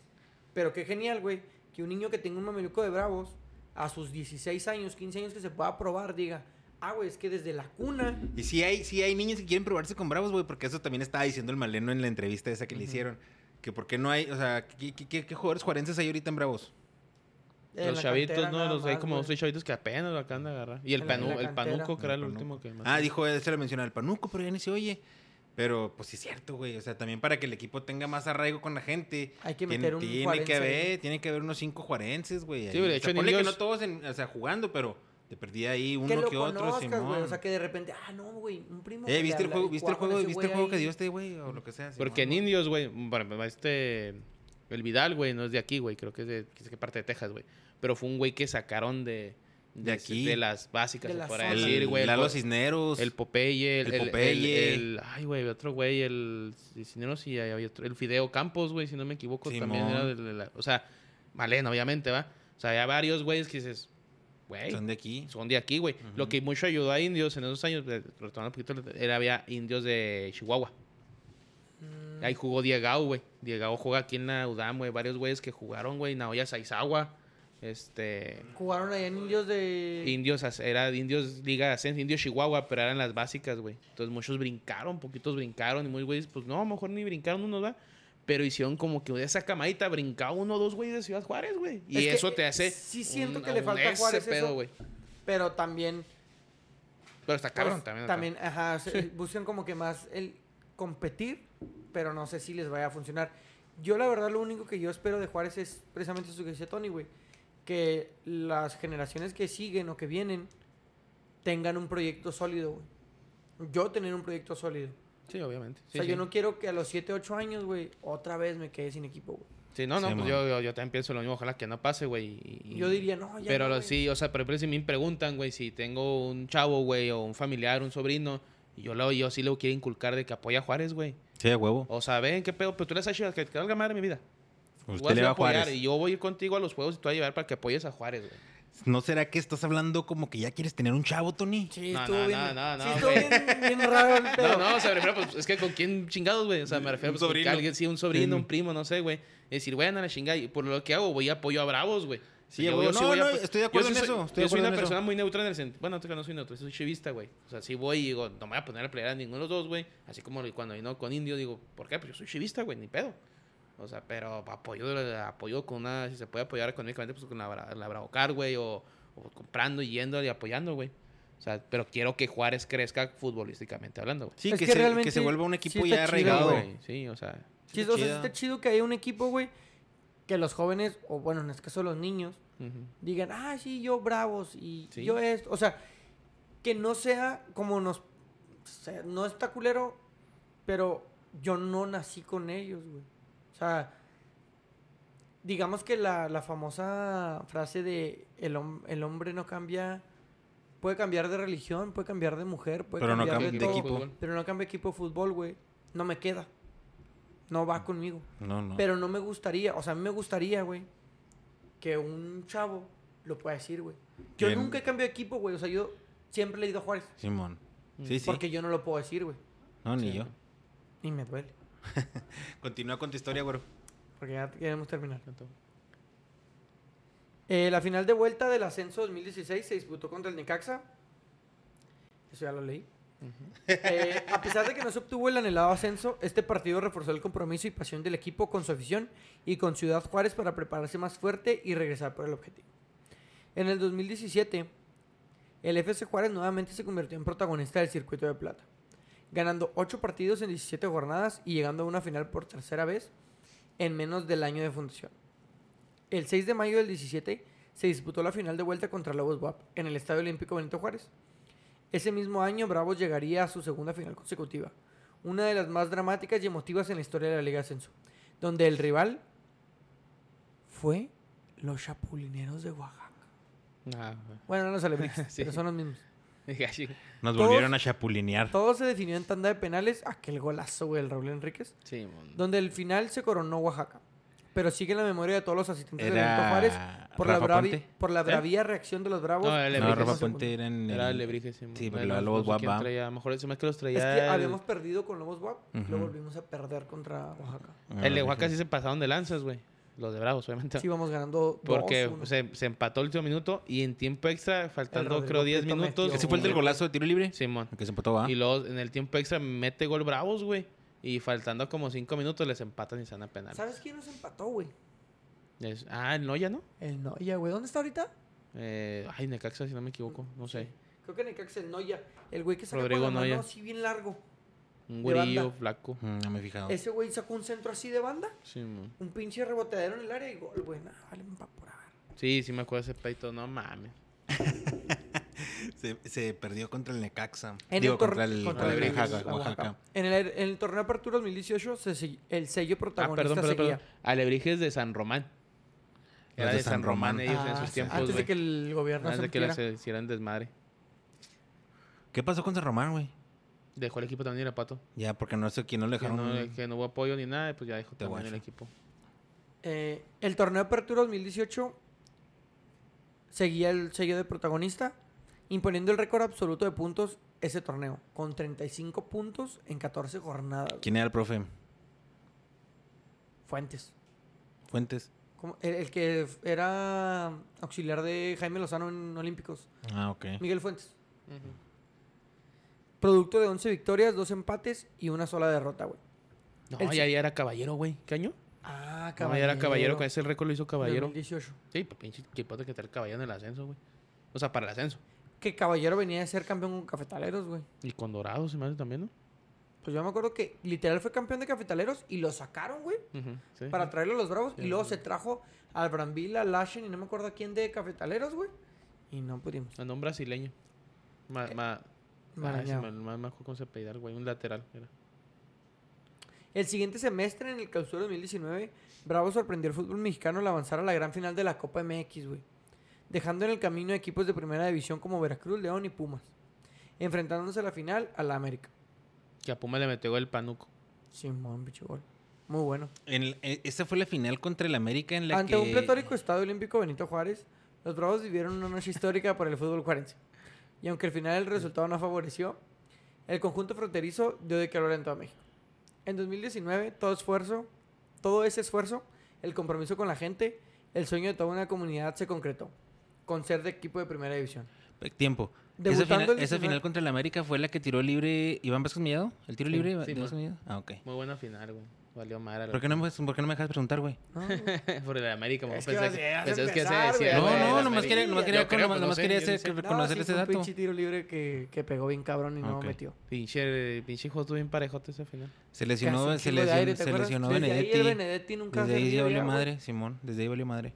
[SPEAKER 2] Pero qué genial, güey, que un niño que tenga un mameluco de bravos, a sus 16 años, 15 años que se pueda probar, diga, ah, güey, es que desde la cuna.
[SPEAKER 1] Y sí hay, sí hay niños que quieren probarse con Bravos, güey, porque eso también estaba diciendo el Maleno en la entrevista esa que le hicieron. Que por qué no hay, o sea, ¿qué, qué- qué- qué jugadores juarenses hay ahorita en Bravos?
[SPEAKER 2] en
[SPEAKER 3] Los
[SPEAKER 2] la
[SPEAKER 3] chavitos,
[SPEAKER 2] cantera
[SPEAKER 3] ¿no?
[SPEAKER 2] nada
[SPEAKER 3] Los, hay
[SPEAKER 2] más,
[SPEAKER 3] como dos
[SPEAKER 2] güey.
[SPEAKER 3] tres chavitos que apenas lo acaban de agarrar. Y el,
[SPEAKER 2] En la- en
[SPEAKER 3] panu-
[SPEAKER 2] la
[SPEAKER 3] el
[SPEAKER 2] cantera.
[SPEAKER 3] panuco, que era el
[SPEAKER 1] Panuco.
[SPEAKER 3] último que más.
[SPEAKER 1] Ah, dijo, se lo mencionaba el Panuco, pero ya ni se oye. Pero pues sí es cierto, güey. O sea, también para que el equipo tenga más arraigo con la gente.
[SPEAKER 2] Hay que
[SPEAKER 1] tien-
[SPEAKER 2] meter un
[SPEAKER 1] tiene
[SPEAKER 2] juarense
[SPEAKER 1] que
[SPEAKER 2] ahí.
[SPEAKER 1] haber, tiene que haber unos cinco juarenses, güey. ahí.
[SPEAKER 3] güey, de
[SPEAKER 1] O sea,
[SPEAKER 3] hecho, en
[SPEAKER 1] ponle que
[SPEAKER 3] Indios-
[SPEAKER 1] no todos, en- o sea, jugando, pero te perdí ahí uno
[SPEAKER 2] que lo
[SPEAKER 1] que otro,
[SPEAKER 2] conozcas, güey.
[SPEAKER 1] Simón.
[SPEAKER 2] O sea, que de repente, ah, no, güey, un primo. que
[SPEAKER 1] Eh,
[SPEAKER 2] le
[SPEAKER 1] ¿viste el
[SPEAKER 2] habla-
[SPEAKER 1] juego,
[SPEAKER 2] y
[SPEAKER 1] viste el
[SPEAKER 2] juega con
[SPEAKER 1] juego,
[SPEAKER 2] ese
[SPEAKER 1] viste el
[SPEAKER 2] güey
[SPEAKER 1] juego que
[SPEAKER 2] ahí?
[SPEAKER 1] dio este güey? O lo que sea.
[SPEAKER 3] Porque en
[SPEAKER 1] Simón.
[SPEAKER 3] indios, güey, mm, bueno, este, el Vidal, güey, no es de aquí, güey, creo que es de, que es de parte de Texas, güey. Pero fue un güey que sacaron de,
[SPEAKER 1] De aquí.
[SPEAKER 3] de las básicas,
[SPEAKER 2] De
[SPEAKER 3] se
[SPEAKER 2] la
[SPEAKER 3] podrá
[SPEAKER 2] zona.
[SPEAKER 3] decir,
[SPEAKER 1] El,
[SPEAKER 3] güey. El,
[SPEAKER 1] Lalo
[SPEAKER 3] po-
[SPEAKER 1] Cisneros.
[SPEAKER 3] el Popeye, el,
[SPEAKER 1] el
[SPEAKER 3] el- el-
[SPEAKER 1] Popeye.
[SPEAKER 3] el- ay, güey, otro güey, el Cisneros y había otro- el Fideo Campos, güey, si no me equivoco, también
[SPEAKER 1] Simón.
[SPEAKER 3] era de la- o sea, Malena, obviamente, ¿va? O sea, había varios güeyes que dices, güey,
[SPEAKER 1] Son de aquí.
[SPEAKER 3] son de aquí, güey. Lo
[SPEAKER 1] Ujú.
[SPEAKER 3] que mucho ayudó a indios en esos años, eh, retomando un poquito, era había indios de Chihuahua.
[SPEAKER 2] Mm,
[SPEAKER 3] Ahí jugó Diegao, güey. Diegao juega aquí en la UDAM, güey. Varios güeyes que jugaron, güey. Naoya Saizawa. Este.
[SPEAKER 2] Jugaron allá en indios de.
[SPEAKER 3] Indios, as- era de indios Liga de Ascenso, indios Chihuahua, pero eran las básicas, güey. Entonces muchos brincaron, poquitos brincaron, y muy güeyes, pues no, a lo mejor ni brincaron uno, ¿verdad? Pero hicieron como que de esa camadita brincaba uno o dos güeyes de Ciudad Juárez, güey. Y
[SPEAKER 2] Es que,
[SPEAKER 3] eso te
[SPEAKER 2] eh,
[SPEAKER 3] hace.
[SPEAKER 2] sí siento que le falta a
[SPEAKER 3] ese
[SPEAKER 2] Juárez eso.
[SPEAKER 3] pedo, güey.
[SPEAKER 2] Pero también.
[SPEAKER 3] Pero está cabrón
[SPEAKER 2] pues,
[SPEAKER 3] también.
[SPEAKER 2] También, ajá. o sea, Buscan como que más el competir, pero no sé si les vaya a funcionar. Yo, la verdad, lo único que yo espero de Juárez es precisamente eso que dice Tony, güey. Que las generaciones que siguen o que vienen tengan un proyecto sólido, güey. Yo tener un proyecto sólido.
[SPEAKER 3] Sí, obviamente.
[SPEAKER 2] o
[SPEAKER 3] Sí,
[SPEAKER 2] sea,
[SPEAKER 3] sí.
[SPEAKER 2] yo no quiero que a los 7, 8 años, güey, otra vez me quede sin equipo, güey.
[SPEAKER 3] Sí, no, no,
[SPEAKER 1] Sí,
[SPEAKER 3] pues
[SPEAKER 1] mon.
[SPEAKER 3] yo, yo, yo también pienso lo mismo. Ojalá que no pase, güey. y-
[SPEAKER 2] Yo diría, no, ya.
[SPEAKER 3] Pero
[SPEAKER 2] no,
[SPEAKER 3] lo-
[SPEAKER 2] güey.
[SPEAKER 3] sí, o sea, por ejemplo, si me preguntan, güey, si tengo un chavo, güey, o un familiar, un sobrino, y yo, lo, yo sí le quiero inculcar de que apoya a Juárez, güey.
[SPEAKER 1] Sí, a huevo.
[SPEAKER 3] O sea, ven, qué pedo, pero tú le has Chivas, que te valga madre mi vida. Tú
[SPEAKER 1] Usted
[SPEAKER 3] vas
[SPEAKER 1] Pues le va a
[SPEAKER 3] apoyar
[SPEAKER 1] Juárez.
[SPEAKER 3] Y yo voy a ir contigo a los juegos y te voy a llevar para que apoyes a Juárez, güey.
[SPEAKER 1] ¿No será que estás hablando como que ya quieres tener un chavo, Tony?
[SPEAKER 2] Sí,
[SPEAKER 3] No,
[SPEAKER 2] estuvo
[SPEAKER 3] no,
[SPEAKER 2] bien.
[SPEAKER 3] no,
[SPEAKER 2] sí,
[SPEAKER 3] no, no,
[SPEAKER 2] estuvo
[SPEAKER 3] güey.
[SPEAKER 2] bien, bien raro el pedo.
[SPEAKER 3] No, no, o sea, me refiero, pues, es que con quién chingados, güey. O sea, me
[SPEAKER 4] Un
[SPEAKER 3] refiero pues, con que
[SPEAKER 4] sobrino.
[SPEAKER 3] alguien, sí, un sobrino, un primo, no sé, güey. Es decir, güey, anda a la chingada. Y por lo que hago, voy y apoyo a Bravos, güey.
[SPEAKER 1] Sí, güey, no, no,
[SPEAKER 3] apo-
[SPEAKER 1] estoy de acuerdo
[SPEAKER 3] sí
[SPEAKER 1] en
[SPEAKER 3] soy-
[SPEAKER 1] eso, estoy de
[SPEAKER 3] yo soy
[SPEAKER 1] acuerdo
[SPEAKER 3] una
[SPEAKER 1] en eso.
[SPEAKER 3] persona muy neutra en el sentido. Bueno, no, no soy neutra, soy chivista, güey. O sea, sí voy y digo, no me voy a poner a pelear a ninguno de los dos, güey. Así como cuando vino con Indio, digo, ¿por qué? Pues yo soy chivista, güey, ni pedo. O sea, pero apoyo, apoyo con una, si se puede apoyar económicamente, pues con la, Bra- la Bravocar, güey, o, o comprando y yendo y apoyando, güey. O sea, pero quiero que Juárez crezca futbolísticamente hablando, güey.
[SPEAKER 1] Sí,
[SPEAKER 2] Es
[SPEAKER 1] que,
[SPEAKER 2] que
[SPEAKER 1] se,
[SPEAKER 2] realmente
[SPEAKER 1] que se vuelva un
[SPEAKER 2] sí
[SPEAKER 1] equipo
[SPEAKER 2] está
[SPEAKER 1] ya
[SPEAKER 2] chido,
[SPEAKER 1] arraigado.
[SPEAKER 2] güey.
[SPEAKER 1] güey.
[SPEAKER 3] Sí, o sea.
[SPEAKER 2] Sí,
[SPEAKER 1] Está
[SPEAKER 2] o sea, sí
[SPEAKER 1] chido.
[SPEAKER 2] está chido que haya un equipo, güey, que los jóvenes, o bueno, en este caso los niños,
[SPEAKER 3] ujú.
[SPEAKER 2] digan, ah, sí, yo bravos y
[SPEAKER 3] Sí.
[SPEAKER 2] yo esto. O sea, que no sea como nos. o sea, no está culero, pero yo no nací con ellos, güey. O sea, digamos que la, la famosa frase de el, hom- el hombre no cambia. Puede cambiar de religión, puede cambiar de mujer, puede
[SPEAKER 1] Pero no
[SPEAKER 2] cambiar
[SPEAKER 1] cambia
[SPEAKER 2] de,
[SPEAKER 1] de
[SPEAKER 2] todo,
[SPEAKER 1] equipo.
[SPEAKER 2] Pero no cambia equipo de fútbol, güey. No me queda. No
[SPEAKER 1] Mm.
[SPEAKER 2] va conmigo.
[SPEAKER 1] No, no.
[SPEAKER 2] Pero no me gustaría, o sea, a mí me gustaría, güey, que un chavo lo pueda decir, güey. Yo
[SPEAKER 1] Bien.
[SPEAKER 2] nunca he cambiado de equipo, güey. O sea, yo siempre le he ido a Juárez.
[SPEAKER 1] Simón. Sí, sí.
[SPEAKER 2] Porque yo no lo puedo decir, güey.
[SPEAKER 1] No, ni
[SPEAKER 3] Sí.
[SPEAKER 1] yo.
[SPEAKER 2] Y me duele.
[SPEAKER 4] Continúa con tu historia, güero.
[SPEAKER 2] Porque ya queremos terminar. Eh, la final de vuelta del ascenso 2016 se disputó contra el Necaxa. Eso ya lo leí. Eh, a pesar de que no se obtuvo el anhelado ascenso, este partido reforzó el compromiso y pasión del equipo con su afición y con Ciudad Juárez para prepararse más fuerte y regresar por el objetivo. En el 2017, el FC Juárez nuevamente se convirtió en protagonista del circuito de plata, ganando 8 partidos en 17 jornadas y llegando a una final por tercera vez en menos del año de fundación. El 6 de mayo del 17 se disputó la final de vuelta contra Lobos WAP en el Estadio Olímpico Benito Juárez. Ese mismo año, Bravos llegaría a su segunda final consecutiva, una de las más dramáticas y emotivas en la historia de la Liga de Ascenso, donde el rival fue los Chapulineros de Oaxaca.
[SPEAKER 3] Ah,
[SPEAKER 2] Bueno, no los alebrijes,
[SPEAKER 3] Sí.
[SPEAKER 2] pero son los mismos.
[SPEAKER 3] güey.
[SPEAKER 1] Nos
[SPEAKER 2] Todos-
[SPEAKER 1] volvieron a chapulinear.
[SPEAKER 2] Todo se definió en tanda de penales, aquel golazo, güey, del Raúl Enríquez,
[SPEAKER 3] Sí, mon.
[SPEAKER 2] donde el final se coronó Oaxaca. Pero sigue en la memoria de todos los asistentes del
[SPEAKER 1] Era
[SPEAKER 2] Benito Juárez por la,
[SPEAKER 1] Rafa
[SPEAKER 2] bravi-
[SPEAKER 1] Puente.
[SPEAKER 2] por la
[SPEAKER 3] ¿Eh?
[SPEAKER 2] bravía reacción de los bravos.
[SPEAKER 3] No, el
[SPEAKER 1] No,
[SPEAKER 3] Lebrijes.
[SPEAKER 1] Rafa Puente era en
[SPEAKER 3] Era
[SPEAKER 1] el-
[SPEAKER 3] el Lebrige, sí. mon.
[SPEAKER 1] Sí, pero
[SPEAKER 3] Ay,
[SPEAKER 1] la
[SPEAKER 3] no,
[SPEAKER 1] Lobos
[SPEAKER 3] no sé
[SPEAKER 1] Guap
[SPEAKER 3] quién
[SPEAKER 1] va.
[SPEAKER 3] traía. A lo mejor el semestre que los
[SPEAKER 2] Es
[SPEAKER 3] traía.
[SPEAKER 2] que
[SPEAKER 3] el-
[SPEAKER 2] habíamos perdido con Lobos WAP, lo
[SPEAKER 1] Ujú.
[SPEAKER 2] volvimos a perder contra Oaxaca.
[SPEAKER 1] Ah,
[SPEAKER 3] El de Oaxaca sí
[SPEAKER 1] déjame.
[SPEAKER 3] se pasaron de lanzas, güey. Los de Bravos, obviamente.
[SPEAKER 2] Sí, íbamos ganando
[SPEAKER 3] Porque pues, eh,
[SPEAKER 2] 2-1.
[SPEAKER 3] se, se empató el último minuto y en tiempo extra, faltando
[SPEAKER 2] Rodrigo
[SPEAKER 3] creo 10
[SPEAKER 2] Prieto
[SPEAKER 3] minutos.
[SPEAKER 2] metió
[SPEAKER 1] ¿Ese fue el del Ah.
[SPEAKER 3] un-
[SPEAKER 1] golazo de tiro libre?
[SPEAKER 3] Simón.
[SPEAKER 1] El que se empató, va.
[SPEAKER 3] Y luego en el tiempo extra mete gol Bravos, güey. Y faltando como 5 minutos les empatan y se van a penal.
[SPEAKER 2] ¿Sabes quién nos empató, güey?
[SPEAKER 3] Es- ah, no, ya no.
[SPEAKER 2] El Noya, güey. ¿Dónde está ahorita?
[SPEAKER 3] Eh, ay, Necaxa, si no me equivoco. No sé.
[SPEAKER 2] Creo que en el Cax el Noya. El güey que saca
[SPEAKER 3] Rodrigo
[SPEAKER 2] con la mano
[SPEAKER 3] Noya.
[SPEAKER 2] así bien largo.
[SPEAKER 3] Un
[SPEAKER 2] De
[SPEAKER 3] güerillo
[SPEAKER 2] banda.
[SPEAKER 3] flaco.
[SPEAKER 1] Mm, No me he fijado.
[SPEAKER 2] Ese güey sacó un centro así de banda.
[SPEAKER 3] Sí, mon.
[SPEAKER 2] Un pinche reboteadero en el área y gol, güey. Nah, vale, me va por ahora.
[SPEAKER 3] sí, sí me acuerdo de ese peito. No mames. Ah,
[SPEAKER 4] Se, se perdió contra el Necaxa.
[SPEAKER 2] En
[SPEAKER 1] Digo,
[SPEAKER 2] el tor-
[SPEAKER 1] contra el,
[SPEAKER 2] contra
[SPEAKER 1] contra
[SPEAKER 3] el
[SPEAKER 1] el
[SPEAKER 3] Lebrijes,
[SPEAKER 1] Oaxaca. Oaxaca.
[SPEAKER 2] En el, en el torneo Apertura 2018, se sig- el sello
[SPEAKER 3] Ah,
[SPEAKER 2] protagonista
[SPEAKER 3] perdón, perdón,
[SPEAKER 2] seguía.
[SPEAKER 3] perdón. Alebrijes de San Román. Era
[SPEAKER 1] Los
[SPEAKER 3] de San Román, ellos en
[SPEAKER 2] Ah,
[SPEAKER 3] sus
[SPEAKER 2] sí.
[SPEAKER 3] tiempos,
[SPEAKER 2] Antes
[SPEAKER 3] güey.
[SPEAKER 2] de que el gobierno
[SPEAKER 3] Antes
[SPEAKER 2] se
[SPEAKER 3] de que les
[SPEAKER 2] metiera.
[SPEAKER 3] hicieran desmadre.
[SPEAKER 1] ¿Qué pasó con San Román, güey?
[SPEAKER 3] Dejó el equipo también Irapato.
[SPEAKER 1] Ya, porque no sé quién no le
[SPEAKER 3] Que
[SPEAKER 1] dejaron.
[SPEAKER 3] no, que no hubo apoyo ni nada, y pues ya dejó
[SPEAKER 1] Te
[SPEAKER 3] también el
[SPEAKER 1] guacho.
[SPEAKER 3] equipo.
[SPEAKER 2] Eh, el torneo Apertura 2018 seguía el sello de protagonista, imponiendo el récord absoluto de puntos ese torneo, con 35 puntos en 14 jornadas.
[SPEAKER 1] ¿Quién era el profe?
[SPEAKER 2] Fuentes.
[SPEAKER 1] Fuentes.
[SPEAKER 2] ¿Cómo? El, el que f- era auxiliar de Jaime Lozano en Olímpicos,
[SPEAKER 1] Ah, ok.
[SPEAKER 2] Miguel Fuentes. Producto de 11 victorias, 2 empates y una sola derrota, güey.
[SPEAKER 3] No,
[SPEAKER 2] El
[SPEAKER 3] ya, ya era caballero, güey. ¿Qué año?
[SPEAKER 2] Ah,
[SPEAKER 3] No, ya era caballero. Con ese récord lo hizo caballero.
[SPEAKER 2] 2018.
[SPEAKER 3] Sí, pues pinche equipo que trae el caballero en el ascenso, güey. O sea, para el ascenso.
[SPEAKER 2] Que Caballero venía de ser campeón con Cafetaleros, güey.
[SPEAKER 3] Y con Dorado se me hace también, ¿no?
[SPEAKER 2] Pues yo me acuerdo que literal fue campeón de Cafetaleros y lo sacaron, güey.
[SPEAKER 3] Ujú, sí.
[SPEAKER 2] para traerlo a los Bravos. y
[SPEAKER 3] Sí,
[SPEAKER 2] luego
[SPEAKER 3] sí.
[SPEAKER 2] se trajo al Brambilla, a Lashen y no me acuerdo a quién de Cafetaleros, güey. Y no pudimos.
[SPEAKER 3] Andó Ah, un brasileño. Ma,
[SPEAKER 2] Eh,
[SPEAKER 3] ma, ay, se
[SPEAKER 2] Marañao.
[SPEAKER 3] me, ma- me acuerdo cómo se apellidaba el güey. Un lateral. Era.
[SPEAKER 2] El siguiente semestre, en el clausura 2019, Bravos sorprendió al fútbol mexicano al avanzar a la gran final de la Copa MX, güey. Dejando en el camino equipos de primera división como Veracruz, León y Pumas. Enfrentándose a la final a la América.
[SPEAKER 3] Que a Puma le metió el panuco.
[SPEAKER 2] Simón, bicho gol. Muy bueno.
[SPEAKER 1] En el- eh, esa fue la final contra el América en la
[SPEAKER 2] Ante
[SPEAKER 1] que...
[SPEAKER 2] un pletórico Estado Olímpico Benito Juárez, los Bravos vivieron una noche histórica para el fútbol juarense. Y aunque al final el resultado no favoreció, el conjunto fronterizo dio de qué hablar en toda México. En 2019, todo esfuerzo, todo ese esfuerzo, el compromiso con la gente, el sueño de toda una comunidad se concretó, con ser de equipo de primera división.
[SPEAKER 1] Tiempo. Esa
[SPEAKER 2] Debutando
[SPEAKER 1] final,
[SPEAKER 2] el
[SPEAKER 1] esa
[SPEAKER 2] 19.
[SPEAKER 1] final contra el América fue la que tiró libre Iván Vázquez Millado. ¿El tiro
[SPEAKER 3] Sí,
[SPEAKER 1] libre
[SPEAKER 3] sí,
[SPEAKER 1] Iván de
[SPEAKER 3] ma.
[SPEAKER 1] Vázquez Millado? Ah, ok.
[SPEAKER 3] Muy buena final, güey. Valió madre.
[SPEAKER 1] ¿Por qué no me, por qué no me dejas preguntar, güey?
[SPEAKER 2] ¿no?
[SPEAKER 3] Por el América, mo,
[SPEAKER 2] Es que
[SPEAKER 3] pensé
[SPEAKER 2] vas-
[SPEAKER 3] que,
[SPEAKER 2] vas a
[SPEAKER 3] pensé que se
[SPEAKER 2] empezar,
[SPEAKER 3] decía.
[SPEAKER 2] güey.
[SPEAKER 1] No,
[SPEAKER 3] güey,
[SPEAKER 1] no,
[SPEAKER 3] el
[SPEAKER 1] nomás
[SPEAKER 3] América.
[SPEAKER 1] quería, nomás
[SPEAKER 3] Yo
[SPEAKER 1] quería,
[SPEAKER 3] creo,
[SPEAKER 1] nomás-
[SPEAKER 3] pues, no
[SPEAKER 1] nomás
[SPEAKER 3] sé,
[SPEAKER 1] quería
[SPEAKER 3] yo no
[SPEAKER 1] hacer-
[SPEAKER 3] sé.
[SPEAKER 1] reconocer
[SPEAKER 2] sí,
[SPEAKER 1] ese
[SPEAKER 2] fue
[SPEAKER 1] dato.
[SPEAKER 2] Un pinche tiro libre que, que pegó bien cabrón y no
[SPEAKER 1] Ok.
[SPEAKER 2] metió.
[SPEAKER 3] Pinche, pinche justo bien parejote ese final.
[SPEAKER 1] Se
[SPEAKER 2] Que hace
[SPEAKER 1] lesionó,
[SPEAKER 2] un
[SPEAKER 1] se
[SPEAKER 2] chingo de aire, ¿te
[SPEAKER 1] lesionó, se
[SPEAKER 2] acuerdas?
[SPEAKER 1] lesionó
[SPEAKER 2] Desde ahí el
[SPEAKER 1] Benedetti.
[SPEAKER 2] Benedetti nunca ha
[SPEAKER 1] Desde ahí
[SPEAKER 2] servido
[SPEAKER 1] ya
[SPEAKER 2] ya,
[SPEAKER 1] valió
[SPEAKER 2] güey.
[SPEAKER 1] madre, Simón. Desde ahí valió madre.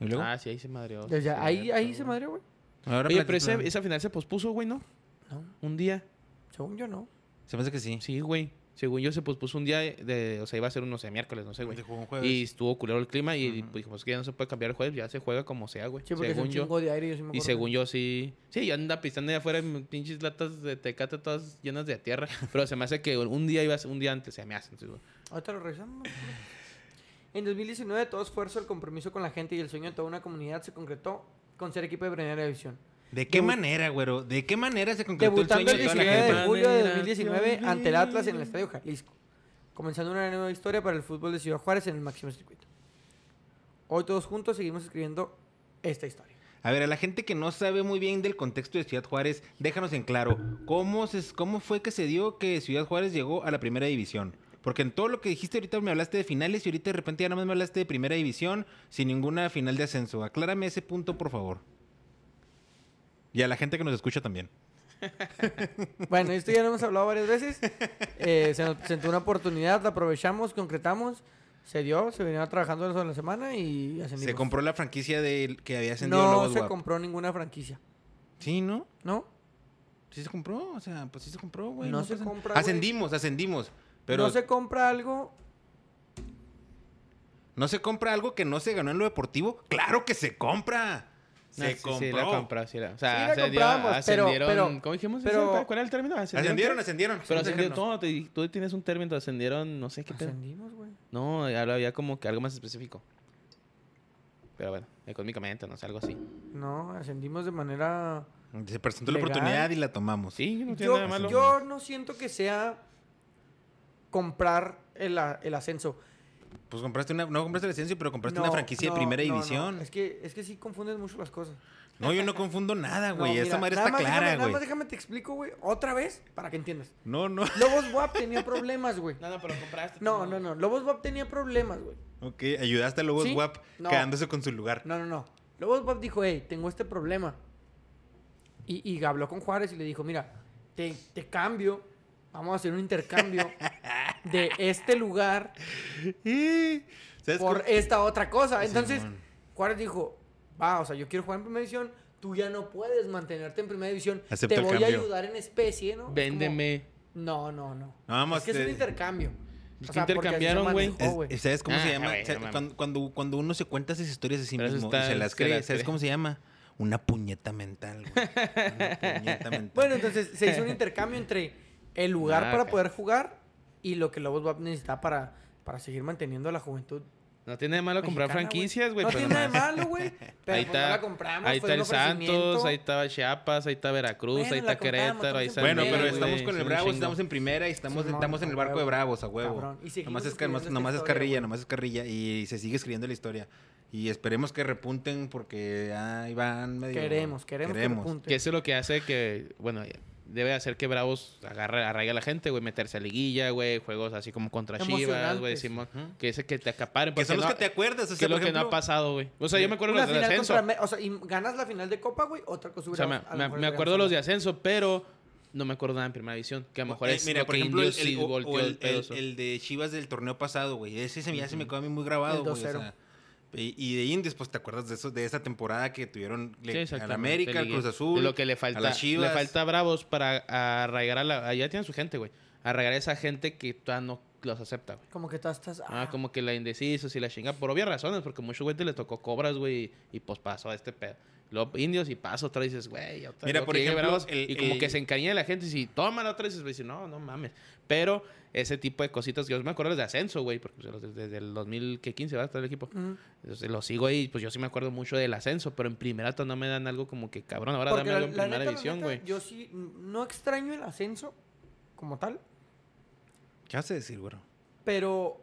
[SPEAKER 1] ¿Y luego?
[SPEAKER 3] Ah, sí, ahí se madreó.
[SPEAKER 2] Desde
[SPEAKER 3] sí,
[SPEAKER 2] ahí,
[SPEAKER 3] cierto,
[SPEAKER 2] ahí se
[SPEAKER 3] güey.
[SPEAKER 2] madre, güey.
[SPEAKER 1] Ahora
[SPEAKER 3] Oye,
[SPEAKER 1] platica-
[SPEAKER 3] pero ese- esa final se pospuso, güey, ¿no?
[SPEAKER 2] No,
[SPEAKER 3] Un día.
[SPEAKER 2] según yo no.
[SPEAKER 1] Se me hace que sí.
[SPEAKER 3] Sí, güey. Según yo, se pospuso un día de, de- O sea, iba a ser, un, no sé, miércoles, no sé, güey.
[SPEAKER 4] Se jugó un jueves.
[SPEAKER 3] Y estuvo culero el clima y pues, dijimos que ya no se puede cambiar el jueves, ya se juega como sea, güey.
[SPEAKER 2] Sí, porque es
[SPEAKER 3] según
[SPEAKER 2] un
[SPEAKER 3] yo.
[SPEAKER 2] chingo de aire, yo sí me
[SPEAKER 3] Y
[SPEAKER 2] acuerdo.
[SPEAKER 3] según yo, sí. Sí, yo anda pistando allá afuera en pinches latas de tecate todas llenas de tierra. Pero se me hace que un día iba a ser- un día antes, se me hace. entonces, güey.
[SPEAKER 2] Ahorita lo revisamos. En 2019, todo esfuerzo, el compromiso con la gente y el sueño de toda una comunidad se concretó con ser equipo de primera división.
[SPEAKER 1] ¿De qué
[SPEAKER 2] Debu-
[SPEAKER 1] manera, güero? ¿De qué manera se concretó el
[SPEAKER 2] Debutando
[SPEAKER 1] sueño
[SPEAKER 2] el
[SPEAKER 1] de toda la
[SPEAKER 2] 19 de
[SPEAKER 1] gente?
[SPEAKER 2] julio de
[SPEAKER 3] Manera
[SPEAKER 2] 2019
[SPEAKER 1] que
[SPEAKER 2] ante el Atlas en el
[SPEAKER 1] olvidé.
[SPEAKER 2] Estadio Jalisco, comenzando una nueva historia para el fútbol de Ciudad Juárez en el máximo circuito. Hoy todos juntos seguimos escribiendo esta historia.
[SPEAKER 1] A ver, a la gente que no sabe muy bien del contexto de Ciudad Juárez, déjanos en claro, ¿cómo, se, ¿cómo fue que se dio que Ciudad Juárez llegó a la primera división? Porque en todo lo que dijiste ahorita me hablaste de finales y ahorita de repente ya nada más me hablaste de primera división sin ninguna final de ascenso. Aclárame ese punto, por favor. Y a la gente que nos escucha también.
[SPEAKER 2] Bueno, esto ya lo hemos hablado varias veces. Eh, se nos presentó una oportunidad, la aprovechamos, concretamos, se dio, se venía trabajando eso en la semana y ascendimos.
[SPEAKER 1] Se compró la franquicia del que había ascendido
[SPEAKER 2] No
[SPEAKER 1] Lobos
[SPEAKER 2] se
[SPEAKER 1] WAP.
[SPEAKER 2] compró ninguna franquicia,
[SPEAKER 1] Sí, ¿no?
[SPEAKER 2] ¿no?
[SPEAKER 1] Sí se compró, o sea, pues sí se compró, güey.
[SPEAKER 2] No se
[SPEAKER 1] pasa-
[SPEAKER 2] compra, güey.
[SPEAKER 1] Ascendimos, ascendimos. Pero
[SPEAKER 2] No se compra algo
[SPEAKER 1] compra algo que no se ganó en lo deportivo. ¡Claro que se compra!
[SPEAKER 3] Ah,
[SPEAKER 1] Se
[SPEAKER 3] sí,
[SPEAKER 1] compró.
[SPEAKER 3] sí, la compró, sí, la- o sea,
[SPEAKER 2] Sí, la
[SPEAKER 3] ascendió-
[SPEAKER 2] compramos, pero-
[SPEAKER 3] ascendieron.
[SPEAKER 2] pero-
[SPEAKER 3] ¿Cómo dijimos?
[SPEAKER 2] pero-
[SPEAKER 3] ¿Cuál era el término?
[SPEAKER 1] Ascendieron,
[SPEAKER 3] qué?
[SPEAKER 1] ascendieron.
[SPEAKER 3] Pero ascendió
[SPEAKER 1] Déjanos.
[SPEAKER 3] todo. te- Tú tienes un término, ascendieron, no sé qué pedo.
[SPEAKER 2] Ascendimos, güey.
[SPEAKER 3] No, ahora había como que algo más específico. Pero bueno, económicamente, no sé, algo así.
[SPEAKER 2] No, ascendimos de manera...
[SPEAKER 1] Se presentó
[SPEAKER 2] Legal.
[SPEAKER 1] la oportunidad y la tomamos.
[SPEAKER 3] Sí, no tiene
[SPEAKER 2] Yo,
[SPEAKER 3] nada de malo.
[SPEAKER 2] yo no siento que sea comprar el, a- el ascenso.
[SPEAKER 1] Pues compraste una, no compraste la licencia, pero compraste
[SPEAKER 2] No,
[SPEAKER 1] una franquicia
[SPEAKER 2] no,
[SPEAKER 1] de primera
[SPEAKER 2] no, no.
[SPEAKER 1] división. No,
[SPEAKER 2] Es, que, es que sí confunden mucho las cosas.
[SPEAKER 1] yo no confundo nada,
[SPEAKER 2] No,
[SPEAKER 1] güey.
[SPEAKER 2] mira,
[SPEAKER 1] Esa madre
[SPEAKER 2] nada
[SPEAKER 1] está
[SPEAKER 2] más déjame-
[SPEAKER 1] clara,
[SPEAKER 2] Nada más
[SPEAKER 1] güey.
[SPEAKER 2] déjame te explico, güey, otra vez para que entiendas.
[SPEAKER 1] No, no.
[SPEAKER 2] Lobos WAP tenía problemas, güey.
[SPEAKER 3] No, no, pero compraste.
[SPEAKER 2] No, no, no. Lobos WAP tenía problemas, güey.
[SPEAKER 1] Ok, ayudaste a Lobos
[SPEAKER 2] ¿Sí?
[SPEAKER 1] Guap
[SPEAKER 2] No.
[SPEAKER 1] quedándose con su lugar.
[SPEAKER 2] No, no, no. Lobos WAP dijo, hey, tengo este problema. Y, y habló con Juárez y le dijo, mira, te, te cambio. Vamos a hacer un intercambio de este lugar
[SPEAKER 1] Eh, ¿Sabes
[SPEAKER 2] por
[SPEAKER 1] cómo?
[SPEAKER 2] esta otra cosa. Entonces,
[SPEAKER 1] Simón.
[SPEAKER 2] Juárez dijo, va, o sea, yo quiero jugar en primera división, tú ya no puedes mantenerte en primera división,
[SPEAKER 1] Acepto
[SPEAKER 2] te
[SPEAKER 1] el
[SPEAKER 2] voy a
[SPEAKER 1] cambio.
[SPEAKER 2] ayudar en especie, ¿no? Es como,
[SPEAKER 3] Véndeme.
[SPEAKER 2] no, no, no.
[SPEAKER 1] Vamos,
[SPEAKER 2] es que es
[SPEAKER 1] te-
[SPEAKER 2] un intercambio.
[SPEAKER 3] Es
[SPEAKER 2] O
[SPEAKER 3] que
[SPEAKER 2] sea, porque así se
[SPEAKER 3] intercambiaron, güey.
[SPEAKER 2] manejó,
[SPEAKER 1] Es- ¿Sabes cómo se
[SPEAKER 3] Ah,
[SPEAKER 1] llama?
[SPEAKER 3] güey, no
[SPEAKER 1] ¿Sabes?
[SPEAKER 3] mames.
[SPEAKER 1] cuando, cuando, cuando uno se cuenta esas historias a sí
[SPEAKER 3] Pero eso
[SPEAKER 1] mismo
[SPEAKER 3] está-
[SPEAKER 1] y se las
[SPEAKER 3] se las
[SPEAKER 1] cree, ¿sabes
[SPEAKER 3] cree.
[SPEAKER 1] cómo se llama? Una puñeta mental, güey. Una puñeta mental.
[SPEAKER 2] Bueno, entonces se hizo un intercambio entre el lugar
[SPEAKER 3] Ah,
[SPEAKER 2] para
[SPEAKER 3] ok.
[SPEAKER 2] poder jugar y lo que Lobos WAP necesitaba para, para seguir manteniendo a la juventud.
[SPEAKER 3] No tiene de malo comprar
[SPEAKER 2] mexicana, güey.
[SPEAKER 3] franquicias, güey.
[SPEAKER 2] No
[SPEAKER 3] pero
[SPEAKER 2] tiene nada de
[SPEAKER 3] nomás-
[SPEAKER 2] malo, güey. Pero
[SPEAKER 3] Ahí
[SPEAKER 2] pues no
[SPEAKER 3] está,
[SPEAKER 2] la compramos.
[SPEAKER 3] ahí
[SPEAKER 2] fue
[SPEAKER 3] está
[SPEAKER 2] un
[SPEAKER 3] el Santos,
[SPEAKER 2] ofrecimiento.
[SPEAKER 3] ahí estaba Chiapas, ahí está Veracruz,
[SPEAKER 2] Bueno,
[SPEAKER 3] ahí está
[SPEAKER 2] la compramos,
[SPEAKER 3] Querétaro, ahí está.
[SPEAKER 2] estamos en
[SPEAKER 1] Bueno,
[SPEAKER 2] También,
[SPEAKER 1] pero
[SPEAKER 2] güey,
[SPEAKER 1] estamos con el Bravos, estamos en primera y estamos,
[SPEAKER 2] Simón,
[SPEAKER 1] estamos en el
[SPEAKER 2] a
[SPEAKER 1] barco de
[SPEAKER 2] huevo.
[SPEAKER 1] Bravos, a huevo.
[SPEAKER 2] Cabrón, y seguimos
[SPEAKER 1] nomás es, que-
[SPEAKER 2] escribiendo
[SPEAKER 1] nomás,
[SPEAKER 2] esta
[SPEAKER 1] nomás es
[SPEAKER 2] historia,
[SPEAKER 1] carrilla,
[SPEAKER 2] güey.
[SPEAKER 1] nomás es carrilla. Y se sigue escribiendo la historia. Y esperemos que repunten porque ah, ahí van medio...
[SPEAKER 2] Queremos, queremos, que repunte.
[SPEAKER 3] Que eso es lo que hace que, bueno, debe hacer que Bravos agarre, arraigue a la gente, güey, meterse a liguilla, güey, juegos así como contra Chivas, güey,
[SPEAKER 2] Emocionantes.
[SPEAKER 3] decimos, que ese que te acaparen.
[SPEAKER 1] Que
[SPEAKER 3] porque
[SPEAKER 1] son los
[SPEAKER 3] no-
[SPEAKER 1] que te acuerdas.
[SPEAKER 3] que
[SPEAKER 1] O sea,
[SPEAKER 3] es lo
[SPEAKER 1] por
[SPEAKER 3] que no ha
[SPEAKER 1] ejemplo,
[SPEAKER 3] pasado, güey. O sea, yo me acuerdo
[SPEAKER 2] Una
[SPEAKER 3] los de
[SPEAKER 2] final
[SPEAKER 3] ascenso.
[SPEAKER 2] contra Me- O sea, y ganas la final de Copa, güey, otra cosa
[SPEAKER 3] O sea,
[SPEAKER 2] hubiera-
[SPEAKER 3] me,
[SPEAKER 2] a lo
[SPEAKER 3] me-
[SPEAKER 2] mejor
[SPEAKER 3] me
[SPEAKER 2] hubiera
[SPEAKER 3] acuerdo los de
[SPEAKER 2] pasado.
[SPEAKER 3] ascenso, pero no me acuerdo nada en primera división. Que a lo mejor
[SPEAKER 1] Eh,
[SPEAKER 3] es
[SPEAKER 1] mira,
[SPEAKER 3] lo
[SPEAKER 1] por
[SPEAKER 3] que
[SPEAKER 1] ejemplo, el,
[SPEAKER 3] Indios sí
[SPEAKER 1] el- o- o
[SPEAKER 3] volteó
[SPEAKER 1] el-
[SPEAKER 3] el pedo,
[SPEAKER 1] el-
[SPEAKER 3] eso.
[SPEAKER 1] el de Chivas del torneo pasado, güey. Ese se me, ya se me quedó a mí muy grabado,
[SPEAKER 2] El
[SPEAKER 1] güey. o
[SPEAKER 2] 2-0.
[SPEAKER 1] sea, y, y de Indios, pues te acuerdas de eso, de esa temporada que tuvieron
[SPEAKER 3] Sí,
[SPEAKER 1] le, al
[SPEAKER 3] exactamente,
[SPEAKER 1] América, al
[SPEAKER 3] liguilla.
[SPEAKER 1] Cruz Azul,
[SPEAKER 3] Es Lo que le falta,
[SPEAKER 1] a las Chivas.
[SPEAKER 3] le falta a Bravos para arraigar a la... Allá tienen su gente, güey. Arraigar a esa gente que todavía no los acepta, güey.
[SPEAKER 2] Como que todas estás.
[SPEAKER 3] Ah, como que la indecisos y la chinga. Por obvias razones, porque muchos güey te les tocó cobras, güey, y, y pues pasó este pedo. Luego indios y paso, otra dices, güey, otra
[SPEAKER 1] Mira,
[SPEAKER 3] luego
[SPEAKER 1] por
[SPEAKER 3] que llegue
[SPEAKER 1] ejemplo,
[SPEAKER 3] Bravos,
[SPEAKER 1] el-
[SPEAKER 3] y como
[SPEAKER 1] el-
[SPEAKER 3] que se encaña de la gente, y si toman otra dices, güey, dices, no, no mames. Pero ese tipo de cositas, yo me acuerdo de los de ascenso, güey, porque pues, los de- desde el 2015 va a estar el equipo.
[SPEAKER 2] Ujú.
[SPEAKER 3] Entonces, lo sigo ahí, pues yo sí me acuerdo mucho del ascenso, pero en primera todavía no me dan algo como que cabrón, ahora
[SPEAKER 2] Porque
[SPEAKER 3] dame
[SPEAKER 2] la,
[SPEAKER 3] algo en
[SPEAKER 2] la
[SPEAKER 3] primera
[SPEAKER 2] neta, la
[SPEAKER 3] división,
[SPEAKER 2] neta,
[SPEAKER 3] güey.
[SPEAKER 2] Yo sí, mm, no extraño el ascenso como tal,
[SPEAKER 1] ¿Qué vas a decir, güey?
[SPEAKER 2] pero,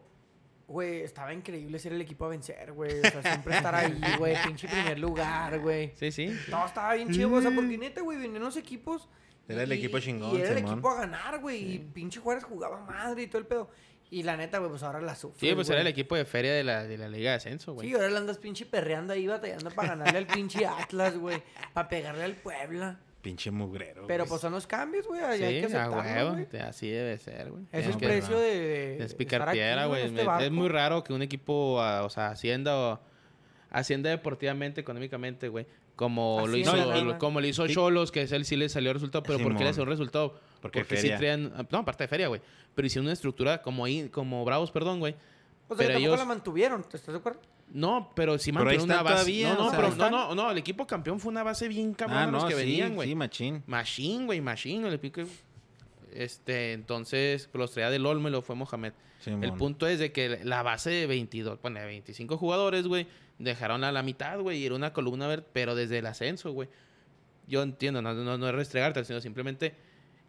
[SPEAKER 2] güey, estaba increíble ser el equipo a vencer, güey. O sea, siempre estar ahí, güey, pinche primer lugar, güey.
[SPEAKER 3] Sí, sí.
[SPEAKER 2] No, estaba bien chido, o sea, porque neta, güey, venían los equipos.
[SPEAKER 1] Mm. Era el
[SPEAKER 2] y-
[SPEAKER 1] equipo chingón,
[SPEAKER 2] Y era el
[SPEAKER 1] Simón.
[SPEAKER 2] equipo a ganar, güey. Y pinche Juárez jugaba madre y todo el pedo. Y la neta, güey, pues ahora la sufre.
[SPEAKER 3] Sí, pues era el equipo de feria de la, de la Liga de Ascenso, güey.
[SPEAKER 2] Sí, ahora le andas pinche perreando ahí, batallando para ganarle al pinche Atlas, güey. Para pegarle al Puebla.
[SPEAKER 1] Pinche mugrero.
[SPEAKER 2] Pero
[SPEAKER 1] güey.
[SPEAKER 2] pues son los cambios, güey. ahí
[SPEAKER 3] Sí,
[SPEAKER 2] Hay que
[SPEAKER 3] a
[SPEAKER 2] aceptarlo,
[SPEAKER 3] huevo,
[SPEAKER 2] güey.
[SPEAKER 3] te- así debe ser, güey.
[SPEAKER 2] Es
[SPEAKER 3] Tienes
[SPEAKER 2] el
[SPEAKER 3] que-
[SPEAKER 2] precio de... de
[SPEAKER 3] Es
[SPEAKER 2] estar
[SPEAKER 3] picar
[SPEAKER 2] aquí,
[SPEAKER 3] piedra,
[SPEAKER 2] güey,
[SPEAKER 3] güey.
[SPEAKER 2] en este
[SPEAKER 3] Me- es
[SPEAKER 2] barco.
[SPEAKER 3] muy raro que un equipo, ah, o sea, hacienda o hacienda deportihacienda econónicamente, güey. Como lo,
[SPEAKER 2] Hacienda,
[SPEAKER 3] hizo,
[SPEAKER 2] nada
[SPEAKER 3] el-
[SPEAKER 2] más.
[SPEAKER 3] como lo hizo Cholos, que es él sí le salió el resultado, pero ¿por qué le
[SPEAKER 1] Simón.
[SPEAKER 3] salió el resultado?
[SPEAKER 1] Porque
[SPEAKER 3] sí
[SPEAKER 1] feria. Ah,
[SPEAKER 3] traían, no, aparte de feria, güey, pero hicieron una estructura como ahí, como Bravos, perdón, güey.
[SPEAKER 2] O sea,
[SPEAKER 3] pero
[SPEAKER 2] tampoco
[SPEAKER 3] ellos-
[SPEAKER 2] la mantuvieron, ¿te estás de acuerdo?
[SPEAKER 3] No, pero sí
[SPEAKER 1] Pero ahí
[SPEAKER 3] mantuvieron una
[SPEAKER 1] están
[SPEAKER 3] base.
[SPEAKER 1] todavía,
[SPEAKER 3] no, no,
[SPEAKER 1] o sea,
[SPEAKER 3] pero
[SPEAKER 1] ahí
[SPEAKER 3] no,
[SPEAKER 1] están.
[SPEAKER 3] no, no, el equipo campeón fue una base bien cabrona
[SPEAKER 1] Ah,
[SPEAKER 3] los
[SPEAKER 1] no,
[SPEAKER 3] que
[SPEAKER 1] sí,
[SPEAKER 3] venían, güey.
[SPEAKER 1] sí, machín.
[SPEAKER 3] Machín, güey, Machín, el pique. Este, entonces, pues, los traía del Olmo y lo fue Mohamed.
[SPEAKER 1] Simón.
[SPEAKER 3] El punto es de que la base de 22, bueno, de 25 jugadores, güey, dejaron a la mitad, güey, y era una columna verde, pero desde el ascenso, güey. Yo entiendo, no, no, no es restregarte, sino simplemente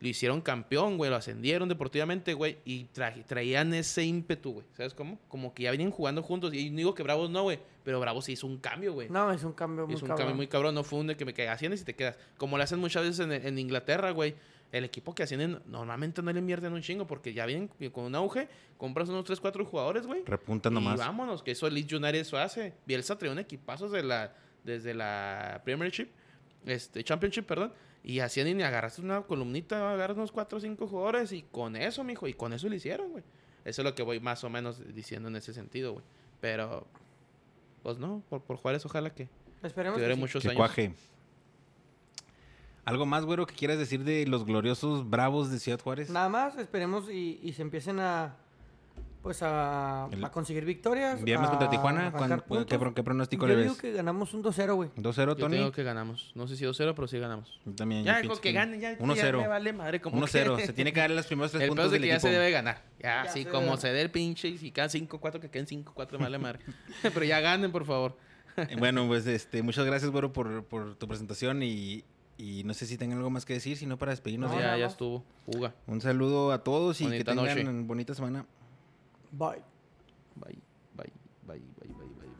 [SPEAKER 3] lo hicieron campeón, güey, lo ascendieron deportivamente, güey, y tra- traían ese ímpetu, güey. ¿Sabes cómo? Como que ya venían jugando juntos. Y no digo que Bravos no, güey, pero Bravos sí hizo un cambio, güey.
[SPEAKER 2] No, es un cambio muy
[SPEAKER 3] es un
[SPEAKER 2] cabrón.
[SPEAKER 3] cambio muy cabrón, no fue un de que me que asciendes y te quedas. Como lo hacen muchas veces en, en Inglaterra, güey. El equipo que ascienden normalmente no le invierten un chingo porque ya vienen con un auge, compras unos 3, 4 jugadores, güey.
[SPEAKER 1] Repunta
[SPEAKER 3] Y
[SPEAKER 1] nomás.
[SPEAKER 3] vámonos, que eso el Leeds United eso hace. Bielsa trae un equipazo de la, desde la Premiership, este, Championship, perdón. Y hacían y agarraste una columnita, agarras unos 4 o 5 jugadores y con eso, mijo, y con eso lo hicieron, güey. Eso es lo que voy más o menos diciendo en ese sentido, güey. Pero, pues no, por, por Juárez ojalá que,
[SPEAKER 2] Esperemos.
[SPEAKER 3] que
[SPEAKER 2] que
[SPEAKER 3] dure
[SPEAKER 2] sí.
[SPEAKER 3] muchos
[SPEAKER 1] Que
[SPEAKER 3] años.
[SPEAKER 1] cuaje. ¿Algo más, güero, que quieras decir de los gloriosos bravos de Ciudad Juárez?
[SPEAKER 2] Nada más, esperemos y, y se empiecen a. Pues a,
[SPEAKER 1] El-
[SPEAKER 2] a conseguir victorias.
[SPEAKER 1] Viernes
[SPEAKER 2] a
[SPEAKER 1] contra Tijuana,
[SPEAKER 2] Ah, arrancar
[SPEAKER 1] ¿cuán-
[SPEAKER 2] puntos.
[SPEAKER 1] qué, pro- qué pronóstico
[SPEAKER 2] Yo
[SPEAKER 1] le
[SPEAKER 2] digo
[SPEAKER 1] ves?
[SPEAKER 2] que ganamos un 2-0, güey.
[SPEAKER 1] 2-0,
[SPEAKER 3] Yo
[SPEAKER 1] Tony.
[SPEAKER 3] tengo que ganamos. No sé si 2-0, pero sí ganamos.
[SPEAKER 1] Yo también. yo
[SPEAKER 3] Ya, con
[SPEAKER 1] pienso
[SPEAKER 3] que gane, ya, ya
[SPEAKER 1] 1-0.
[SPEAKER 3] me vale madre. como
[SPEAKER 1] 1-0.
[SPEAKER 3] que-
[SPEAKER 1] Se tiene que darle los primeros tres
[SPEAKER 3] El peor
[SPEAKER 1] puntos
[SPEAKER 3] es de
[SPEAKER 1] del
[SPEAKER 3] que ya
[SPEAKER 1] equipo.
[SPEAKER 3] se debe ganar. Ya,
[SPEAKER 2] Ya
[SPEAKER 3] así
[SPEAKER 2] se
[SPEAKER 3] como
[SPEAKER 2] debe.
[SPEAKER 3] se dé el pinche y si quedan 5-4, que queden 5-4, me vale madre. Pero ya ganen, por favor.
[SPEAKER 1] Eh, Bueno, pues este, muchas gracias, güero, por, por tu presentación y, y no sé si tengan algo más que decir, sino para despedirnos.
[SPEAKER 2] No,
[SPEAKER 1] ya.
[SPEAKER 3] ya,
[SPEAKER 2] no,
[SPEAKER 3] ya
[SPEAKER 2] no.
[SPEAKER 3] estuvo. Fuga.
[SPEAKER 1] Un saludo a todos y
[SPEAKER 3] Bonita
[SPEAKER 1] que tengan
[SPEAKER 3] noche.
[SPEAKER 1] bonita semana.
[SPEAKER 2] Bye.
[SPEAKER 3] Bye, bye, bye, bye, bye, bye.